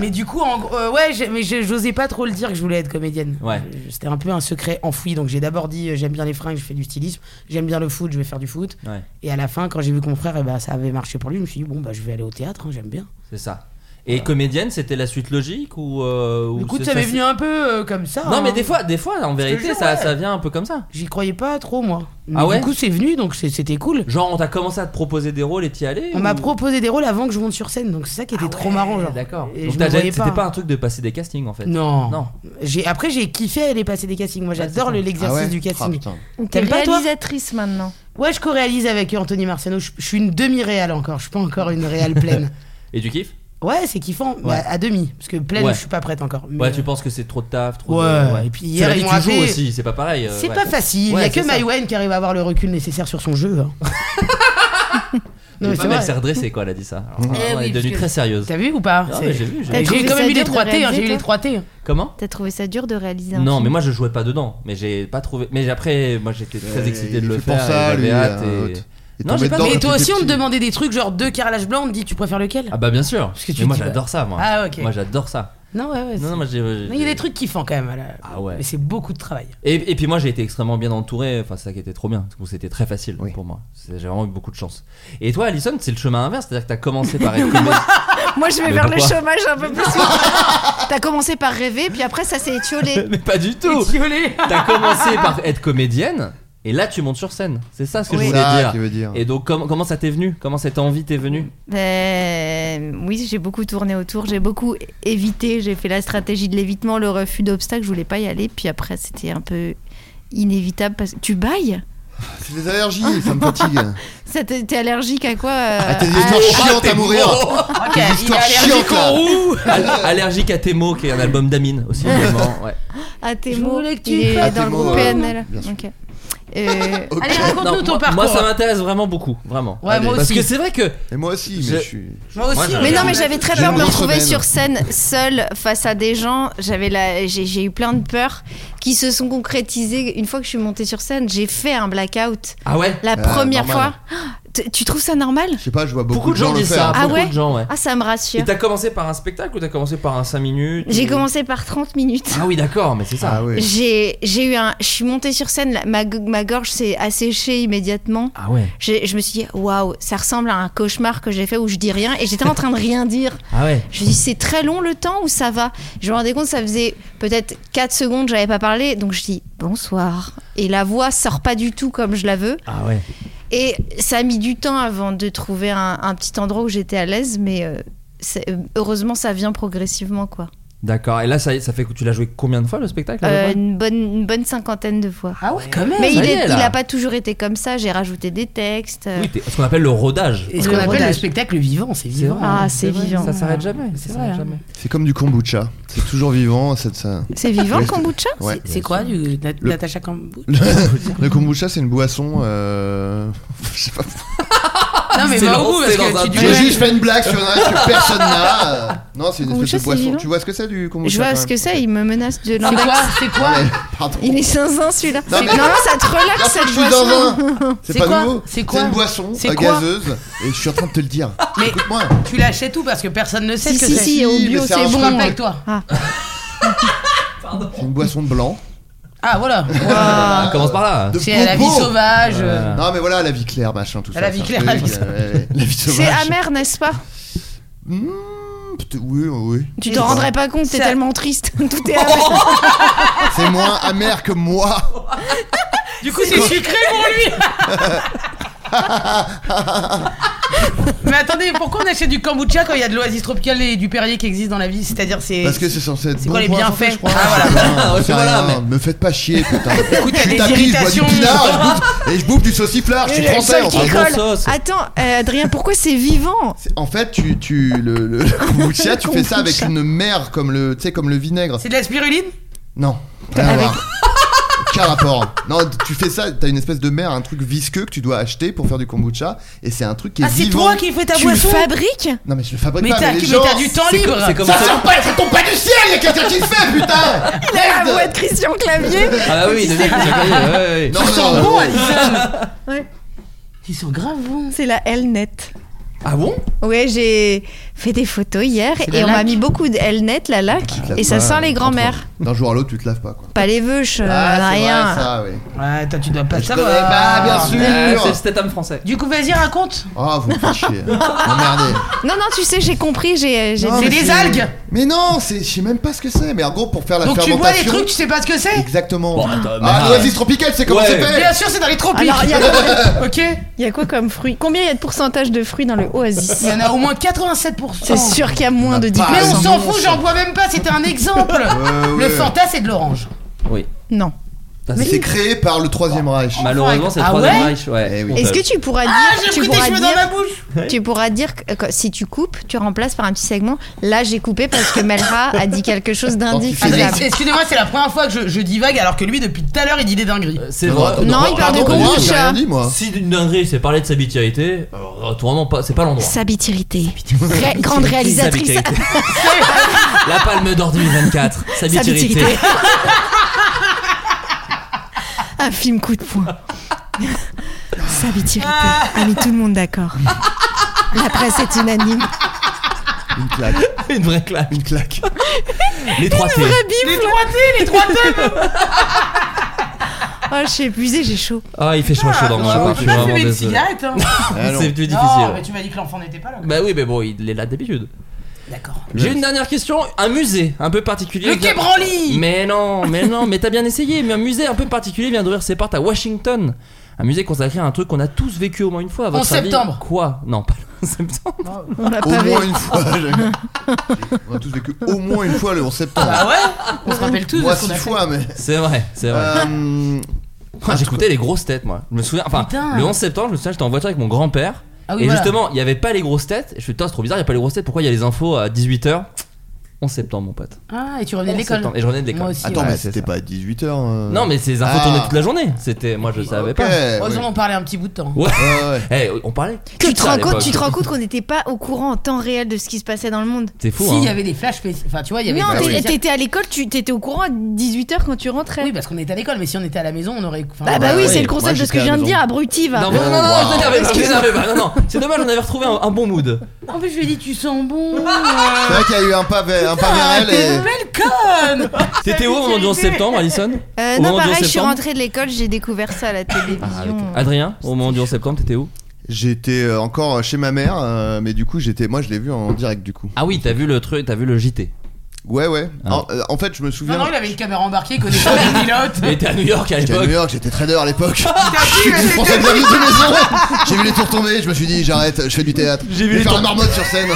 S7: mais du coup, en gros, euh, ouais, j'ai- mais je- j'osais pas trop le dire que je voulais être comédienne.
S5: Ouais.
S7: Je- C'était un peu un secret enfoui. Donc j'ai d'abord dit euh, j'aime bien les fringues, je fais du stylisme. J'aime bien le foot, je vais faire du foot.
S5: Ouais,
S7: Et à la fin, quand j'ai vu que mon frère, eh ben, ça avait marché pour lui, je me suis dit bon, bah, je vais aller au théâtre, hein, j'aime bien.
S5: c'est ça. Et comédienne, c'était la suite logique ou, euh, ou
S7: Écoute,
S5: c'est-
S7: ça m'est
S5: c'est-
S7: venu un peu euh, comme ça.
S5: Non mais
S7: hein.
S5: des fois, des fois, en vérité,
S7: jure,
S5: ça,
S7: ouais.
S5: ça vient un peu comme ça.
S7: J'y croyais pas trop, moi. Mais
S5: Ah ouais
S7: du coup, c'est venu, donc c'est- c'était cool.
S5: Genre, on t'a commencé à te proposer des rôles et t'y allais
S7: On
S5: ou-
S7: m'a proposé des rôles avant que je monte sur scène, donc c'est ça qui était trop marrant. Genre.
S5: Ah D'accord.
S7: Et
S5: Donc
S7: je
S5: t'as
S7: me
S5: jamais-
S7: voyais
S5: c'était
S7: pas.
S5: pas un truc de passer des castings en fait.
S7: Non.
S5: Non. Bah,
S7: J'ai après j'ai kiffé aller passer des castings. Moi j'adore le-
S6: Ah
S7: l'exercice
S6: ouais
S7: du
S6: Ah,
S7: casting.
S6: putain.
S8: T'es
S7: T'aimes pas, toi
S8: réalisatrice maintenant.
S7: ouais, je co-réalise avec Anthony Marciano. Je, je suis une demi-réal encore. Je suis pas encore une réal pleine.
S5: Et tu kiffes
S7: Ouais, c'est kiffant, mais
S5: Ouais.
S7: à, à demi parce que pleine
S5: Ouais.
S7: je suis pas prête encore. Mais,
S5: Ouais, tu penses que c'est trop de taf, trop de...
S7: Ouais, et puis hier,
S5: Cela
S7: ils
S5: dit,
S7: m'ont
S5: tu joues
S7: appelé-
S5: aussi, c'est pas pareil. euh,
S7: C'est
S5: ouais.
S7: pas facile. Il
S5: Ouais,
S7: y a que
S5: c'est ça.
S7: Maïwen qui arrive à avoir le recul nécessaire sur son jeu. hein. non
S5: Mais
S7: mais
S5: pas,
S7: c'est
S5: mais
S7: vrai.
S5: elle s'est redressée quoi, elle a dit ça. Alors,
S7: Eh
S5: vraiment, elle
S7: oui,
S5: est devenue
S7: parce que-
S5: très sérieuse.
S7: T'as vu ou pas
S5: Ah,
S7: C'est-
S5: mais j'ai vu, j'ai
S8: T'as
S7: J'ai
S5: vu.
S8: trouvé
S7: quand
S8: ça
S7: même eu les
S8: dur de
S7: 3 T. hein, J'ai eu
S8: réaliser,
S7: les
S8: toi
S7: 3 T.
S5: Comment
S8: T'as trouvé ça dur de réaliser un
S5: Non,
S8: film
S5: mais moi je jouais pas dedans, mais j'ai pas trouvé. Mais après, moi j'étais très
S6: Ouais,
S5: excité
S6: il
S5: de le faire.
S6: fait pour ça,
S5: et j'avais
S6: lui,
S5: hâte
S6: euh,
S5: et-
S6: autre. Il
S5: Non,
S6: tombait
S5: j'ai pas.
S6: dedans
S7: Mais
S6: quand
S7: toi
S6: il
S7: aussi,
S6: était
S7: on te
S6: petit.
S7: demandait des trucs genre deux carrelages blancs. On te dit tu préfères lequel
S5: Ah bah bien sûr.
S7: que tu
S5: mais moi
S7: dis, bah-
S5: j'adore ça, moi.
S7: Ah, ok.
S5: Moi j'adore ça.
S7: Non, ouais, ouais.
S5: Non,
S7: c'est-
S5: non, moi j'ai.
S7: Mais Il y a des trucs kiffants quand même. à la-
S5: Ah ouais.
S7: Mais c'est beaucoup de travail.
S5: Et, et puis moi j'ai été extrêmement bien entouré, enfin c'est ça qui était trop bien, parce que c'était très facile
S6: Oui.
S5: pour moi. C'est- J'ai vraiment eu beaucoup de chance. Et toi Alison, c'est le chemin inverse, c'est-à-dire que t'as commencé par être comédienne.
S8: Moi, je vais
S5: Mais
S8: vers le
S5: pourquoi
S8: chômage un peu plus. vite. T'as commencé par rêver, puis après, ça s'est étiolé.
S5: Mais pas du tout
S7: Violet
S8: Ah,
S5: T'as commencé par être comédienne, et là tu montes sur scène. C'est ça ce que
S6: Oui.
S5: je voulais
S6: Ça
S5: dire.
S6: qui veut dire.
S5: Et donc com- comment ça t'est venu Comment cette envie t'est venue
S8: Ben, oui, j'ai beaucoup tourné autour, j'ai beaucoup évité, j'ai fait la stratégie de l'évitement, le refus d'obstacles, je voulais pas y aller, puis après, c'était un peu inévitable parce que tu bailles
S6: C'est des allergies, ça me fatigue.
S8: Euh, Ça, T'es t'es allergique à quoi euh,
S6: Ah, t'es des
S8: à-
S6: histoires chiantes à mourir.
S7: il a
S6: histoires
S7: allergique
S6: chiantes, là.
S7: roux
S5: Al- Allergique à tes mots, qui est un album d'Amine aussi également. Ouais.
S8: à tes
S7: Je
S8: mots.
S7: voulais que tu
S8: Il est
S7: fasses-
S8: dans
S6: À
S8: le
S6: tes
S8: groupe
S6: mots,
S8: PNL.
S6: bien sûr.
S8: Ok. Euh,
S7: Allez,
S5: Non,
S7: raconte-nous ton
S5: moi,
S7: parcours.
S5: moi, ça m'intéresse vraiment beaucoup, vraiment.
S7: Ouais, moi
S5: Parce
S7: aussi.
S5: que c'est vrai que
S6: Et moi aussi, mais
S5: Je-
S6: je suis.
S7: Moi aussi. hein.
S5: Moi, j'avais-
S8: Mais non,
S5: Regarde,
S8: mais j'avais très
S6: j'ai
S8: peur de me
S6: une
S8: retrouver
S6: semaine.
S8: sur scène seule face à des gens. J'avais la, j'ai, j'ai eu plein de peurs qui se sont concrétisées une fois que je suis montée sur scène. J'ai fait un blackout
S5: ah ouais.
S8: la
S6: Ah,
S8: première
S6: normal.
S8: fois. Oh, Tu- tu trouves ça normal
S6: Je sais pas, je vois beaucoup,
S5: Beaucoup de gens
S6: le
S5: disent
S6: faire.
S5: ça.
S8: Ah
S5: beaucoup
S8: ouais
S5: de gens, ouais.
S8: Ah, ça me rassure.
S5: Et t'as commencé par un spectacle ou t'as commencé par un 5 minutes
S8: J'ai
S5: ou-
S8: commencé par 30 minutes.
S5: Ah oui, d'accord, mais c'est ça.
S6: Ah oui.
S8: J'ai, j'ai eu un, je suis montée sur scène, la- ma, go- ma gorge s'est asséchée immédiatement.
S5: Ah ouais.
S8: J'ai- je me suis dit, waouh, ça ressemble à un cauchemar que j'ai fait où je dis rien et j'étais en train de rien dire.
S5: Ah ouais.
S8: Je me suis dit, c'est très long le temps où ça va Je me rendais compte, ça faisait peut-être 4 secondes, j'avais pas parlé. Donc je dis, bonsoir. Et la voix sort pas du tout comme je la veux.
S5: Ah ouais.
S8: Et ça a mis du temps avant de trouver un, un petit endroit où j'étais à l'aise, mais euh, c'est- euh, heureusement, ça vient progressivement, quoi.
S5: D'accord. Et là, ça, ça fait que tu l'as joué combien de fois le spectacle à peu
S8: Euh,
S5: près
S8: une, bonne, une bonne cinquantaine de fois.
S7: Ah ouais, quand même.
S8: mais
S5: ça
S8: il,
S5: y
S8: est-
S5: est,
S8: il
S5: là.
S8: a pas toujours été comme ça, j'ai rajouté des textes. euh.
S5: Oui, t'es- ce qu'on appelle le rodage.
S7: Et ce
S8: Le
S7: qu'on appelle le
S8: rodage.
S7: spectacle vivant, c'est vivant.
S5: vrai.
S8: Ah, c'est
S5: vrai,
S8: vivant.
S5: Ça s'arrête jamais.
S7: C'est
S5: ça
S7: vrai,
S5: s'arrête
S7: hein.
S5: jamais.
S6: C'est comme du kombucha. C'est toujours vivant. cette- ça-
S8: C'est vivant le kombucha
S6: Ouais.
S7: C'est- C'est quoi du Na- Natacha Kamboul
S6: Le, le kombucha, c'est une boisson. euh, je sais pas.
S5: Ah,
S7: Non, mais
S6: C'est
S7: va au bout, parce
S6: lancé
S7: que
S6: dans
S7: tu
S6: un
S7: dis-
S6: truc. J'ai- je fais une blague sur une règle que personne n'a. Euh, Non, c'est une
S8: Kombucha,
S6: espèce de
S8: c'est
S6: boisson.
S8: vivant
S6: Tu vois ce que c'est du kombucha
S8: Je vois
S6: quand
S8: ce
S6: même
S8: que c'est, il me menace de
S6: C'est
S8: l'index.
S6: quoi
S7: C'est quoi
S6: Non, mais, Pardon.
S8: Il est zinzin celui-là.
S6: Non,
S8: Non,
S6: mais-
S8: ça te relaxe
S6: Parce que
S8: cette
S6: je suis dans
S8: boisson.
S6: un. C'est
S7: C'est
S6: pas
S7: quoi
S6: nouveau.
S7: C'est quoi
S6: une boisson
S7: C'est
S6: euh,
S7: quoi
S6: gazeuse et je suis en train de te le dire.
S7: Mais-
S6: Écoute-moi.
S7: Tu l'achètes où Parce que personne ne sait
S8: Si,
S7: ce que
S8: si,
S7: c'est.
S8: si, au
S6: mais
S8: bio,
S6: c'est
S8: c'est
S6: un
S8: bon.
S7: Pas avec toi.
S8: Ah,
S6: C'est une boisson de blanc.
S7: Ah, voilà.
S5: Ah, commence par là.
S6: De
S7: C'est la vie
S6: bobo.
S7: sauvage.
S5: Euh,
S6: Non, mais voilà, la vie claire, machin, tout ça.
S7: La vie
S6: c'est un
S7: claire, la vie
S6: truc, euh, ouais, la vie sauvage.
S8: c'est amer, n'est-ce pas
S6: Mmh, peut- oui, oui.
S8: Tu t'en rendrais pas compte, t'es
S7: Ça-
S8: tellement triste. Tout est amer.
S6: C'est moins amer que moi.
S7: Du coup, c'est sucré pour lui. Mais attendez, pourquoi on achète du kombucha quand il y a de l'oasis tropicale et du Perrier qui existe dans la vie C'est-à-dire, c'est.
S6: Parce que c'est censé être
S7: C'est
S6: bon
S7: quoi les
S6: pour la
S7: bienfaits
S6: santé, je crois.
S7: Ah, voilà.
S6: Putain, j'en sais
S5: Voilà,
S6: rien. Me faites pas chier, putain. Écoute,
S7: t'as
S6: je suis
S7: des
S6: tapis, je bois du
S7: irritations.
S6: pinard je bouffe- et je bouffe du sauciflard. Je suis
S8: Le
S6: français,
S8: sol
S6: enfin,
S8: qui
S6: bon.
S8: colle.
S5: sauce.
S8: Attends, euh, Adrien, pourquoi c'est vivant
S6: C'est- En fait, tu, tu le, le kombucha, tu fais ça avec
S8: Kombucha.
S6: une mer comme le, tu sais, comme le vinaigre.
S7: C'est de la spiruline
S6: Non, rien à
S8: Avec-
S6: voir. Aucun rapport. Non, tu fais ça, t'as une espèce de mer, un truc visqueux que tu dois acheter pour faire du kombucha, et c'est un truc qui est
S7: Ah, c'est
S6: vivant.
S7: toi qui fais ta
S8: Tu le
S7: boisson
S8: fabriques
S6: Non, mais je le fabrique
S7: Mais
S6: pas.
S7: t'as
S6: mais les
S7: mais
S6: gens.
S7: t'as du temps
S5: C'est
S7: libre
S5: comme- c'est comme
S6: Ça sert pas, ça tombe pas du ciel, y'a quelqu'un qui le fait, putain.
S8: La voix
S6: Merde.
S8: de Christian Clavier
S5: Ah bah oui, devient Christian Clavier, ouais, ouais.
S6: Non, non, non.
S7: Ils sont graves, vous.
S8: C'est la L-net.
S5: Ah bon
S8: Ouais, j'ai fait des photos hier
S7: C'est la
S8: et on
S7: laque.
S8: m'a mis beaucoup de L-net, la laque,
S6: Tu te laves
S8: et ça
S6: pas,
S8: sent
S6: euh,
S8: les
S6: entre-
S8: grands-mères.
S6: D'un jour à l'autre, tu te laves pas, quoi.
S8: Pas les veuches,
S7: euh,
S6: ah, c'est
S8: rien.
S6: Vrai, ça, oui.
S7: Ouais, toi, tu dois pas
S6: Je connais
S7: savoir.
S6: pas, bien
S5: Ah,
S6: sûr.
S5: C'est le Statham français.
S7: Du coup, vas-y, raconte.
S6: Ah, vous me faites chier. Emmerdez.
S8: Non, non, tu sais, j'ai compris, j'ai. j'ai-
S6: Non,
S7: C'est
S6: mais
S7: des algues.
S6: Mais non, c'est, je sais même pas ce que c'est. Mais en gros, pour faire la
S7: Donc, tu bois
S6: fermentation.
S7: des trucs, tu sais pas ce que c'est
S6: Exactement.
S5: Bon, attends, mais-
S6: ah, l'oasis tropicale, c'est comment
S5: Ouais.
S6: c'est fait
S7: Bien sûr, c'est dans les tropiques.
S8: Alors, il y, a-
S7: Ok
S8: il y a quoi comme fruit Combien il y a de pourcentage de fruits dans le
S7: Il
S8: oasis
S7: y en a au moins 87%.
S8: C'est sûr qu'il y a moins de 10%.
S6: pas-
S7: Mais on
S6: Ah,
S7: s'en
S6: non,
S7: fout,
S6: ça.
S7: j'en bois même pas, c'était un exemple. Le
S6: ouais.
S7: Fanta, c'est de l'orange.
S5: Oui.
S8: Non.
S5: Ça,
S6: Mais
S5: c'est-
S6: C'est créé par le Troisième Reich.
S5: Malheureusement, c'est le
S7: Ah
S5: troisième
S7: ouais
S5: Reich. Ouais.
S6: Eh oui.
S5: On
S8: Est-ce
S5: peut-
S8: que tu pourras dire,
S7: Ah, j'ai
S8: tu,
S7: pris des
S8: pourras
S7: cheveux dans
S8: dire
S7: ma bouche.
S8: tu pourras dire que que si tu coupes, tu remplaces par un petit segment. Là, j'ai coupé parce que Melra a dit quelque chose
S7: Ah, mais
S8: d'indiffisable.
S6: Faisable.
S7: Excusez-moi, c'est la première fois que je, je divague alors que lui, depuis tout à l'heure, il dit des dingueries.
S5: Euh, C'est
S6: Non,
S5: vrai.
S6: attends,
S8: Non, il parle de
S6: pardon, moi,
S8: kombucha.
S6: J'ai rien dit, moi.
S5: Si une dinguerie, c'est parler de sa bitiérité, alors, vraiment pas, c'est pas l'endroit.
S8: Sabitirité. Ré- grande
S5: Qui,
S8: réalisatrice.
S5: sa bitiérité La palme d'or 2024, sa bitiérité.
S8: Sabitirité. Un film coup de poing. Sabitirité a mis tout le monde d'accord. La presse est unanime.
S6: Une claque.
S5: Une vraie claque.
S6: Une claque.
S5: Les trois T.
S7: Les trois T, les trois T
S8: Oh, je suis épuisée, j'ai chaud.
S5: Ah, il fait chaud chaud dans mon appart, je
S7: Tu
S5: suis
S7: hein. pas
S5: vraiment
S7: fumer de
S5: désolé.
S7: cigarette, hein
S6: Allons.
S5: C'est plus
S7: Non, mais
S5: difficile.
S7: tu m'as dit que l'enfant n'était pas là.
S5: Bah oui, mais bon, il est là d'habitude.
S7: D'accord.
S5: J'ai une dernière question, un musée un peu particulier.
S7: Le Quai Branly
S5: Mais non, mais non, mais t'as bien essayé. Mais un musée un peu particulier vient d'ouvrir ses portes à Washington. Un musée consacré à un truc qu'on a tous vécu au moins une fois. À votre avis,
S7: septembre.
S5: Quoi Non, pas en septembre.
S8: On l'a
S6: Au
S8: pas vu.
S6: moins une fois. j'ai- On a tous vécu au moins une fois le 11 septembre.
S7: Bah ouais On se rappelle tous
S6: Moi,
S7: de ce qu'on
S6: six
S7: a fait.
S6: fois, mais.
S5: C'est vrai, c'est vrai.
S6: Euh,
S5: Ah, J'écoutais les grosses têtes, moi. Je me souviens, enfin,
S7: Putain.
S5: le 11 septembre, je me souviens, j'étais en voiture avec mon grand-père.
S7: Ah oui,
S5: et
S7: voilà.
S5: justement, il n'y avait pas les grosses têtes. Et je me suis dit, Putain, c'est trop bizarre, il n'y a pas les grosses têtes. Pourquoi il y a les infos à 18h 11 septembre, mon pote.
S7: Ah, et tu revenais de
S5: 11
S7: l'école.
S5: septembre. Et je revenais de l'école.
S7: Moi aussi,
S6: Attends,
S7: ouais.
S6: mais
S5: c'est
S6: c'était
S5: ça.
S6: pas à 18h.
S5: Non, mais ces infos
S6: Ah.
S5: tournaient toute la journée. C'était, moi, je savais pas.
S7: Heureusement, on parlait un petit bout de temps.
S5: Ouais.
S6: Ouais, ouais.
S5: Eh, on parlait. que
S8: Tu
S5: de
S8: te,
S5: ça à
S8: rends compte,
S5: l'époque.
S8: tu te rends compte qu'on n'était pas au courant en temps réel de ce qui se passait dans le monde
S5: C'est fou.
S7: Si,
S5: hein.
S7: il y avait des flashs, mais- enfin, tu vois, il y avait
S8: Non,
S7: des-
S8: t'é-
S7: oui.
S8: t'étais à l'école, tu t'étais au courant à 18h quand tu rentrais.
S7: Oui, parce qu'on était à l'école, mais si on était à la maison, on aurait. enfin,
S8: Ah bah oui,
S5: oui,
S8: c'est le
S6: moi,
S8: concept de ce que
S6: j'étais à
S8: je viens de
S6: la
S8: dire,
S6: maison.
S8: abruti va.
S5: Non, mais non, non, non,
S6: Wow.
S5: je t'énerve pas, je t'énerve pas, non, non. C'est dommage, on avait retrouvé un, un bon mood.
S7: En plus, je lui ai dit, tu sens bon.
S8: Ah,
S6: C'est vrai qu'il y a eu un pas vers un pas
S7: Ah,
S6: vers
S7: T'es
S6: elle
S7: une belle conne
S8: Ah,
S5: T'étais où au moment du 11 septembre, Alison
S8: Euh,
S5: Au
S8: non,
S5: moment du 11
S8: pareil, je suis
S5: septembre Ah,
S8: rentrée de l'école, j'ai découvert ça à la télévision.
S5: Adrien, au moment du 11 septembre, t'étais où
S6: et j'étais euh, encore chez ma mère, euh, mais du coup j'étais, moi je l'ai vu en direct du coup.
S5: Ah oui, t'as vu le truc, t'as vu le JT.
S6: Ouais ouais.
S5: Ah.
S6: En, euh, en fait je me
S7: Non,
S6: souviens.
S7: non, il avait une caméra embarquée, il connaissait pas les pilotes.
S5: Il était à New York à
S6: J'étais à New
S5: l'époque.
S6: York, j'étais trader à l'époque.
S7: dit,
S6: J'étais
S7: mais
S6: François Xavier de Maison. J'ai vu les tours tomber, je me suis dit j'arrête, je fais du théâtre.
S5: J'ai vu
S6: Je vais
S5: les
S6: faire
S5: tours-
S6: la marmotte sur scène.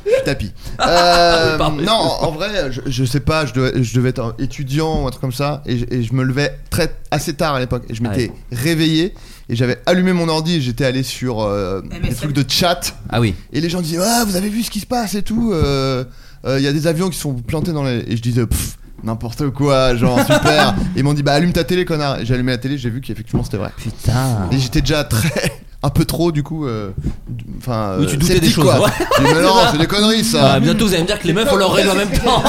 S6: Je suis tapis. Euh,
S5: Oui, Ah, pardon,
S6: non, en vrai, je, je sais pas, je devais, je devais être un étudiant ou un truc comme ça, et je, et je me levais très assez tard à l'époque, et
S5: Ah
S6: je m'étais réveillé. Et j'avais allumé mon ordi et j'étais allé sur euh, des
S7: MSN.
S6: trucs de chat.
S5: Ah oui.
S6: Et les gens disaient Ah, vous avez vu ce qui se passe et tout. Il y a des avions qui sont plantés dans les. Et je disais Pff, n'importe quoi, genre super. Et ils m'ont dit Bah, allume ta télé, connard. Et j'ai allumé la télé, j'ai vu qu'effectivement c'était vrai.
S5: Putain.
S6: Et j'étais déjà très. un peu trop du coup. euh, d- Enfin.
S5: Oui,
S6: euh,
S5: tu doutais des
S6: sceptique,
S5: choses,
S6: quoi.
S5: ouais.
S6: Tu dis, mais non,
S5: C'est ça.
S6: c'est des conneries ça.
S5: Ah, bientôt vous allez me dire que les meufs on leur règle en même temps.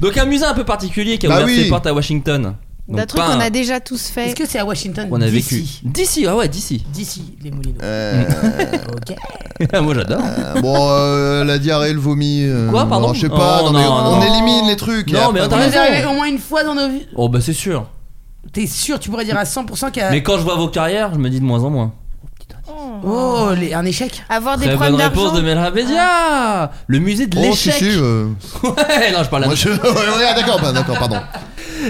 S5: Donc un musée un peu particulier qui a
S6: Bah
S5: ouvert
S6: oui.
S5: ses portes à Washington. Donc,
S8: D'un Bah, truc
S5: pas
S8: qu'on
S5: un-
S8: a déjà tous fait.
S7: Est-ce que c'est à Washington
S5: qu'on a
S7: d'ici
S5: vécu. D'ici, ah ouais, d'ici.
S7: D'ici, les Moulineaux.
S6: Euh,
S7: Ok.
S5: Ah, Moi j'adore.
S6: euh, bon, euh, la diarrhée, le vomi. euh,
S5: Quoi, pardon
S6: bon, Je sais
S5: Oh,
S6: pas, non,
S5: non,
S6: mais
S5: non.
S6: on élimine les trucs. et
S5: Non, Oh, mais
S6: après,
S5: t'as
S7: On
S6: voilà.
S7: est
S5: raison.
S7: arrivé au moins une fois dans nos vies.
S5: Oh bah c'est sûr.
S7: T'es sûr, tu pourrais dire à 100% qu'il y a.
S5: Mais quand je vois vos carrières, je me dis de moins en moins.
S7: Oh, les- un échec.
S8: Avoir des
S5: Très bonne
S8: problèmes
S5: réponse
S8: d'argent.
S5: de Melhabedia Le musée de
S6: Oh, si,
S5: l'échec Oh,
S6: si, euh,
S5: Ouais, non, je parle à
S6: moi je. ouais, ouais, d'accord, bah, d'accord, pardon.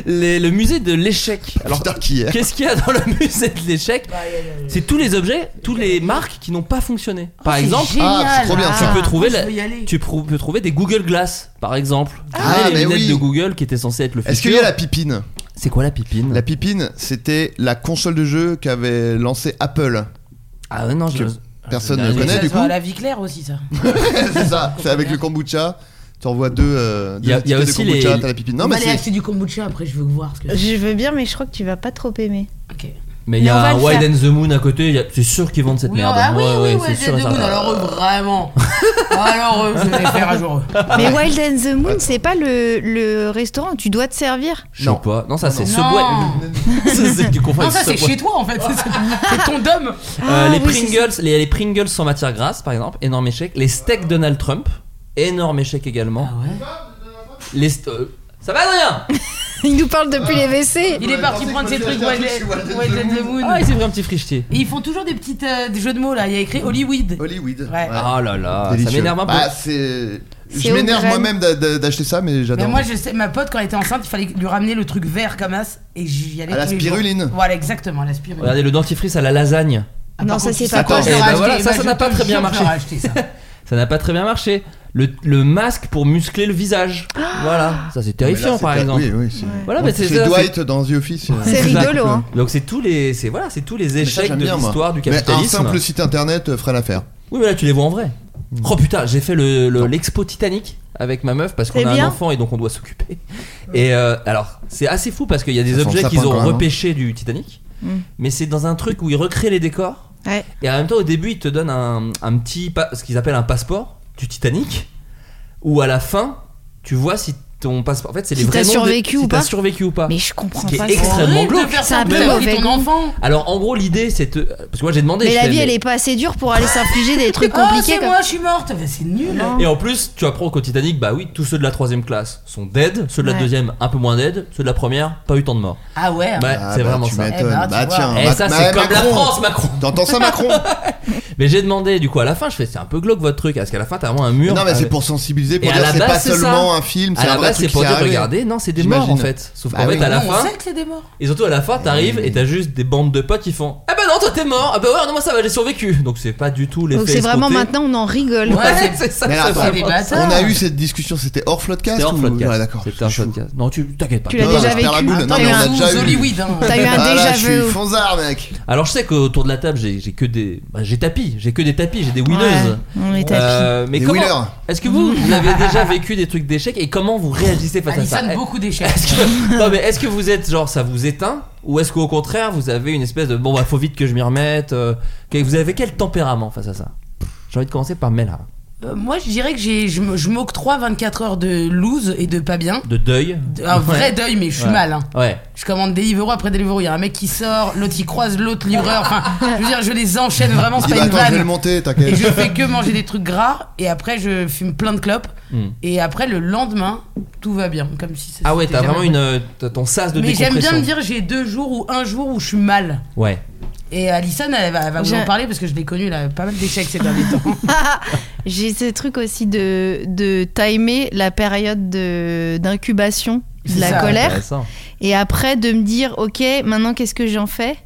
S5: Les- Le musée de l'échec. Alors,
S6: Alors, putain, qui est
S5: qu'est-ce qu'il y a dans le musée de l'échec C'est tous les objets, toutes les marques qui n'ont pas fonctionné.
S7: Oh,
S5: Par exemple,
S6: Ah, c'est trop bien,
S5: tu
S6: ça.
S5: peux trouver la-
S7: Je veux y aller.
S5: tu prou- peux trouver des Google Glass, par exemple. Vous
S6: Ah,
S5: savez, les
S6: mais
S5: lunettes de
S6: oui.
S5: Google qui étaient censées être le
S6: Est-ce
S5: futur.
S6: qu'il y a la pipine
S5: C'est quoi la pipine
S6: La pipine, c'était la console de jeu qu'avait lancé Apple.
S5: Ah ouais, non, je...
S6: Que personne ne
S5: Ah,
S6: connaît,
S7: Ça
S6: du
S7: se voit
S6: coup.
S7: à la vie claire aussi, ça.
S6: c'est ça, c'est avec le kombucha. Tu envoies deux. euh, deux
S5: Y a- y a
S6: étiquettes de
S5: aussi
S6: kombucha,
S5: les-
S6: t'as la pipine.
S7: On
S6: Non,
S7: va
S6: mais
S7: aller
S6: c'est.
S7: acheter du kombucha après, je veux voir ce que
S8: Je veux bien, mais je crois que tu vas pas trop aimer.
S7: Ok.
S5: Mais il y
S8: Mais on va
S5: a
S8: le
S5: Wide
S8: faire.
S5: and the Moon à côté, il y a- c'est sûr qu'ils vendent cette
S7: Oui,
S5: merde.
S7: ah oui,
S5: Ouais,
S7: oui,
S5: ouais,
S7: ouais,
S5: c'est
S7: c'est
S5: sûr et
S7: de
S5: certain.
S7: Moon, alors eux, vraiment. alors euh, eux, je vais les faire un jour. eux.
S8: Mais Wild and the Moon, c'est pas le, le restaurant où tu dois te servir.
S5: Je sais pas. Non, ça c'est
S7: non.
S5: Subway. Ça, c'est que tu confonds
S7: Non,
S5: avec
S7: ça, c'est
S5: Subway.
S7: chez toi, en fait. C'est- C'est c'est ton dôme.
S5: Euh,
S8: Ah,
S5: les
S8: oui, c'est
S5: Pringles, les, les Pringles sans matière grasse par exemple, énorme échec. Les steaks Donald Trump, énorme échec également.
S7: Ah
S5: Les st- euh, ça va Adrien
S8: Il nous parle depuis les WC.
S7: Il est parti prendre ses trucs Wild and the Moon.
S5: Ah, il s'est pris un petit frichetier.
S7: Et ils font toujours des petites euh, des jeux de mots là, il y a écrit Hollywood.
S6: Hollywood.
S7: Ouais.
S5: Ah là là, ça
S6: Délicieux.
S5: m'énerve un peu.
S6: Bah, c'est.
S8: C'est
S6: Je
S8: aux
S6: m'énerve
S8: graines.
S6: moi-même d'a- d'a- d'acheter ça, mais
S7: Mais
S6: j'adore.
S7: moi je sais, ma pote quand elle était enceinte, il fallait lui ramener le truc vert comme as et j'y allais.
S6: À la
S7: tous les jours.
S6: spiruline.
S7: Voilà exactement la spiruline.
S5: Regardez le dentifrice à la lasagne.
S7: Ah,
S8: Non,
S7: par
S8: ça,
S7: contre,
S8: c'est
S7: ça,
S8: pas
S7: quand
S8: toi.
S7: je
S5: Eh
S7: l'ai
S5: ben
S7: racheté,
S5: voilà, ça,
S7: bah,
S5: ça
S7: je
S5: n'a
S7: te
S5: pas très
S7: jure
S5: bien
S7: que
S5: marché.
S7: j'aurais acheté ça.
S5: Ça n'a pas très bien marché. Le, le masque pour muscler le visage. voilà, ça c'est terrifiant
S6: Mais là, c'est
S5: par
S6: pas-
S5: exemple.
S6: Oui, oui, c'est.
S5: Voilà,
S6: On
S5: mais
S6: fait
S5: c'est ça,
S6: Dwight dans The Office.
S8: C'est
S5: c'est-
S8: rigolo, hein.
S5: Donc c'est tous les c'est voilà, c'est tous les
S6: Mais ça,
S5: échecs
S6: j'aime
S5: de
S6: bien, moi.
S5: l'histoire du
S6: Mais un
S5: capitalisme.
S6: simple site internet euh, ferait l'affaire.
S5: Oui, mais là tu les vois en vrai.
S6: Hmm.
S5: Oh putain, j'ai fait le- le- l'expo Titanic avec ma meuf parce qu'on
S8: C'est
S5: a un
S8: bien.
S5: enfant et donc on doit s'occuper. Et euh, alors, c'est assez fou parce qu'il y a des
S6: Ça sent
S5: objets
S6: le
S5: qu'ils
S6: sapin,
S5: ont
S6: quand même, hein.
S5: repêchés du Titanic, mais c'est dans un truc où ils recréent les décors.
S8: Hmm. Ouais.
S5: Et en même temps, au début, ils te donnent un, un petit, pa- ce qu'ils appellent un passeport du Titanic, où à la fin, tu vois si ton passeport. En fait, c'est les
S8: Si
S5: vrais
S8: t'as
S5: noms des-
S8: survécu
S5: si
S8: ou
S5: t'as
S8: pas.
S5: survécu ou pas.
S8: Mais je comprends
S5: Ce qui est
S8: pas. ça.
S5: extrêmement
S7: Horrible de
S5: glauque.
S7: faire
S8: C'est un
S7: ça
S8: peu
S7: avec
S8: mauvais
S7: ton
S8: goût.
S7: enfant.
S5: Alors, en gros, l'idée, c'est te- parce que moi, j'ai demandé.
S8: Mais
S5: je
S8: la
S5: fais,
S8: vie,
S5: mais-
S8: elle est pas assez dure pour aller s'infliger des trucs
S7: Ah
S8: compliqués.
S7: c'est
S8: comme-
S7: moi, je suis morte. Mais C'est nul.
S5: Et en plus, tu apprends qu'au Titanic, bah oui, tous ceux de la troisième classe sont dead, ceux de la
S8: Ouais.
S5: deuxième un peu moins dead, ceux de la première pas eu tant de morts.
S7: Ah ouais. hein.
S5: Ouais,
S6: Ah,
S5: c'est
S6: bah,
S5: vraiment
S6: tu
S5: ça.
S6: m'étonnes.
S7: Eh ben, tu
S6: bah,
S7: vois.
S6: tiens.
S5: Et
S6: bah,
S5: ça,
S6: bah,
S5: c'est comme la
S6: Macron.
S5: France, Macron.
S6: T'entends ça, Macron
S5: Mais j'ai demandé du coup à la fin, je fais c'est un peu glauque votre truc, parce qu'à la fin t'as vraiment un mur.
S6: Non, mais c'est
S5: avec-
S6: pour sensibiliser, pour
S5: Et à
S6: dire
S5: la
S6: c'est
S5: base,
S6: pas
S5: c'est ça.
S6: seulement un film,
S5: À
S6: c'est
S5: la
S6: un vrai
S5: base, c'est
S6: truc
S5: pour
S6: qui
S5: dire,
S6: arrive.
S5: regardez, non, c'est des
S6: J'imagine.
S5: morts en fait. Sauf qu'en
S6: Bah
S5: fait,
S6: oui.
S5: à la
S7: Non,
S5: fin,
S7: On sait que c'est des morts.
S5: et surtout à la fin, t'arrives et t'as juste des bandes de potes qui font Ah bah non, toi t'es mort, ah bah ouais, non, moi ça va, j'ai survécu. Donc c'est pas du tout l'effet.
S8: Donc c'est vraiment
S5: escompté.
S8: maintenant, on en rigole.
S7: Ouais.
S5: Ouais, c'est ça,
S6: Mais
S5: c'est
S6: attends,
S7: C'est
S5: vraiment
S7: des
S5: ça.
S7: bâtards.
S6: On a eu cette discussion, c'était hors floodcast
S5: C'était en
S6: ou-
S5: floodcast.
S6: Ouais, d'accord.
S5: C'était un
S6: je suis chaud.
S5: floodcast. Non, tu t'inquiète pas.
S8: Tu l'as
S6: Non,
S8: déjà
S6: je perds la
S8: vécu.
S6: boule. Non,
S8: T'as
S6: mais
S8: eu
S6: on
S8: un-
S6: a déjà
S7: Sous
S6: eu.
S7: Hollywood. hein.
S8: T'as eu un
S6: Ah là,
S8: déjà
S6: je suis
S8: vu.
S6: fonzard, mec.
S5: Alors je sais qu'autour de la table j'ai j'ai que des bah, j'ai tapis, j'ai que des tapis, j'ai des
S8: Ouais,
S5: winneuses.
S8: on est tapis.
S5: Euh, mais
S6: Des
S5: comment
S6: wheelers.
S5: Est-ce que vous, vous avez déjà vécu des trucs d'échecs et comment vous réagissez face à ça
S7: Alison, beaucoup d'échecs.
S5: Est-ce que- non mais est-ce que vous êtes genre ça vous éteint ou est-ce qu'au contraire vous avez une espèce de bon bah faut vite que je m'y remette euh, que- Vous avez quel tempérament face à ça J'ai envie de commencer par Mela
S7: Euh, Moi, je dirais que j'ai, je, me- je m'octroie 24 heures de loose et de pas bien.
S5: de deuil.
S7: De- Un vrai
S5: Ouais.
S7: deuil, mais je suis
S5: Ouais.
S7: mal. hein.
S5: Ouais.
S7: Je commande Deliveroo après Deliveroo. Il y a un mec qui sort, l'autre il croise l'autre livreur. Enfin, je veux dire, je les enchaîne vraiment,
S6: Il
S7: c'est
S6: dit,
S7: pas
S6: bah,
S7: une
S6: attends, je vais le
S7: vanne.
S6: monter,
S7: Et
S6: t'inquiète.
S7: je fais que manger des trucs gras. Et après, je fume plein de clopes.
S5: Hmm.
S7: Et après, le lendemain, tout va bien. Comme si ça
S5: Ah ouais
S7: s'était
S5: t'as
S7: jamais
S5: vraiment
S7: passé.
S5: une euh, t'as ton sas de
S7: Mais j'aime
S5: décompression.
S7: bien me dire, j'ai deux jours ou un jour où je suis mal.
S5: Ouais.
S7: Et Alison, elle va, elle va vous
S8: J'ai-
S7: en parler parce que je l'ai connue, là, pas mal d'échecs ces derniers temps.
S8: J'ai ce truc aussi de, de timer la période de- d'incubation de,
S7: C'est
S8: la
S7: ça.
S8: colère
S5: Intéressant.
S8: et après de me dire ok maintenant qu'est-ce que j'en fais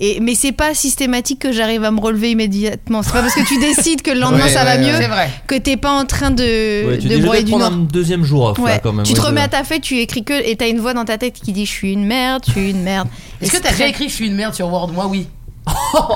S8: et, mais c'est pas systématique que j'arrive à me relever immédiatement. C'est pas parce que tu décides que le lendemain
S6: Ouais,
S8: ça va
S6: ouais,
S8: mieux
S6: ouais.
S7: C'est vrai.
S8: que t'es pas en train de,
S5: Ouais,
S8: de
S5: tu dis, je vais
S8: broyer du
S5: prendre
S8: noir.
S5: un deuxième jour off là,
S8: Ouais.
S5: quand même.
S8: tu te
S5: Ouais,
S8: remets
S5: c'est-
S8: à ta fête, tu écris que et t'as une voix dans ta tête qui dit je suis une merde, je suis une merde. Et
S7: Est-ce que
S8: c'est
S7: t'as
S8: très-
S7: déjà écrit Je suis une merde sur Word Moi, oui.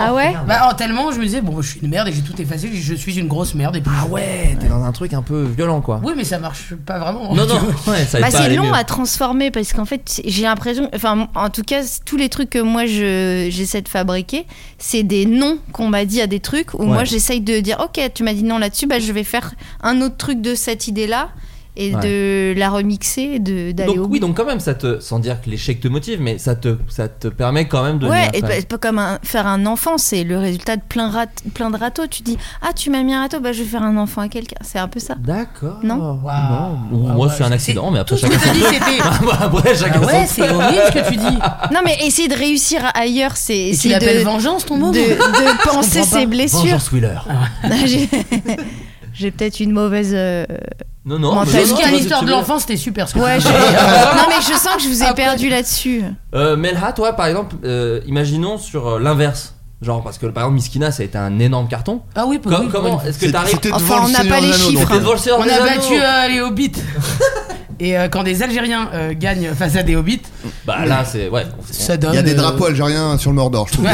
S8: Ah ouais
S7: Bah alors, tellement je me disais bon je suis une merde et j'ai tout effacé, je- je suis une grosse merde et puis Ah ouais.
S5: T'es dans un truc un peu violent quoi.
S7: Oui mais ça marche pas vraiment.
S5: Non, non, ouais, ça
S8: Bah,
S5: aide pas à
S8: c'est
S5: aller
S8: long
S5: mieux.
S8: à transformer parce qu'en fait j'ai l'impression, enfin en tout cas tous les trucs que moi je- j'essaie de fabriquer, c'est des noms qu'on m'a dit à des trucs où
S5: Ouais.
S8: moi j'essaye de dire ok tu m'as dit non là-dessus, bah, je vais faire un autre truc de cette idée là et de la remixer, et de- d'aller
S5: Donc,
S8: au
S5: oui,
S8: bout.
S5: donc quand même, ça te, sans dire que l'échec te motive, mais ça te, ça te permet quand même de.
S8: Ouais,
S5: venir,
S8: et
S5: quand
S8: pas-
S5: même.
S8: c'est pas comme un- faire un enfant, c'est le résultat de plein, rat, plein de râteaux. Tu dis ah tu m'as mis un râteau, bah je vais faire un enfant à quelqu'un, c'est un peu ça.
S5: D'accord.
S7: Oh,
S8: Non
S5: Non, moi c'est un accident, mais après
S7: Ah, Tout ce que
S5: chacun.
S7: t'as dit c'était.
S5: Après
S7: Ah
S5: bah, chacun
S7: ouais
S5: son
S7: c'est horrible ce que tu dis.
S8: Non mais essayer de réussir ailleurs, c'est
S7: Et tu
S8: c'est de,
S7: l'appelles vengeance ton
S8: de,
S7: mot
S8: de penser
S7: comprends pas.
S8: ses blessures.
S5: Vengeance Wheeler.
S7: Ah,
S8: J'ai- Ah J'ai peut-être une mauvaise. euh,
S5: Non, non.
S8: Mental.
S5: mais non,
S7: Jusqu'à
S5: non,
S7: l'histoire
S5: c'est
S7: de
S5: bien.
S7: l'enfant c'était super. ce que
S8: Ouais,
S7: tu
S8: je...
S7: dis. Ah
S8: non mais je sens que je vous ai
S7: Après-
S8: perdu là-dessus.
S5: Euh, Melha, toi par exemple, euh, imaginons sur euh, l'inverse. Genre, parce que par exemple, Miskina, ça a été un énorme carton.
S7: Ah oui, pas-
S5: Co-
S7: oui,
S5: comment
S7: oui.
S5: est-ce que t'arrives
S6: C'était
S8: Enfin,
S6: devant le
S8: on n'a
S6: Seigneur
S8: pas
S6: des
S8: les
S6: Anneaux,
S8: chiffres,
S6: donc,
S8: hein.
S5: devant le Seigneur
S7: On
S5: des
S7: a
S5: Anneaux
S7: battu euh, les hobbits. Et euh, quand des Algériens euh, gagnent face à des hobbits,
S5: Bah là, c'est. Ouais.
S7: ça donne.
S6: Il y a des
S7: euh,
S6: drapeaux algériens sur le Mordor, je trouve.
S7: Ouais,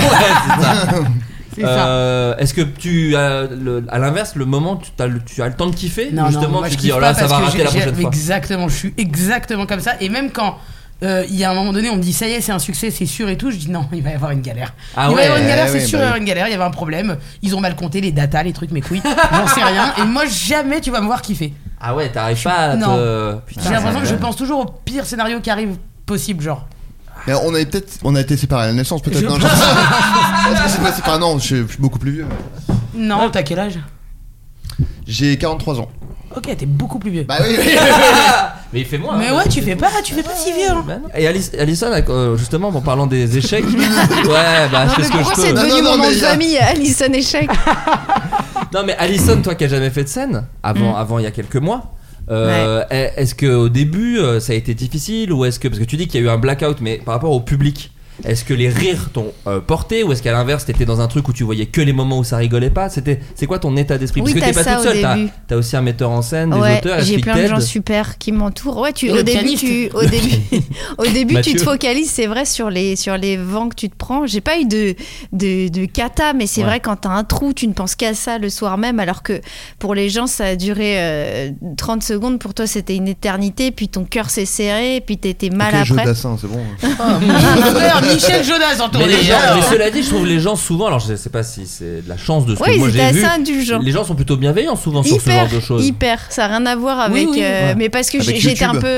S7: c'est ça.
S5: Euh, Est-ce que tu as, le- à l'inverse, le moment où tu as, le, tu as le temps de kiffer
S7: Non,
S5: Justement,
S7: non, moi,
S5: tu
S7: je
S5: te
S7: kiffe
S5: dis, oh
S7: pas
S5: là, ça
S7: parce
S5: va
S7: que
S5: rater
S7: j'ai-
S5: la
S7: j'ai-
S5: prochaine fois.
S7: Exactement, je suis exactement comme ça. Et même quand euh, il y a un moment donné, on me dit ça y est, c'est un succès, c'est sûr et tout, je dis non, il va y avoir une galère.
S5: Ah
S7: il va
S5: ouais,
S7: y avoir une galère,
S6: eh
S7: c'est
S6: oui,
S7: sûr, il va
S6: bah
S7: y avoir une galère, il y avait un problème. Ils ont mal compté les datas, les trucs, mes couilles, j'en sais rien. Et moi, jamais tu vas me voir kiffer.
S5: Ah ouais, t'arrives pas à
S7: Non.
S5: te.
S7: J'ai l'impression que je
S6: ouais.
S7: pense toujours au pire scénario qui arrive possible, genre.
S6: Mais on a peut-être, on a été séparés à la naissance, peut-être. Non, je- Est-ce que c'est pas séparé Non, je je suis beaucoup plus vieux.
S7: Non,
S5: Ah,
S7: t'as quel âge
S6: J'ai 43 ans.
S7: Ok, t'es beaucoup plus vieux.
S6: Bah oui, oui.
S5: Mais il fait moins.
S7: Mais
S5: hein,
S7: ouais,
S5: parce
S7: tu
S5: que-
S7: fais pas, tu fais pas si vieux. hein.
S5: Bah non. Et Alice- Alison, euh, justement, en parlant des échecs, ouais, bah je fais ce que
S8: pourquoi
S5: je
S8: c'est
S5: peux.
S6: Non,
S8: devenu
S6: non, non,
S8: mon nom
S6: mais
S8: de
S6: il y a-
S8: famille, Alison Échec
S5: Non, mais Alison, toi qui as jamais fait de scène, avant,
S8: Mm.
S5: avant il y a quelques mois, euh, est- est-ce que au début euh, ça a été difficile ou est-ce que parce que tu dis qu'il y a eu un blackout, mais par rapport au public, est-ce que les rires t'ont euh, porté ou est-ce qu'à l'inverse t'étais dans un truc où tu voyais que les moments où ça rigolait pas C'était c'est quoi ton état d'esprit
S8: Oui,
S5: Parce que t'es
S8: t'as
S5: pas
S8: ça
S5: toute
S8: au
S5: seule, t'as,
S8: début.
S5: t'as aussi un metteur en scène, des
S8: Ouais,
S5: auteurs, est-ce
S8: j'ai
S5: qu'ils
S8: plein de gens
S5: t'aident
S8: super qui m'entourent. Ouais, tu,
S7: Et
S8: au
S7: le
S8: début,
S7: pianiste.
S8: tu, au début, au début tu
S5: Mathieu.
S8: te focalises, c'est vrai, sur les, sur les vents que tu te prends. J'ai pas eu de, de, de cata, mais c'est
S5: Ouais.
S8: vrai, quand t'as un trou, tu ne penses qu'à ça le soir même, alors que pour les gens, ça a duré euh, 30 secondes. Pour toi, c'était une éternité, puis ton cœur s'est serré, puis t'étais mal
S6: Ok,
S8: après.
S6: Jodassin, c'est bon.
S7: Frère, Michel Jonas en
S5: mais,
S7: tournée.
S5: les gens-
S7: alors.
S5: mais cela dit, je trouve les gens souvent, alors je sais pas si c'est de la chance de ce
S8: Oui,
S5: que
S8: ils
S5: moi
S8: étaient
S5: j'ai
S8: assez
S5: vu,
S8: indulgents.
S5: les gens sont plutôt bienveillants souvent sur ce
S8: Hyper,
S5: genre de choses.
S8: hyper, ça n'a rien à voir avec,
S7: oui,
S8: euh,
S5: ouais.
S8: mais parce que
S6: Avec
S8: j'ai- j'étais un
S6: YouTube.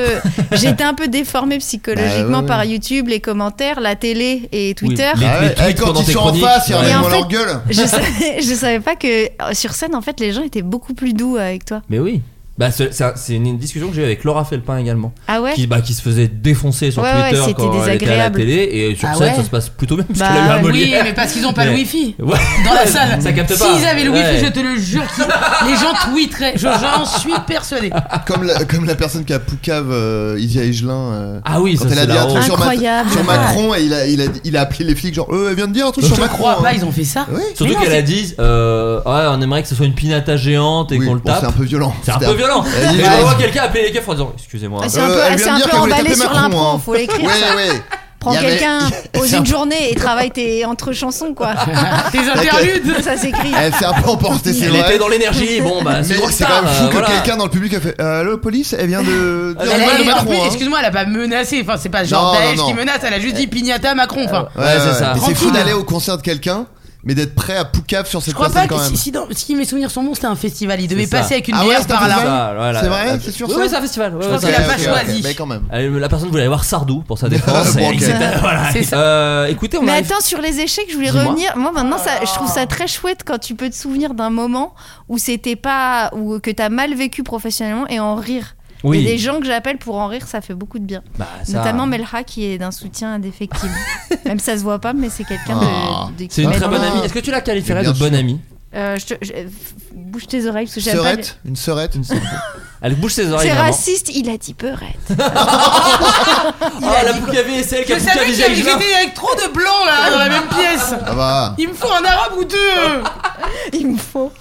S8: peu, j'étais un peu déformée
S6: Bah,
S8: psychologiquement
S6: ouais, ouais.
S8: par YouTube, les commentaires, la télé et
S5: Oui,
S8: Twitter.
S5: les-
S6: Ah
S5: les
S6: ouais,
S5: tweets
S6: eh, quand
S5: pendant
S6: ils
S5: tes
S6: sont en
S5: chroniques,
S6: face, ils
S5: ouais.
S8: Et en
S6: ramènent
S8: fait-
S6: leur gueule.
S8: Je savais, je savais pas que euh, sur scène, en fait, les gens étaient beaucoup plus doux avec toi.
S5: Mais oui. Bah, c'est c'est- c'est une discussion que j'ai eue avec Laura Felpin également.
S8: Ah ouais
S5: qui, bah, qui se faisait défoncer sur
S8: Ouais, ouais,
S5: Twitter
S8: c'était
S5: quand elle était à la
S8: désagréable.
S5: télé et sur
S7: Ah
S5: scène
S7: ouais
S5: ça se passe plutôt bien parce
S8: Bah,
S5: qu'elle a eu un
S8: ouais.
S7: Ah Oui,
S5: Molière.
S7: mais parce qu'ils ont pas le
S5: Mais-
S7: wifi.
S5: Ouais.
S7: Dans la salle.
S5: Ça capte pas.
S7: S'ils avaient le wifi,
S5: Ouais.
S7: je te le jure, qu'ils- les gens tweeteraient. Je- J'en suis persuadé.
S6: Comme la, comme la personne qui a Poucave, euh, Isia Higelin. euh,
S5: Ah oui,
S6: quand
S5: ça
S6: elle a
S5: c'est
S6: dit
S5: la Ah
S6: un truc
S5: honte.
S6: sur, Ma-
S8: Incroyable.
S6: sur Macron et il a, il, a, il a appelé les flics, genre, euh, elle vient de dire un truc
S5: Je
S6: sur
S7: Je
S6: Macron.
S7: crois pas,
S6: hein.
S7: ils ont fait ça.
S6: Oui.
S5: Surtout
S7: Mais non,
S5: qu'elle
S7: c'est-
S5: a dit euh, ouais, on aimerait que ce soit une pinata géante et
S6: Oui,
S5: qu'on le
S6: bon,
S5: tape.
S6: c'est un peu violent.
S5: C'est un
S6: C'était
S5: peu violent.
S6: Elle dit,
S5: Et
S6: ouais.
S5: je vois quelqu'un appeler les keufs en disant excusez-moi. bah,
S8: C'est un
S6: Euh,
S8: peu,
S6: elle vient
S8: c'est
S6: de
S8: un
S6: dire
S8: peu
S6: que je vais
S8: emballé
S6: taper
S8: sur
S6: Macron,
S8: l'impro,
S6: hein.
S8: faut l'écrire.
S6: Ouais,
S8: ça.
S6: ouais.
S8: Prends
S6: Il y avait-
S8: quelqu'un, pose
S6: C'est un-
S8: une journée et travaille tes entre-chansons, quoi.
S7: Ah, Tes interludes.
S8: ça s'écrit.
S6: Elle s'est un peu emportée, c'est
S5: Il
S6: vrai.
S5: était dans l'énergie. Bon bah
S6: Mais
S5: c'est
S6: c'est
S5: rockstar,
S6: quand même fou
S5: euh,
S6: que
S5: voilà.
S6: quelqu'un dans le public a fait euh, Allô, police, elle vient de. dire
S7: Elle
S6: du mal
S7: a-
S6: de
S7: en
S6: Macron,
S7: plus,
S6: hein.
S7: excuse-moi, elle a pas menacé. Enfin, c'est pas
S6: Non,
S7: genre
S6: non,
S7: Daesh
S6: non.
S7: qui menace. Elle a juste dit pignata Macron. Enfin,
S5: Ouais, c'est ça.
S6: Mais c'est fou
S7: Tranquille.
S6: d'aller au concert de quelqu'un, mais d'être prêt à poucave sur
S7: je
S6: cette
S7: crois
S6: personne
S7: pas
S6: quand
S7: que
S6: même.
S7: si, si dans- si mes souvenirs sont bons, c'était un festival. Il devait
S5: ça.
S7: passer avec une
S6: Ah ouais,
S7: bière
S6: c'était un
S7: par là.
S6: festival.
S5: Ça, voilà,
S6: C'est
S5: la-
S6: vrai
S5: la-
S6: C'est sûr,
S5: Oui,
S6: ça
S5: oui, c'est un festival. ouais,
S7: crois
S5: ouais,
S7: qu'il
S5: c'est un
S7: a pas
S5: festival.
S7: choisi. Euh,
S6: Mais quand même.
S5: Elle- La personne voulait aller voir Sardou pour sa défense,
S6: Bon,
S5: et
S6: ok.
S5: etc. Voilà.
S7: C'est ça.
S5: Euh, écoutez, on
S8: Mais
S5: arrive-
S8: attends, sur les échecs, je voulais
S5: Dis-moi.
S8: revenir. Moi, maintenant, ça, je trouve
S6: Ah.
S8: ça très chouette quand tu peux te souvenir d'un moment où c'était pas, ou que t'as mal vécu professionnellement et en rire. Il y a des
S5: Oui.
S8: gens que j'appelle pour en rire, ça fait beaucoup de bien.
S5: Bah, ça-
S8: Notamment Melha qui est d'un soutien indéfectible. Même ça se voit pas, hein, mais c'est quelqu'un de-
S6: Ah,
S8: de.
S5: C'est une
S8: qui
S5: très bonne
S8: m'aide.
S5: amie. Est-ce que tu la qualifierais
S6: Mais
S5: de
S6: bien
S5: bonne
S6: sûr.
S5: amie
S8: Euh, je te- je- euh, f- bouge tes oreilles parce que j'aime pas. le-
S6: Serette Une serette
S5: Elle bouge ses oreilles.
S8: C'est
S5: vraiment.
S8: raciste, il a dit beurette.
S7: Oh,
S5: Ah, la poucavée et celle qui a
S7: Je savais
S5: poucavé
S7: qu'il y avait-
S5: Jacques Gelin.
S7: j'étais avec trop de blancs là dans la même pièce.
S6: Ah bah.
S7: Il me faut un arabe ou deux.
S8: Il me faut.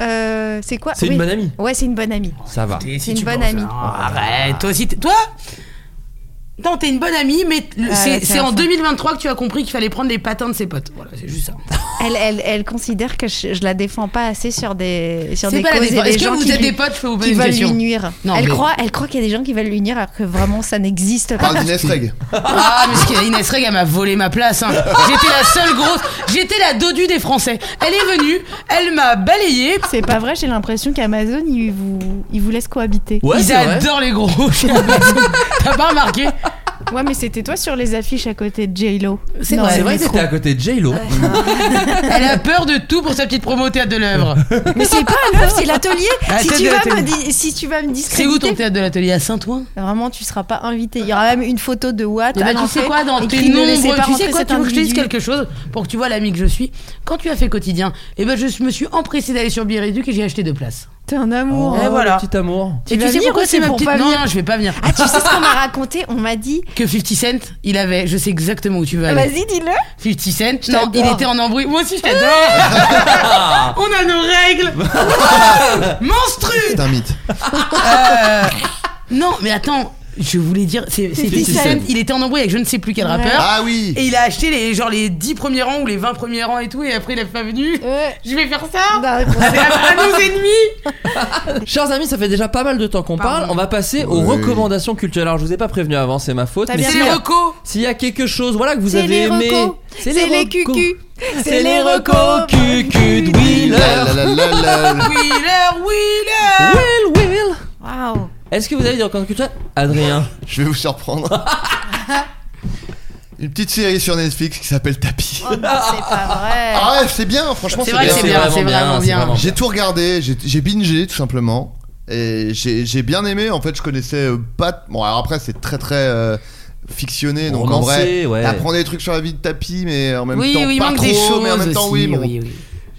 S8: Euh, c'est quoi
S5: C'est
S8: Oui.
S5: une bonne amie.
S8: Ouais, c'est une bonne amie.
S5: Ça va.
S7: Et si
S8: une
S7: tu
S8: bonne
S7: penses-
S8: amie.
S7: Non, Arrête, toi aussi. t'es- Toi Non, t'es une bonne amie, mais le-
S8: Ah, là,
S7: c'est
S8: c'est
S7: c'est
S8: la
S7: en
S8: fin.
S7: 2023 que tu as compris qu'il fallait prendre les patins de ses potes. Voilà, c'est juste ça.
S8: Elle, elle, elle considère que je, je la défends pas assez sur des sur
S7: C'est
S8: des
S7: pas la
S8: causes et
S7: défense.
S8: des
S7: Est-ce que
S8: gens
S7: vous
S8: qui,
S7: êtes
S8: lui-
S7: des potes Faut vous poser
S8: qui
S7: une
S8: veulent
S7: question.
S8: lui nuire.
S7: Non,
S8: elle
S7: mais-
S8: croit elle croit qu'il y a des gens qui veulent lui nuire alors que vraiment ça n'existe pas.
S6: Parle d'Inès Reg.
S7: Ah, mais ce qu'il y a, Inès Reg, elle m'a volé ma place. hein. J'étais la seule grosse. J'étais la dodue des Français. Elle est venue, elle m'a balayée.
S9: C'est pas vrai, j'ai l'impression qu'Amazon, il vous, il vous laisse cohabiter.
S5: Ouais,
S7: Ils
S5: c'est vrai.
S7: adorent les gros. chez Amazon. T'as pas remarqué
S9: Ouais, mais c'était toi sur les affiches à côté de J-Lo.
S7: C'est
S9: Non,
S7: vrai.
S5: C'est
S9: mais
S5: vrai que
S9: trop.
S5: t'étais à côté de J-Lo.
S7: Elle a peur de tout pour sa petite promo au théâtre de l'œuvre.
S8: Mais c'est pas un meuf, c'est l'atelier.
S7: Ah,
S8: si,
S7: t'as
S8: tu
S7: de
S8: vas
S7: l'atelier.
S8: me di- si tu vas me
S7: C'est où ton
S8: discréditer,
S7: théâtre de l'atelier à Saint-Ouen
S8: vraiment tu seras pas invité. Il y aura même une photo de Watt.
S7: Eh ben,
S8: à
S7: tu sais
S8: l'entrée,
S7: quoi, dans
S8: écrit,
S7: tes
S8: "Ne laissez
S7: nombreux,
S8: pas
S7: tu sais
S8: rentrer
S7: quoi,
S8: cet
S7: tu veux que je te dise
S8: individu."
S7: quelque chose pour que tu vois l'ami que je suis. Quand tu as fait quotidien, eh ben je me suis empressée d'aller sur Biréduc et j'ai acheté deux places.
S9: T'es un amour.
S7: Et voilà.
S5: Petit amour.
S7: et
S8: vas
S7: tu sais
S8: venir
S7: pourquoi
S8: ou
S7: c'est
S8: c'est
S7: ma
S8: pour
S7: petite
S8: pas
S7: non,
S8: venir
S7: non, je vais pas venir.
S8: Ah, tu sais ce qu'on m'a raconté On m'a dit.
S7: Que 50 Cent, il avait, je sais exactement où tu vas aller.
S8: Vas-y, dis-le.
S7: 50 Cent, non, il
S8: t'adore.
S7: était en embrouille. Moi aussi, je t'adore. On a nos règles. Monstru.
S6: C'est un mythe.
S7: Euh, Non, mais attends, je voulais dire, c'est c'est
S8: 50
S7: 50
S8: Cent.
S7: Cent, il était en embrouille avec je ne sais plus quel rappeur.
S6: Ah oui
S7: Et il a acheté les, genre les 10 premiers rangs ou les 20 premiers rangs et tout, et après il est pas venu. Je vais faire ça
S8: Bah,
S7: C'est à nos ennemis
S5: Chers amis, ça fait déjà pas mal de temps qu'on parle. On va passer aux
S6: Oui.
S5: recommandations culturelles. Alors, je vous ai pas prévenu avant, c'est ma faute.
S9: T'as
S5: Mais
S9: bien
S7: C'est
S5: s'il
S7: les
S5: y a-
S7: recos
S5: s'il y a quelque chose, voilà que vous
S8: C'est
S5: avez
S8: les
S5: aimé,
S8: recos. C'est les
S5: recos.
S8: cucu.
S5: c'est les recos cucu de
S6: La,
S5: Wheeler.
S6: la, la, la, la.
S7: Wheeler, Wheeler
S5: Will, Will.
S8: Waouh.
S5: Est-ce que vous avez des recommandations culturelles, Adrien
S6: Je vais vous surprendre. Une petite série sur Netflix qui s'appelle Tapis.
S8: Oh, non, c'est pas vrai.
S6: Ah ouais, c'est bien, franchement,
S7: C'est vrai que c'est bien, c'est vraiment bien.
S6: J'ai tout regardé, j'ai j'ai bingé tout simplement. Et j'ai j'ai bien aimé. En fait, je connaissais euh, pas. Bon, alors après, c'est très très euh, fictionné. Donc en
S5: Romancé,
S6: vrai,
S5: ouais.
S6: apprendre des trucs sur la vie de tapis, mais en même
S7: Oui,
S6: temps,
S7: oui, il
S6: pas
S7: manque
S6: trop,
S7: des choses
S6: mais en même temps,
S7: aussi,
S6: oui. bon.
S7: oui, oui.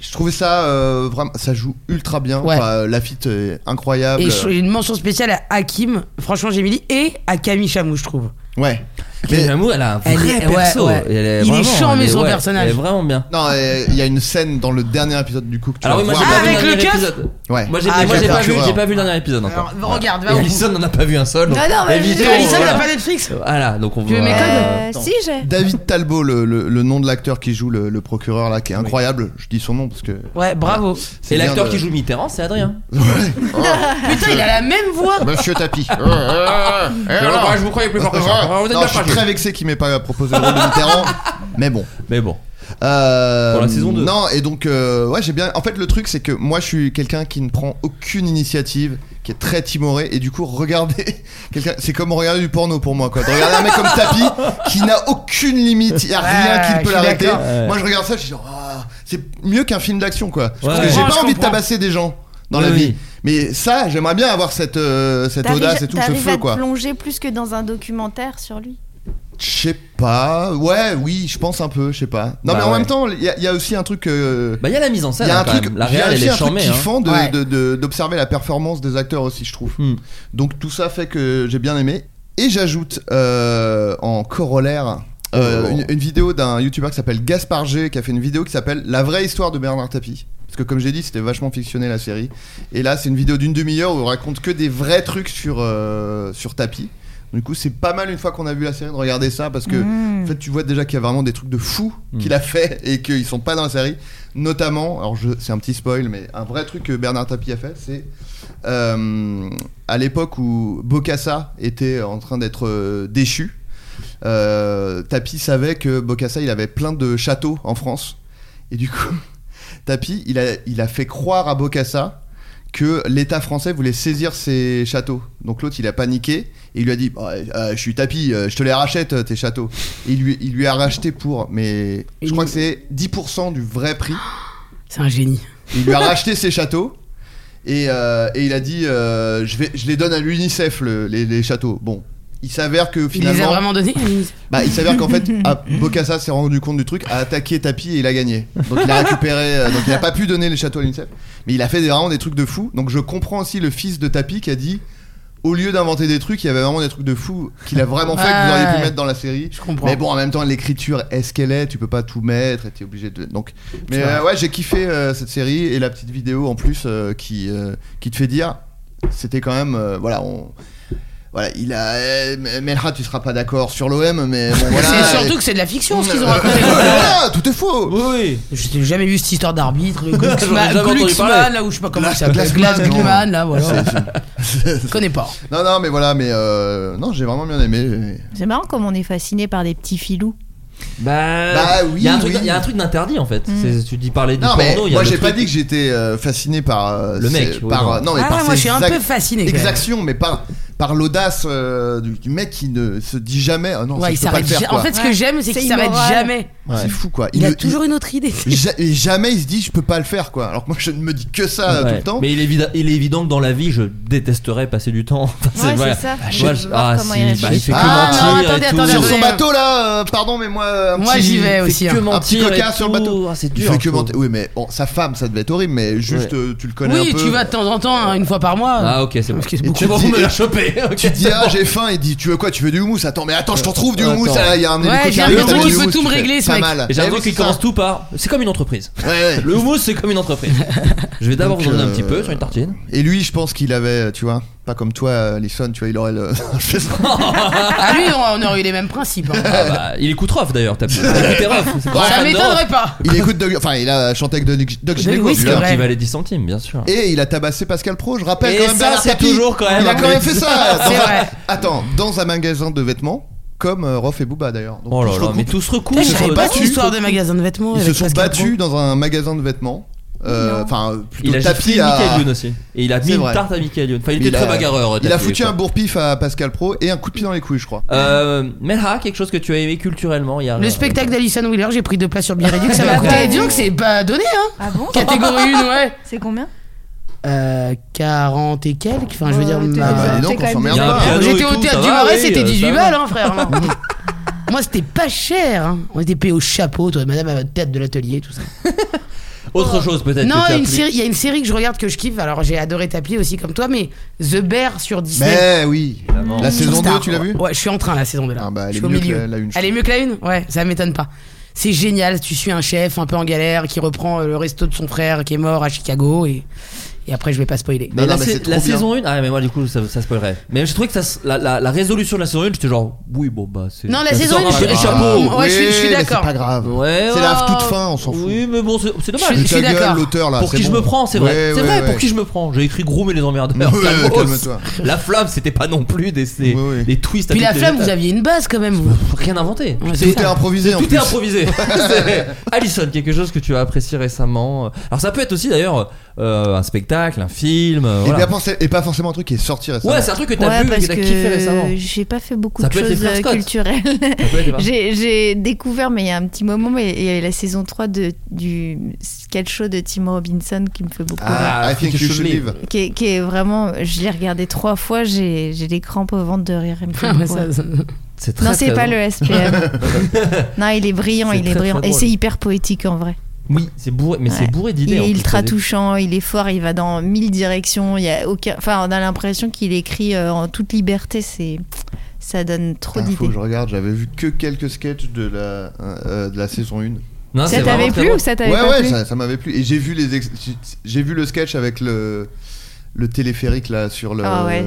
S6: Je trouvais ça euh, vraiment. Ça joue ultra bien.
S7: Ouais.
S6: Enfin, euh, la fit est incroyable.
S7: Et je- une mention spéciale à Hakim, franchement Jémilie, et à Camille Chamou, je trouve.
S6: Ouais.
S5: Camille Jamou, elle a un
S7: Elle
S5: vrai
S7: est- ouais,
S5: perso.
S7: ouais.
S5: Elle
S7: Il est
S5: vraiment-
S7: charmé,
S5: elle
S7: son
S5: ouais,
S7: personnage.
S5: Elle est vraiment bien.
S6: Non, et il y a une scène dans le dernier épisode du coup que tu
S5: Alors, oui,
S6: vas
S5: moi, j'ai
S6: voir.
S5: pas vu
S7: Ah, Avec
S5: le
S7: le
S5: dernier
S7: keuf
S5: épisode.
S6: Ouais.
S5: Moi, j'ai
S7: Ah,
S5: moi,
S7: j'ai
S5: j'ai
S7: peur,
S5: pas vu
S6: j'ai
S5: j'ai
S6: peur.
S5: pas vu le dernier épisode encore.
S7: Alors, regarde,
S5: Et
S7: va au bout.
S5: Alison n'en a pas vu un seul. donc
S8: Non, non, mais je-
S5: évitons,
S7: Ah Alison, elle
S5: voilà.
S7: a pas Netflix
S5: Voilà, donc on
S7: Tu veux
S5: va-
S7: mes codes
S8: Euh, si, j'ai.
S6: David Talbot, le, le- le nom de l'acteur qui joue le, le procureur là, qui est incroyable. Je dis son nom parce que.
S7: Ouais, bravo.
S6: c'est
S5: Et
S6: bien
S5: l'acteur
S6: de-
S5: qui joue Mitterrand, c'est Adrien.
S7: Putain, il a la même voix
S6: Monsieur Tapi.
S5: Euh, vous croyez plus
S6: je suis très vexé qu'il m'ait pas proposé le rôle de Mitterrand. mais bon.
S5: Mais bon,
S6: Euh,
S5: Pour la saison deux.
S6: Non, et donc, euh, ouais, j'ai bien. En fait, le truc, c'est que moi, je suis quelqu'un qui ne prend aucune initiative, qui est très timoré, et du coup, regarder quelqu'un, c'est comme regarder du porno pour moi, quoi. De regarder un mec comme Tapi qui n'a aucune limite, il y a rien
S7: Ouais,
S6: qui
S7: je
S6: peut
S7: suis
S6: l'arrêter.
S7: d'accord.
S5: Ouais.
S6: Moi, je regarde ça, je dis genre, Ah, c'est mieux qu'un film d'action, quoi. Parce
S5: Ouais.
S6: que j'ai
S7: Ouais,
S6: pas
S7: je
S6: envie de
S7: comprends.
S6: tabasser des gens dans
S5: Oui,
S6: la vie.
S5: oui.
S6: Mais ça, j'aimerais bien avoir cette, euh, cette
S9: T'arrives-
S6: audace et tout, ce
S9: t'arrives à
S6: feu,
S9: te
S6: quoi.
S9: plonger plus que dans un documentaire sur lui.
S6: Je sais pas. Ouais, oui, je pense un peu, je sais pas.
S5: Bah
S6: Non, mais en
S5: ouais.
S6: même temps, il y, a- il y a aussi un truc. euh,
S5: bah il y a la mise en
S6: Il
S5: scène.
S6: y a un
S5: quand
S6: truc,
S5: même. La
S6: il y a
S5: réelle, elle
S6: aussi
S5: est
S6: un truc
S5: charmée. hein.
S6: kiffant de-
S7: Ouais.
S6: de- de- d'observer la performance des acteurs aussi, je trouve.
S5: Hmm.
S6: Donc tout ça fait que j'ai bien aimé. Et j'ajoute euh, en corollaire euh,
S5: Oh.
S6: une, une vidéo d'un youtubeur qui s'appelle Gaspard G, qui a fait une vidéo qui s'appelle La vraie histoire de Bernard Tapie. Parce que comme j'ai dit, c'était vachement fictionné la série. Et là, c'est une vidéo d'une demi-heure où on raconte que des vrais trucs sur, euh, sur Tapie. Du coup, c'est pas mal une fois qu'on a vu la série de regarder ça parce que en fait, tu vois déjà qu'il y a vraiment des trucs de fou qu'il a fait et qu'ils sont pas dans la série. Notamment, alors je- c'est un petit spoil, mais un vrai truc que Bernard Tapie a fait, c'est euh, à l'époque où Bocassa était en train d'être euh, déchu. Euh, Tapi savait que Bocassa il avait plein de châteaux en France et du coup Tapi il a, il a fait croire à Bocassa que l'État français voulait saisir ses châteaux. Donc l'autre il a paniqué et il lui a dit Bah, euh, je suis Tapi, euh, je te les rachète euh, tes châteaux. Et il lui, il lui a racheté pour mais je
S7: Il-
S6: crois que c'est 10% du vrai prix.
S7: C'est un génie.
S6: Il lui a racheté ses châteaux. Et, euh, et il a dit euh, je, vais, je les donne à l'UNICEF, le- les, les châteaux. Bon, il s'avère que
S7: Il les a
S6: finalement.
S7: vraiment donnés
S6: bah, il s'avère qu'en fait, ah, Bocassa s'est rendu compte du truc, a attaqué Tapi et il a gagné. Donc il a récupéré. euh, donc il n'a pas pu donner les châteaux à l'UNICEF. Mais il a fait des- vraiment des trucs de fou. Donc je comprends aussi le fils de Tapi qui a dit au lieu d'inventer des trucs, il y avait vraiment des trucs de fou qu'il a vraiment fait que vous auriez pu
S7: Ouais.
S6: mettre dans la série.
S7: Je comprends.
S6: Mais bon, en même temps, l'écriture est ce qu'elle est, tu peux pas tout mettre, et t'es obligé de. Donc, mais
S7: C'est vrai.
S6: euh, ouais, j'ai kiffé euh, cette série et la petite vidéo en plus euh, qui euh, qui te fait dire, c'était quand même, euh, voilà, on. Voilà, il a. eh, Melha, tu seras pas d'accord sur l'OM, mais bon, voilà.
S7: c'est surtout
S6: Et-
S7: que c'est de la fiction ce qu'ils ont
S6: Euh,
S7: raconté.
S6: voilà, tout est faux.
S5: Oui.
S7: J'ai jamais vu cette histoire d'arbitre, le
S6: J'aurais jamais
S7: Glucksmann,
S6: entendu
S7: Glucksmann,
S6: parler.
S7: là où je sais pas comment
S6: Gla-
S7: ça s'appelle,
S6: Glucksmann,
S7: Glass
S6: non.
S7: Glucksmann, là voilà.
S6: Je
S7: connais pas.
S6: Non, non, mais voilà, mais euh, non, j'ai vraiment bien aimé.
S8: C'est marrant comme on est fasciné par des petits filous.
S5: Bah,
S6: Bah oui,
S5: Il y a un truc,
S6: oui. Hmm.
S5: il y a un truc d'interdit en fait.
S8: Mm.
S5: C'est- Tu dis parler du
S6: Non, mais
S5: porno. il y a
S6: moi
S5: le
S6: j'ai pas
S5: truc-
S6: dit que j'étais euh, fasciné par euh,
S5: Le mec,
S6: ces-
S5: oui,
S6: par
S5: non.
S6: euh, non mais
S7: Ah,
S6: par
S7: moi,
S6: ces
S7: je suis un
S6: ac-
S7: peu fasciné, quand même.
S6: exactions, mais par par l'audace euh, du, du mec qui ne se dit jamais ah non ça,
S7: Ouais, il
S6: je peux pas le
S7: s'arrête.
S6: faire,
S7: ja-
S6: quoi.
S7: En fait, ce que j'aime, c'est
S9: C'est
S7: qu'il s'arrête
S9: immoral.
S7: jamais.
S6: Ouais. c'est fou quoi.
S7: Il, a
S6: ne-
S7: toujours une autre idée.
S6: ja- et jamais il se dit je peux pas le faire quoi. Alors que moi je ne me dis que ça euh,
S5: Ouais.
S6: tout le temps.
S5: Mais il est, évident, il est évident que dans la vie, je détesterais passer du temps. Enfin,
S8: Ouais,
S5: voilà.
S8: c'est ça.
S5: Moi,
S8: Je veux
S5: je-
S8: voir
S5: ah,
S8: comment
S5: si,
S8: il
S5: bah, il
S8: réfléchit.
S5: fait que
S6: Ah,
S5: mentir
S7: non, attendez,
S5: et tout.
S7: attendez,
S6: sur
S7: attendez.
S6: son bateau là, euh, pardon mais moi un
S7: Moi,
S6: petit-
S7: j'y vais
S5: Il fait
S7: aussi,
S5: que
S7: hein.
S6: Un petit
S5: mentir et
S6: coca sur le
S5: tout.
S6: bateau.
S5: Ah, c'est
S6: Il
S5: dur.
S6: fait que
S5: je trouve.
S6: mentir. Oui mais bon sa femme ça devait être horrible mais juste
S5: Ouais.
S6: euh, tu le connais un
S7: Oui,
S6: peu.
S7: tu vas de temps en temps, hein, une fois par mois.
S5: Ah, ok, c'est bon.
S7: Parce que c'est
S6: Et
S7: beaucoup.
S6: tu
S5: C'est bon,
S6: dis-
S5: on me l'a chopé. Ok,
S6: Tu dis
S5: c'est
S6: ah
S5: bon.
S6: j'ai faim, il dit tu veux quoi, tu veux du houmous Attends mais attends je t'en trouve du
S5: Attends.
S6: houmous, là, il y a un
S7: Ouais,
S6: hélico
S7: j'ai
S6: qui
S7: un
S6: arrive,
S7: hélico
S6: t'as
S7: qui
S6: du
S7: peut
S6: houmous,
S7: tout me
S6: tu fais
S7: régler, ce
S6: pas
S7: mec.
S6: mal.
S5: Et j'ai
S6: Eh
S5: l'impression
S6: oui,
S5: qu'il
S6: c'est ça.
S5: commence tout par. C'est comme une entreprise.
S6: Ouais, ouais.
S5: Le houmous, c'est comme une entreprise. Je vais d'abord
S6: Donc,
S5: vous en donner un
S6: euh,
S5: petit peu sur une tartine.
S6: Et lui je pense qu'il avait tu vois pas comme toi euh, Alison tu vois il aurait le Je sais pas.
S7: Ah, lui, on on aurait eu les mêmes principes. hein.
S5: Ah bah, il écoute Rof d'ailleurs. T'as écouté Rof. c'est pas un
S7: Ça
S5: fan de
S7: m'étonnerait pas.
S6: il écoute Doug- enfin il a chanté avec Doug Doug Gineco,
S7: oui,
S6: tu
S7: c'est
S6: vois.
S7: vrai.
S5: Qui valait 10 centimes, bien sûr.
S6: et il a tabassé Pascal Pro, je rappelle
S5: Et
S6: quand même
S5: ça,
S6: Bernard
S5: c'est
S6: Tapie.
S5: toujours quand même
S6: Il a
S5: un
S6: quand même
S5: mec.
S6: fait ça.
S7: C'est
S6: dans un-
S7: vrai.
S6: Attends, dans un magasin de vêtements comme euh, Rof et Booba d'ailleurs. Donc,
S5: Oh là
S6: tout se
S5: là,
S6: recoupe.
S5: mais tout se recoupe.
S7: Putain,
S6: se
S7: Je savais
S6: sont
S7: pas
S6: battus.
S7: cette histoire de magasin de vêtements.
S6: Ils se
S7: avec
S6: sont
S7: Pascal
S6: battus dans un magasin de vêtements. Euh, Enfin, euh,
S5: Il
S6: plutôt
S5: a
S6: tapis
S5: tapé
S6: à.
S5: Michael Youn aussi. Et il a
S6: C'est
S5: mis une
S6: vrai.
S5: tarte à Michael Youn. Enfin, il
S6: Mais
S5: était très
S6: a-
S5: bagarreur.
S6: Il a
S5: Tapie,
S6: foutu
S5: quoi.
S6: un bourpif à Pascal Pro et un coup de pied dans les couilles, je crois.
S5: Euh, Melha, quelque chose que tu as aimé culturellement hier
S7: Pro. Le spectacle d'Alison Wheeler, j'ai pris deux places sur Biarritz, ça m'a coûté.
S9: Ouais.
S7: Disons que c'est pas donné, hein.
S9: Ah bon
S7: Catégorie 1, ouais.
S9: C'est combien
S7: Euh, 40 et quelques, enfin, je veux dire,
S9: Ouais, t'es-
S7: ma-
S6: bah, dis donc,
S9: t'es Ah, quand
S6: on
S9: même
S5: Il
S6: s'emmerde
S5: y a
S6: pas.
S5: un piano
S7: J'étais
S5: et
S7: au
S5: tout, ça
S7: théâtre du
S5: va,
S7: Marais,
S5: oui,
S7: c'était
S5: euh,
S7: 18
S5: ça va.
S7: balles, hein, frère. hein. Moi, c'était pas cher. hein. On était payé au chapeau, toi, madame à votre tête de l'atelier, tout ça.
S5: Autre chose peut-être.
S7: Non,
S5: que tu as
S7: une
S5: plu.
S7: série- il y a une série que je regarde que je kiffe. Alors, j'ai adoré Tapie aussi, comme toi, mais The Bear sur Disney.
S6: Mais oui. La saison 2,
S7: Star.
S6: tu l'as vue
S7: Ouais, je suis en train la saison 2 là.
S6: Ah bah, elle
S7: je
S6: est
S7: suis au
S6: mieux que
S7: milieu.
S6: la- la une, je
S7: elle est
S6: trouve.
S7: mieux que la une Ouais, ça m'étonne pas. C'est génial, tu suis un chef un peu en galère qui reprend euh, le resto de son frère qui est mort à Chicago et, et après je vais pas spoiler.
S6: Non,
S5: Mais
S6: non,
S5: la,
S6: mais
S5: sa-
S6: c'est trop
S5: la
S6: bien.
S5: saison 1, ah mais moi du coup ça, ça spoilerait. Mais je trouvais que ça se- la, la- la résolution de la saison 1, j'étais genre, oui bon bah c'est.
S7: Non, la
S5: ça
S7: saison
S5: sort
S7: 1,
S5: un peu des
S7: je-
S5: chapeaux.
S7: Ouais, je suis- je suis
S6: Oui, mais
S7: d'accord.
S6: C'est pas grave.
S5: Ouais,
S6: c'est la
S5: ouais.
S6: toute fin, on s'en fout.
S5: Oui, mais bon, c'est c'est dommage.
S7: Je suis
S6: Ta gueule,
S7: d'accord.
S6: l'auteur là.
S5: Pour
S6: c'est
S5: qui je
S6: bon.
S5: me prends, c'est vrai.
S6: Ouais,
S5: c'est
S6: ouais,
S5: vrai,
S6: ouais.
S5: pour qui je me prends. J'ai écri Groom et les emmerdeurs.
S6: Ouais,
S5: Calmos.
S6: calme-toi.
S5: La flamme, c'était pas non plus des, ces-
S6: Ouais, ouais.
S5: des twists. à
S7: Puis la
S5: toutes les
S7: flamme,
S5: étapes.
S7: vous aviez une base quand même. Vous.
S5: Rien inventé.
S7: Ouais, c'est
S6: Tout est improvisé en
S5: Tout
S6: plus.
S5: est improvisé. C'est- Alison, quelque chose que tu as apprécié récemment. Alors ça peut être aussi d'ailleurs euh, un spectacle, un film. euh,
S6: Et,
S5: voilà.
S6: Eh bien pensé- et pas forcément un truc qui est sorti récemment.
S5: Ouais, c'est un truc que t'as
S9: Ouais,
S5: vu,
S9: parce
S5: que t'as kiffé récemment.
S9: que j'ai pas fait beaucoup
S5: Ça
S9: de
S5: peut être les
S9: choses
S5: frères
S9: euh,
S5: Scott.
S9: culturelles.
S5: Ça peut être, hein.
S9: J'ai j'ai découvert, mais il y a un petit moment, mais il y a la saison 3 de, du sketch show de Tim Robinson qui me fait beaucoup rire.
S6: Ah, I think you should leave.
S9: Qui est, qui est vraiment, je l'ai regardé trois fois, j'ai j'ai des crampes au ventre de rire. il me fait
S7: Ah ouais,
S9: beaucoup
S7: ça-
S9: rire.
S7: ça-
S5: C'est très,
S9: Non, c'est
S5: très
S9: pas
S5: drôle.
S9: le SPM. non, il est brillant,
S5: C'est
S9: il est
S5: très,
S9: brillant.
S5: très
S9: Et
S5: drôle.
S9: c'est hyper poétique en vrai.
S5: Oui, c'est bourré, mais
S9: Ouais.
S5: c'est bourré
S9: Il
S5: d'idées. en
S9: est
S5: plus,
S9: ultra
S5: c'est des-
S9: touchant, il est fort, il va dans mille directions. Il y a aucun... enfin, on a l'impression qu'il écrit euh, en toute liberté. C'est ça donne trop
S6: Putain, Ah, faut
S9: d'idées.
S6: que je regarde, j'avais vu que quelques sketchs de la, euh, de la saison 1.
S5: Non, c'est
S9: Ça
S5: vraiment
S9: t'avait
S5: très
S9: plu
S5: drôle.
S9: ou ça t'avait
S6: Ouais,
S9: Ah, pas
S6: ouais,
S9: plu
S6: ça, ça m'avait plu. Et j'ai vu, les ex- j'ai- j'ai vu le sketch avec le, le téléphérique là, sur le,
S9: Ah ouais.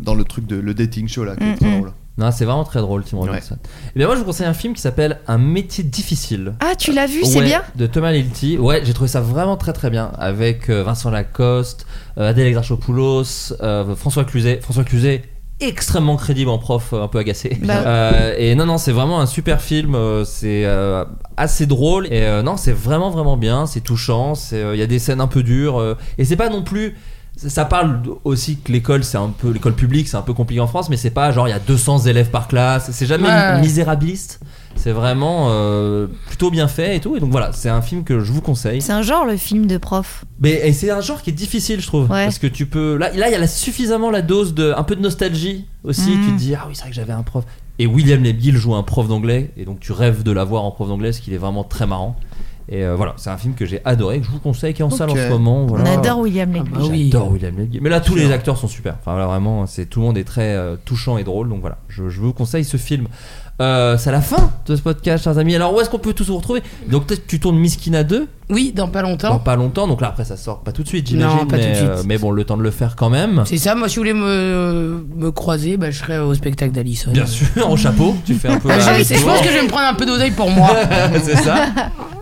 S6: dans le truc de le dating show là. qui est
S9: Mm,
S6: très
S9: mm.
S6: drôle.
S5: Non, c'est vraiment très drôle, Tim Robinson. Et bien moi, je vous conseille un film qui s'appelle Un métier difficile.
S9: Ah, tu l'as vu, c'est
S5: Ouais,
S9: bien.
S5: De Thomas Lilti. Ouais, j'ai trouvé ça vraiment très très bien. Avec euh, Vincent Lacoste, euh, Adèle Exarchopoulos, euh, François Cluzet. François Cluzet, extrêmement crédible en prof, euh, un peu agacé.
S9: Bah.
S5: Euh, et non, non, c'est vraiment un super film. euh, c'est euh, assez drôle. Et euh, non, c'est vraiment vraiment bien. C'est touchant. c'est, euh, Il y a des scènes un peu dures. euh, et c'est pas non plus. Ça ça parle aussi que l'école, c'est un peu l'école publique, c'est un peu compliqué en France, mais c'est pas genre il y a 200 élèves par classe, c'est jamais
S7: Ouais.
S5: misérabiliste. C'est vraiment euh, plutôt bien fait et tout. Et donc voilà, c'est un film que je vous conseille.
S9: C'est un genre le film de prof.
S5: Mais et c'est un genre qui est difficile, je trouve.
S9: Ouais.
S5: Parce que tu peux. Là, là, il y a la- suffisamment la dose de. Un peu de nostalgie aussi.
S9: Mhm.
S5: Tu te dis, ah oui, c'est vrai que j'avais un prof. Et William Lebgill joue un prof d'anglais. Et donc tu rêves de l'avoir en prof d'anglais parce qu'il est vraiment très marrant. Et euh, voilà, c'est un film que j'ai adoré, que je vous conseille, qui est en salle en
S9: Ok.
S5: ce moment. voilà.
S9: On adore William Levy. Ah bah oui.
S5: J'adore William Levy. Mais là, tous
S9: Sûr.
S5: les acteurs sont super. Enfin, là, vraiment, c'est tout le monde est très euh, touchant et drôle. Donc voilà, je, je vous conseille ce film. Euh, c'est à la fin de ce podcast, chers amis. Alors, où est-ce qu'on peut tous vous retrouver Donc, peut-être que tu tournes Miskina 2
S7: Oui, dans pas longtemps.
S5: Dans pas longtemps. Donc là, après, ça sort pas tout de suite, j'imagine.
S7: Non, pas tout de
S5: mais, euh,
S7: suite.
S5: mais bon, le temps de le faire quand même.
S7: C'est ça, moi si vous voulez me, me croiser, bah, je serai au spectacle d'Alison.
S5: Bien sûr, en chapeau. Tu fais un peu.
S7: Bah,
S5: la-
S7: je,
S5: le
S7: je pense
S5: tour.
S7: que je vais me prendre un peu d'oseille pour moi.
S5: c'est ça.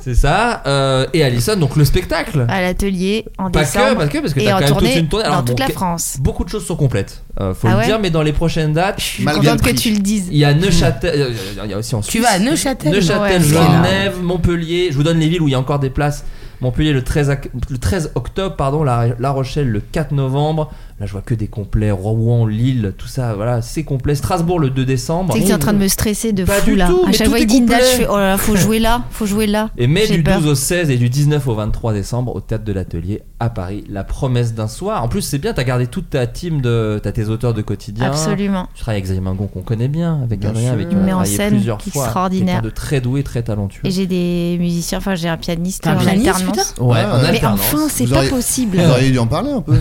S5: C'est ça. Euh, et Alison, donc le spectacle.
S9: à l'atelier en
S5: Pas que,
S9: décembre
S5: pas que, parce que
S9: et
S5: t'as
S9: en
S5: quand même
S9: tournée,
S5: toute une tournée. Alors,
S9: dans toute
S5: bon,
S9: la
S5: que-
S9: France.
S5: Beaucoup de choses sont complètes, euh, faut
S9: Ah
S5: le
S9: ouais
S5: dire, mais dans les prochaines dates. Je suis
S9: Malgré contente le que prix. tu le dises.
S5: Il y a Neuchâtel, euh, il y a aussi en
S7: Tu
S5: Suisse.
S7: vas à Neuchâtel
S5: Neuchâtel,
S7: Ouais.
S5: Genève, Montpellier. Je vous donne les villes où il y a encore des places. Montpellier le 13, ac- le 13 octobre, pardon, la, La Rochelle le 4 novembre. Là, je vois que des complets. Rouen, Lille, tout ça, voilà, c'est complet. Strasbourg le 2 décembre.
S9: C'est que t'es en train de me stresser de
S5: Pas
S9: fou
S5: du
S9: là.
S5: tout,
S9: à
S5: mais
S9: chaque
S5: tout
S9: fois,
S5: est
S9: il dit une date, je
S5: complet.
S9: fais oh là là, faut jouer là, faut jouer là.
S5: Et mai
S9: J'ai
S5: du
S9: peur.
S5: 12 au 16 et du 19 au 23 décembre au théâtre de l'Atelier à Paris. La promesse d'un soir. En plus, c'est bien, t'as gardé toute ta team de. T'as tes auteurs de quotidien.
S9: Absolument.
S5: Tu travailles avec Xavier Mingon qu'on connaît bien, avec
S9: Bien
S5: Adrien,
S9: sûr.
S5: avec qui on a
S9: Mais en
S5: travaillé
S9: scène,
S5: plusieurs fois.
S9: extraordinaire.
S5: Quelqu'un de très doué, très talentueux.
S9: Et j'ai des musiciens, enfin j'ai un pianiste
S7: T'as un
S9: en
S7: pianiste,
S9: alternance.
S5: putain Ouais, en
S9: mais
S5: alternance.
S9: enfin, c'est
S5: Vous
S9: pas
S5: auriez-
S9: possible.
S5: vous auriez dû
S6: en parler un peu.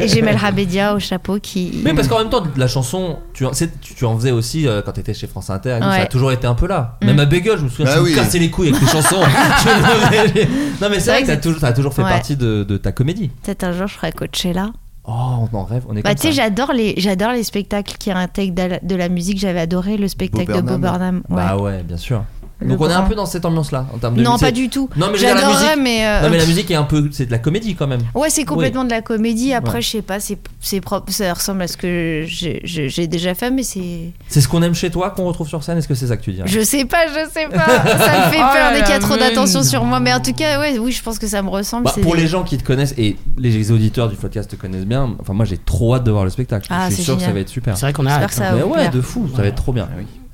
S9: Et j'ai Melhabedia au chapeau qui.
S5: Mais parce qu'en même temps, de la chanson, tu, en- c'est- tu, tu en faisais aussi euh, quand t'étais chez France Inter, et tout,
S9: Ouais.
S5: ça a toujours été un peu là.
S9: Mm.
S5: Même à Bégueule, je me souviens,
S6: Bah
S5: tu
S6: oui.
S5: me cassais les couilles avec les chansons. Je- non mais c'est vrai que t'as toujours, t'as toujours fait
S9: Ouais.
S5: partie de, de ta comédie.
S9: Peut-être un jour je serai à Coachella.
S5: Oh, on en rêve, on est
S9: Bah
S5: comme
S9: tu sais,
S5: ça.
S9: j'adore les, j'adore les spectacles qui intègrent de la, de la musique. J'avais adoré le spectacle de Bob Burnham. Ouais.
S5: Bah ouais, bien sûr.
S9: Le
S5: Donc on est un
S9: grand.
S5: peu dans cette ambiance-là en termes de
S9: Non,
S5: musique.
S9: pas du tout.
S5: Non mais je veux dire, la
S9: J'adorerais,
S5: musique.
S9: mais, euh,
S5: Non mais la musique est un peu, c'est de la comédie quand même.
S9: Ouais, c'est complètement de la comédie. Après,
S5: Ouais.
S9: je sais pas, c'est, c'est propre, ça ressemble à ce que j'ai, j'ai- j'ai déjà fait, mais c'est.
S5: Oui. C'est ce qu'on aime chez toi qu'on retrouve sur scène. Est-ce que c'est ça que tu dis
S9: Je sais pas, je sais pas. Ça me fait
S7: Oh là
S9: peur dès qu'il y
S7: là,
S9: a trop
S7: mais
S9: d'attention sur moi. Mais en tout cas, ouais, oui, je pense que ça me ressemble.
S5: Bah,
S9: c'est
S5: pour
S9: des-
S5: les gens qui te connaissent et les auditeurs du podcast te connaissent bien, enfin moi j'ai trop hâte de voir le spectacle.
S9: Ah,
S5: je suis
S9: c'est
S5: sûr que ça
S9: génial.
S5: va être super.
S9: C'est vrai qu'on a J'espère hâte, que
S7: Ah
S9: ça hein. va
S5: Mais
S9: vous
S5: ouais,
S9: plaire.
S5: de fou, ça va être trop bien.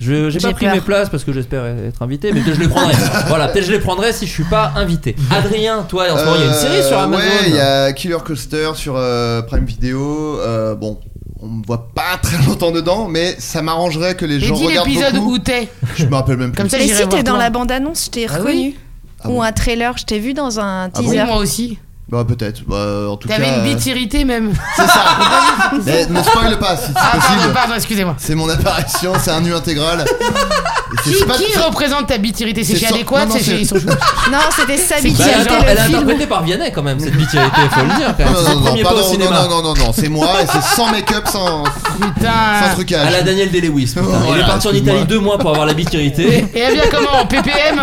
S5: Je j'ai pas
S9: J'ai
S5: pris
S9: peur.
S5: mes places parce que j'espère être invité, mais peut-être je les prendrai. voilà, peut-être je les prendrai si je suis pas invité. Adrien, toi en ce moment il y a une série sur
S6: Euh,
S5: Amazon.
S6: Ouais, il y a Killer Coaster sur euh, Prime Video. Euh, bon, on me voit pas très longtemps dedans, mais ça m'arrangerait que les
S7: Et
S6: gens
S7: dis
S6: regardent
S7: l'épisode
S6: beaucoup.
S7: où t'es.
S6: Je me rappelle même plus.
S7: Comme ça,
S9: Mais
S7: j'irai
S9: si
S7: voir
S9: t'es dans
S7: toi.
S9: la bande-annonce, je t'ai
S6: Ah oui
S9: reconnu.
S6: Ah
S9: Ou
S6: bon
S9: un trailer, je t'ai vu dans un
S6: Ah bon
S9: teaser.
S6: Oui, moi
S7: aussi.
S6: Bah peut-être. Bah, en tout cas.
S7: T'avais une bite
S6: euh,
S7: irritée même.
S6: C'est ça. Mais ne spoil pas si c'est
S7: Ah, pardon,
S6: possible.
S7: pardon, excusez-moi.
S6: C'est mon apparition, c'est un nu intégral. Et c'est-
S7: Qui,
S6: c'est pas-
S7: qui représente ta bite irritée C'est
S6: C'est
S7: chez
S6: sur-
S7: Adéquate
S6: non, non,
S7: c'est chez-
S6: c'est-
S7: Ils sont chouettes.
S9: Non, c'était Sabi
S5: Bah,
S9: qui a
S5: elle,
S9: fait
S5: elle
S9: le
S5: est
S9: film.
S5: interprétée par Vianney quand même, cette bitirité, faut le dire. quand même.
S6: Non,
S5: C'est
S6: non,
S5: son
S6: non,
S5: premier
S6: pardon,
S5: pas au
S6: non,
S5: cinéma.
S6: non, non, non, non, c'est moi et c'est sans make-up, sans,
S7: Ah.
S6: sans trucage.
S5: À la Daniel Day-Lewis. putain. Il
S6: Voilà,
S5: est parti en Italie
S6: excuse-moi.
S5: deux mois pour avoir la bitirité.
S7: Et elle vient comment En PPM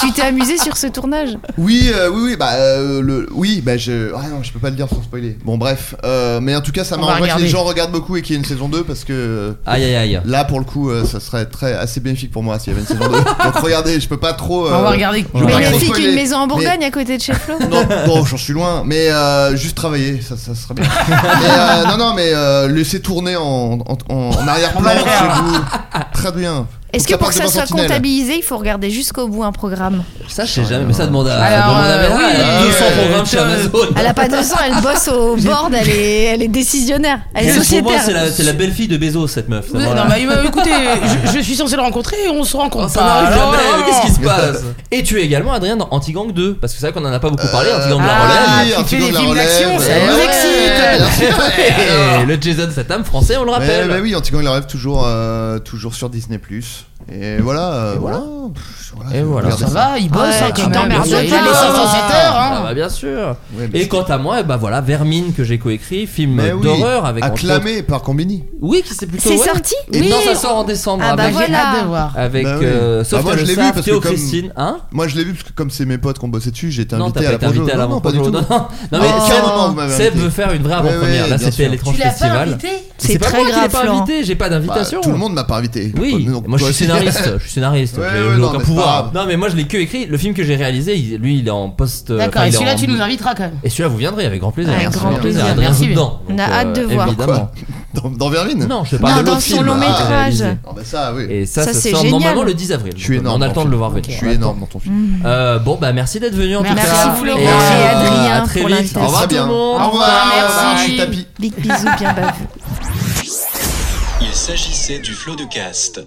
S9: Tu t'es
S6: Ah.
S9: amusé sur ce tournage
S6: Oui, euh, oui, oui, bah, euh, le, oui, bah, je, ah non, je peux pas le dire sans spoiler. Bon, bref, euh, mais en tout cas, ça
S7: On va
S6: m'arrangerait que
S7: regarder.
S6: les gens regardent beaucoup et qu'il y ait une saison 2 parce que. euh,
S5: Aïe aïe aïe.
S6: Là, pour le coup, euh, ça serait très assez bénéfique pour moi s'il y avait une saison 2. Donc regardez, je peux pas trop. euh,
S7: On va regarder.
S6: je peux
S9: Mais
S6: pas trop
S9: le flic,
S6: spoiler.
S9: une maison en
S6: Mais-
S9: Bourgogne à côté de chez Flo.
S6: Non, bon, j'en suis loin, mais euh, juste travailler, ça, ça serait bien. Mais, euh, non, non, mais euh, laisser tourner en, en, en- en
S7: On va
S6: arrière-plan
S7: le faire.
S6: chez vous. Très bien.
S9: Est-ce
S6: Faut
S9: que pour
S6: parte
S9: que ça
S6: devant
S9: soit
S6: Sentinelle.
S9: comptabilisé, il faut regarder jusqu'au bout un programme
S5: Ça, je sais jamais, mais ça demande à.
S7: Alors,
S5: demande à
S7: euh,
S5: Bella,
S7: oui.
S5: elle a 200 programmes chez Amazon.
S9: Elle a pas 200, elle bosse au board, elle est, elle est décisionnaire, elle est
S5: Elle, pour moi,
S9: sociétaire.
S5: c'est la, c'est la belle fille de Bezos, cette meuf.
S7: Non, mais euh, écoutez, je, je suis censé le rencontrer et on se rencontre
S5: Ça
S6: Ah,
S7: pas.
S5: n'arrive
S7: Alors,
S5: jamais, mais
S7: vraiment.
S5: qu'est-ce qui se passe Et tu es également Adrien dans Anti-Gang 2, parce que c'est vrai qu'on en a pas beaucoup parlé, Anti-Gang de la
S6: Ah,
S5: relève.
S6: oui,
S7: tu fais des
S6: Antigone de la
S7: films
S6: relève.
S7: d'action, ça
S6: Eh
S7: nous
S6: ouais, bien
S7: excite.
S6: sûr.
S5: Et le Jason Statham français, on le
S6: Ouais,
S5: rappelle.
S6: bah oui, Antigone la rêve toujours, euh, toujours sur Disney+. Et voilà, euh, voilà. Pff,
S5: Et voilà.
S6: regardez
S7: Ça va, il bosse
S9: Ouais,
S7: hein,
S9: tu
S7: quand même.
S9: t'emmerdes
S7: Il est
S9: pas.
S7: hein.
S5: Ah bah,
S7: censé
S5: bien sûr.
S6: Ouais, mais
S5: Et
S6: c'est-
S5: quant à moi, eh bah voilà, Vermine que j'ai coécrit, film
S6: Mais oui,
S5: d'horreur avec entre autres-
S6: acclamé par Combini.
S5: Oui, qui c'est plutôt.
S9: C'est
S5: ouais.
S9: sorti
S5: Et
S7: Oui.
S5: Non, ça sort en décembre. hein.
S9: Ah bah
S5: avec
S7: J'ai hâte de
S9: voilà.
S7: voir.
S5: avec
S6: Bah oui.
S5: euh,
S6: Bah
S5: Sophia
S6: moi, je l'ai
S5: Le
S6: vu
S5: Sartre,
S6: parce que
S5: Théo
S6: comme-
S5: Christine, hein
S6: Moi je l'ai vu parce que comme c'est mes potes qui ont bossé dessus, j'ai été
S5: Non, t'as
S6: invité à
S5: pas
S6: la
S5: été invité à
S6: projo.
S5: la
S6: Non, non, pas du
S5: projo.
S6: tout.
S5: Non, non, non, mais
S6: À aucun
S5: Seb-
S6: moment, vous m'avez
S5: Seb
S6: invité.
S5: veut faire une vraie
S6: Ouais,
S5: avant-première.
S6: ouais,
S5: Là,
S6: bien
S5: c'était
S6: sûr.
S5: l'étrange
S7: Tu l'as pas
S5: festival.
S7: invité
S9: C'est
S5: pas
S9: très
S5: moi qui l'ai
S9: grave,
S5: pas
S9: Florent.
S5: invité, j'ai pas
S6: Bah,
S5: d'invitation.
S6: tout le monde m'a pas invité.
S5: Oui,
S6: Donc,
S5: moi je
S6: toi
S5: suis
S6: aussi.
S5: scénariste, je suis scénariste, euh,
S6: Ouais,
S5: j'ai
S6: ouais, non,
S5: aucun
S6: mais
S5: pouvoir.
S6: c'est pas
S5: Non mais moi je l'ai que écrit, le film que j'ai réalisé, il- lui il est en post euh,
S7: D'accord,
S5: enfin, il
S7: et
S5: est
S7: celui-là,
S5: en-
S7: tu nous inviteras quand même.
S5: Et celui-là vous viendrez avec grand plaisir.
S9: Avec
S5: Merci,
S9: grand
S5: bien.
S9: plaisir.
S5: Adrien
S7: Merci.
S5: Zoubdan.
S9: On a
S5: Donc,
S9: hâte de
S5: euh,
S9: voir.
S5: Évidemment.
S6: dans, dans Vermine
S5: Non, je parle
S9: Non,
S5: de
S9: dans
S5: l'autre
S9: son
S5: film,
S9: long
S5: ah,
S9: métrage.
S5: réalisé.
S6: Ah bah ça oui.
S5: Et ça,
S9: Ça,
S5: ça
S9: c'est
S5: sort
S9: génial.
S5: normalement le 10 avril.
S6: Je suis
S5: Donc,
S6: énorme.
S5: On a le temps
S6: dans
S5: de
S6: ton
S5: le voir
S6: film.
S5: venir.
S6: Je suis énorme dans ton film.
S9: Mmh.
S5: Euh, bon, bah merci d'être venu en
S7: Merci,
S5: tout cas.
S7: Florent.
S5: Et,
S7: Merci,
S5: euh,
S9: Adrien,
S5: à très
S9: pour
S5: vite. Au
S9: l'invitation.
S5: revoir
S6: Très
S5: tout le
S6: bien.
S5: monde.
S7: Au revoir,
S6: Je
S7: merci.
S6: suis tapis.
S9: Big bisous, bien bavé.
S1: Il s'agissait du flot de cast.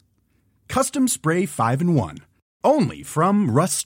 S10: Custom Spray 5 in 1. Only from Rust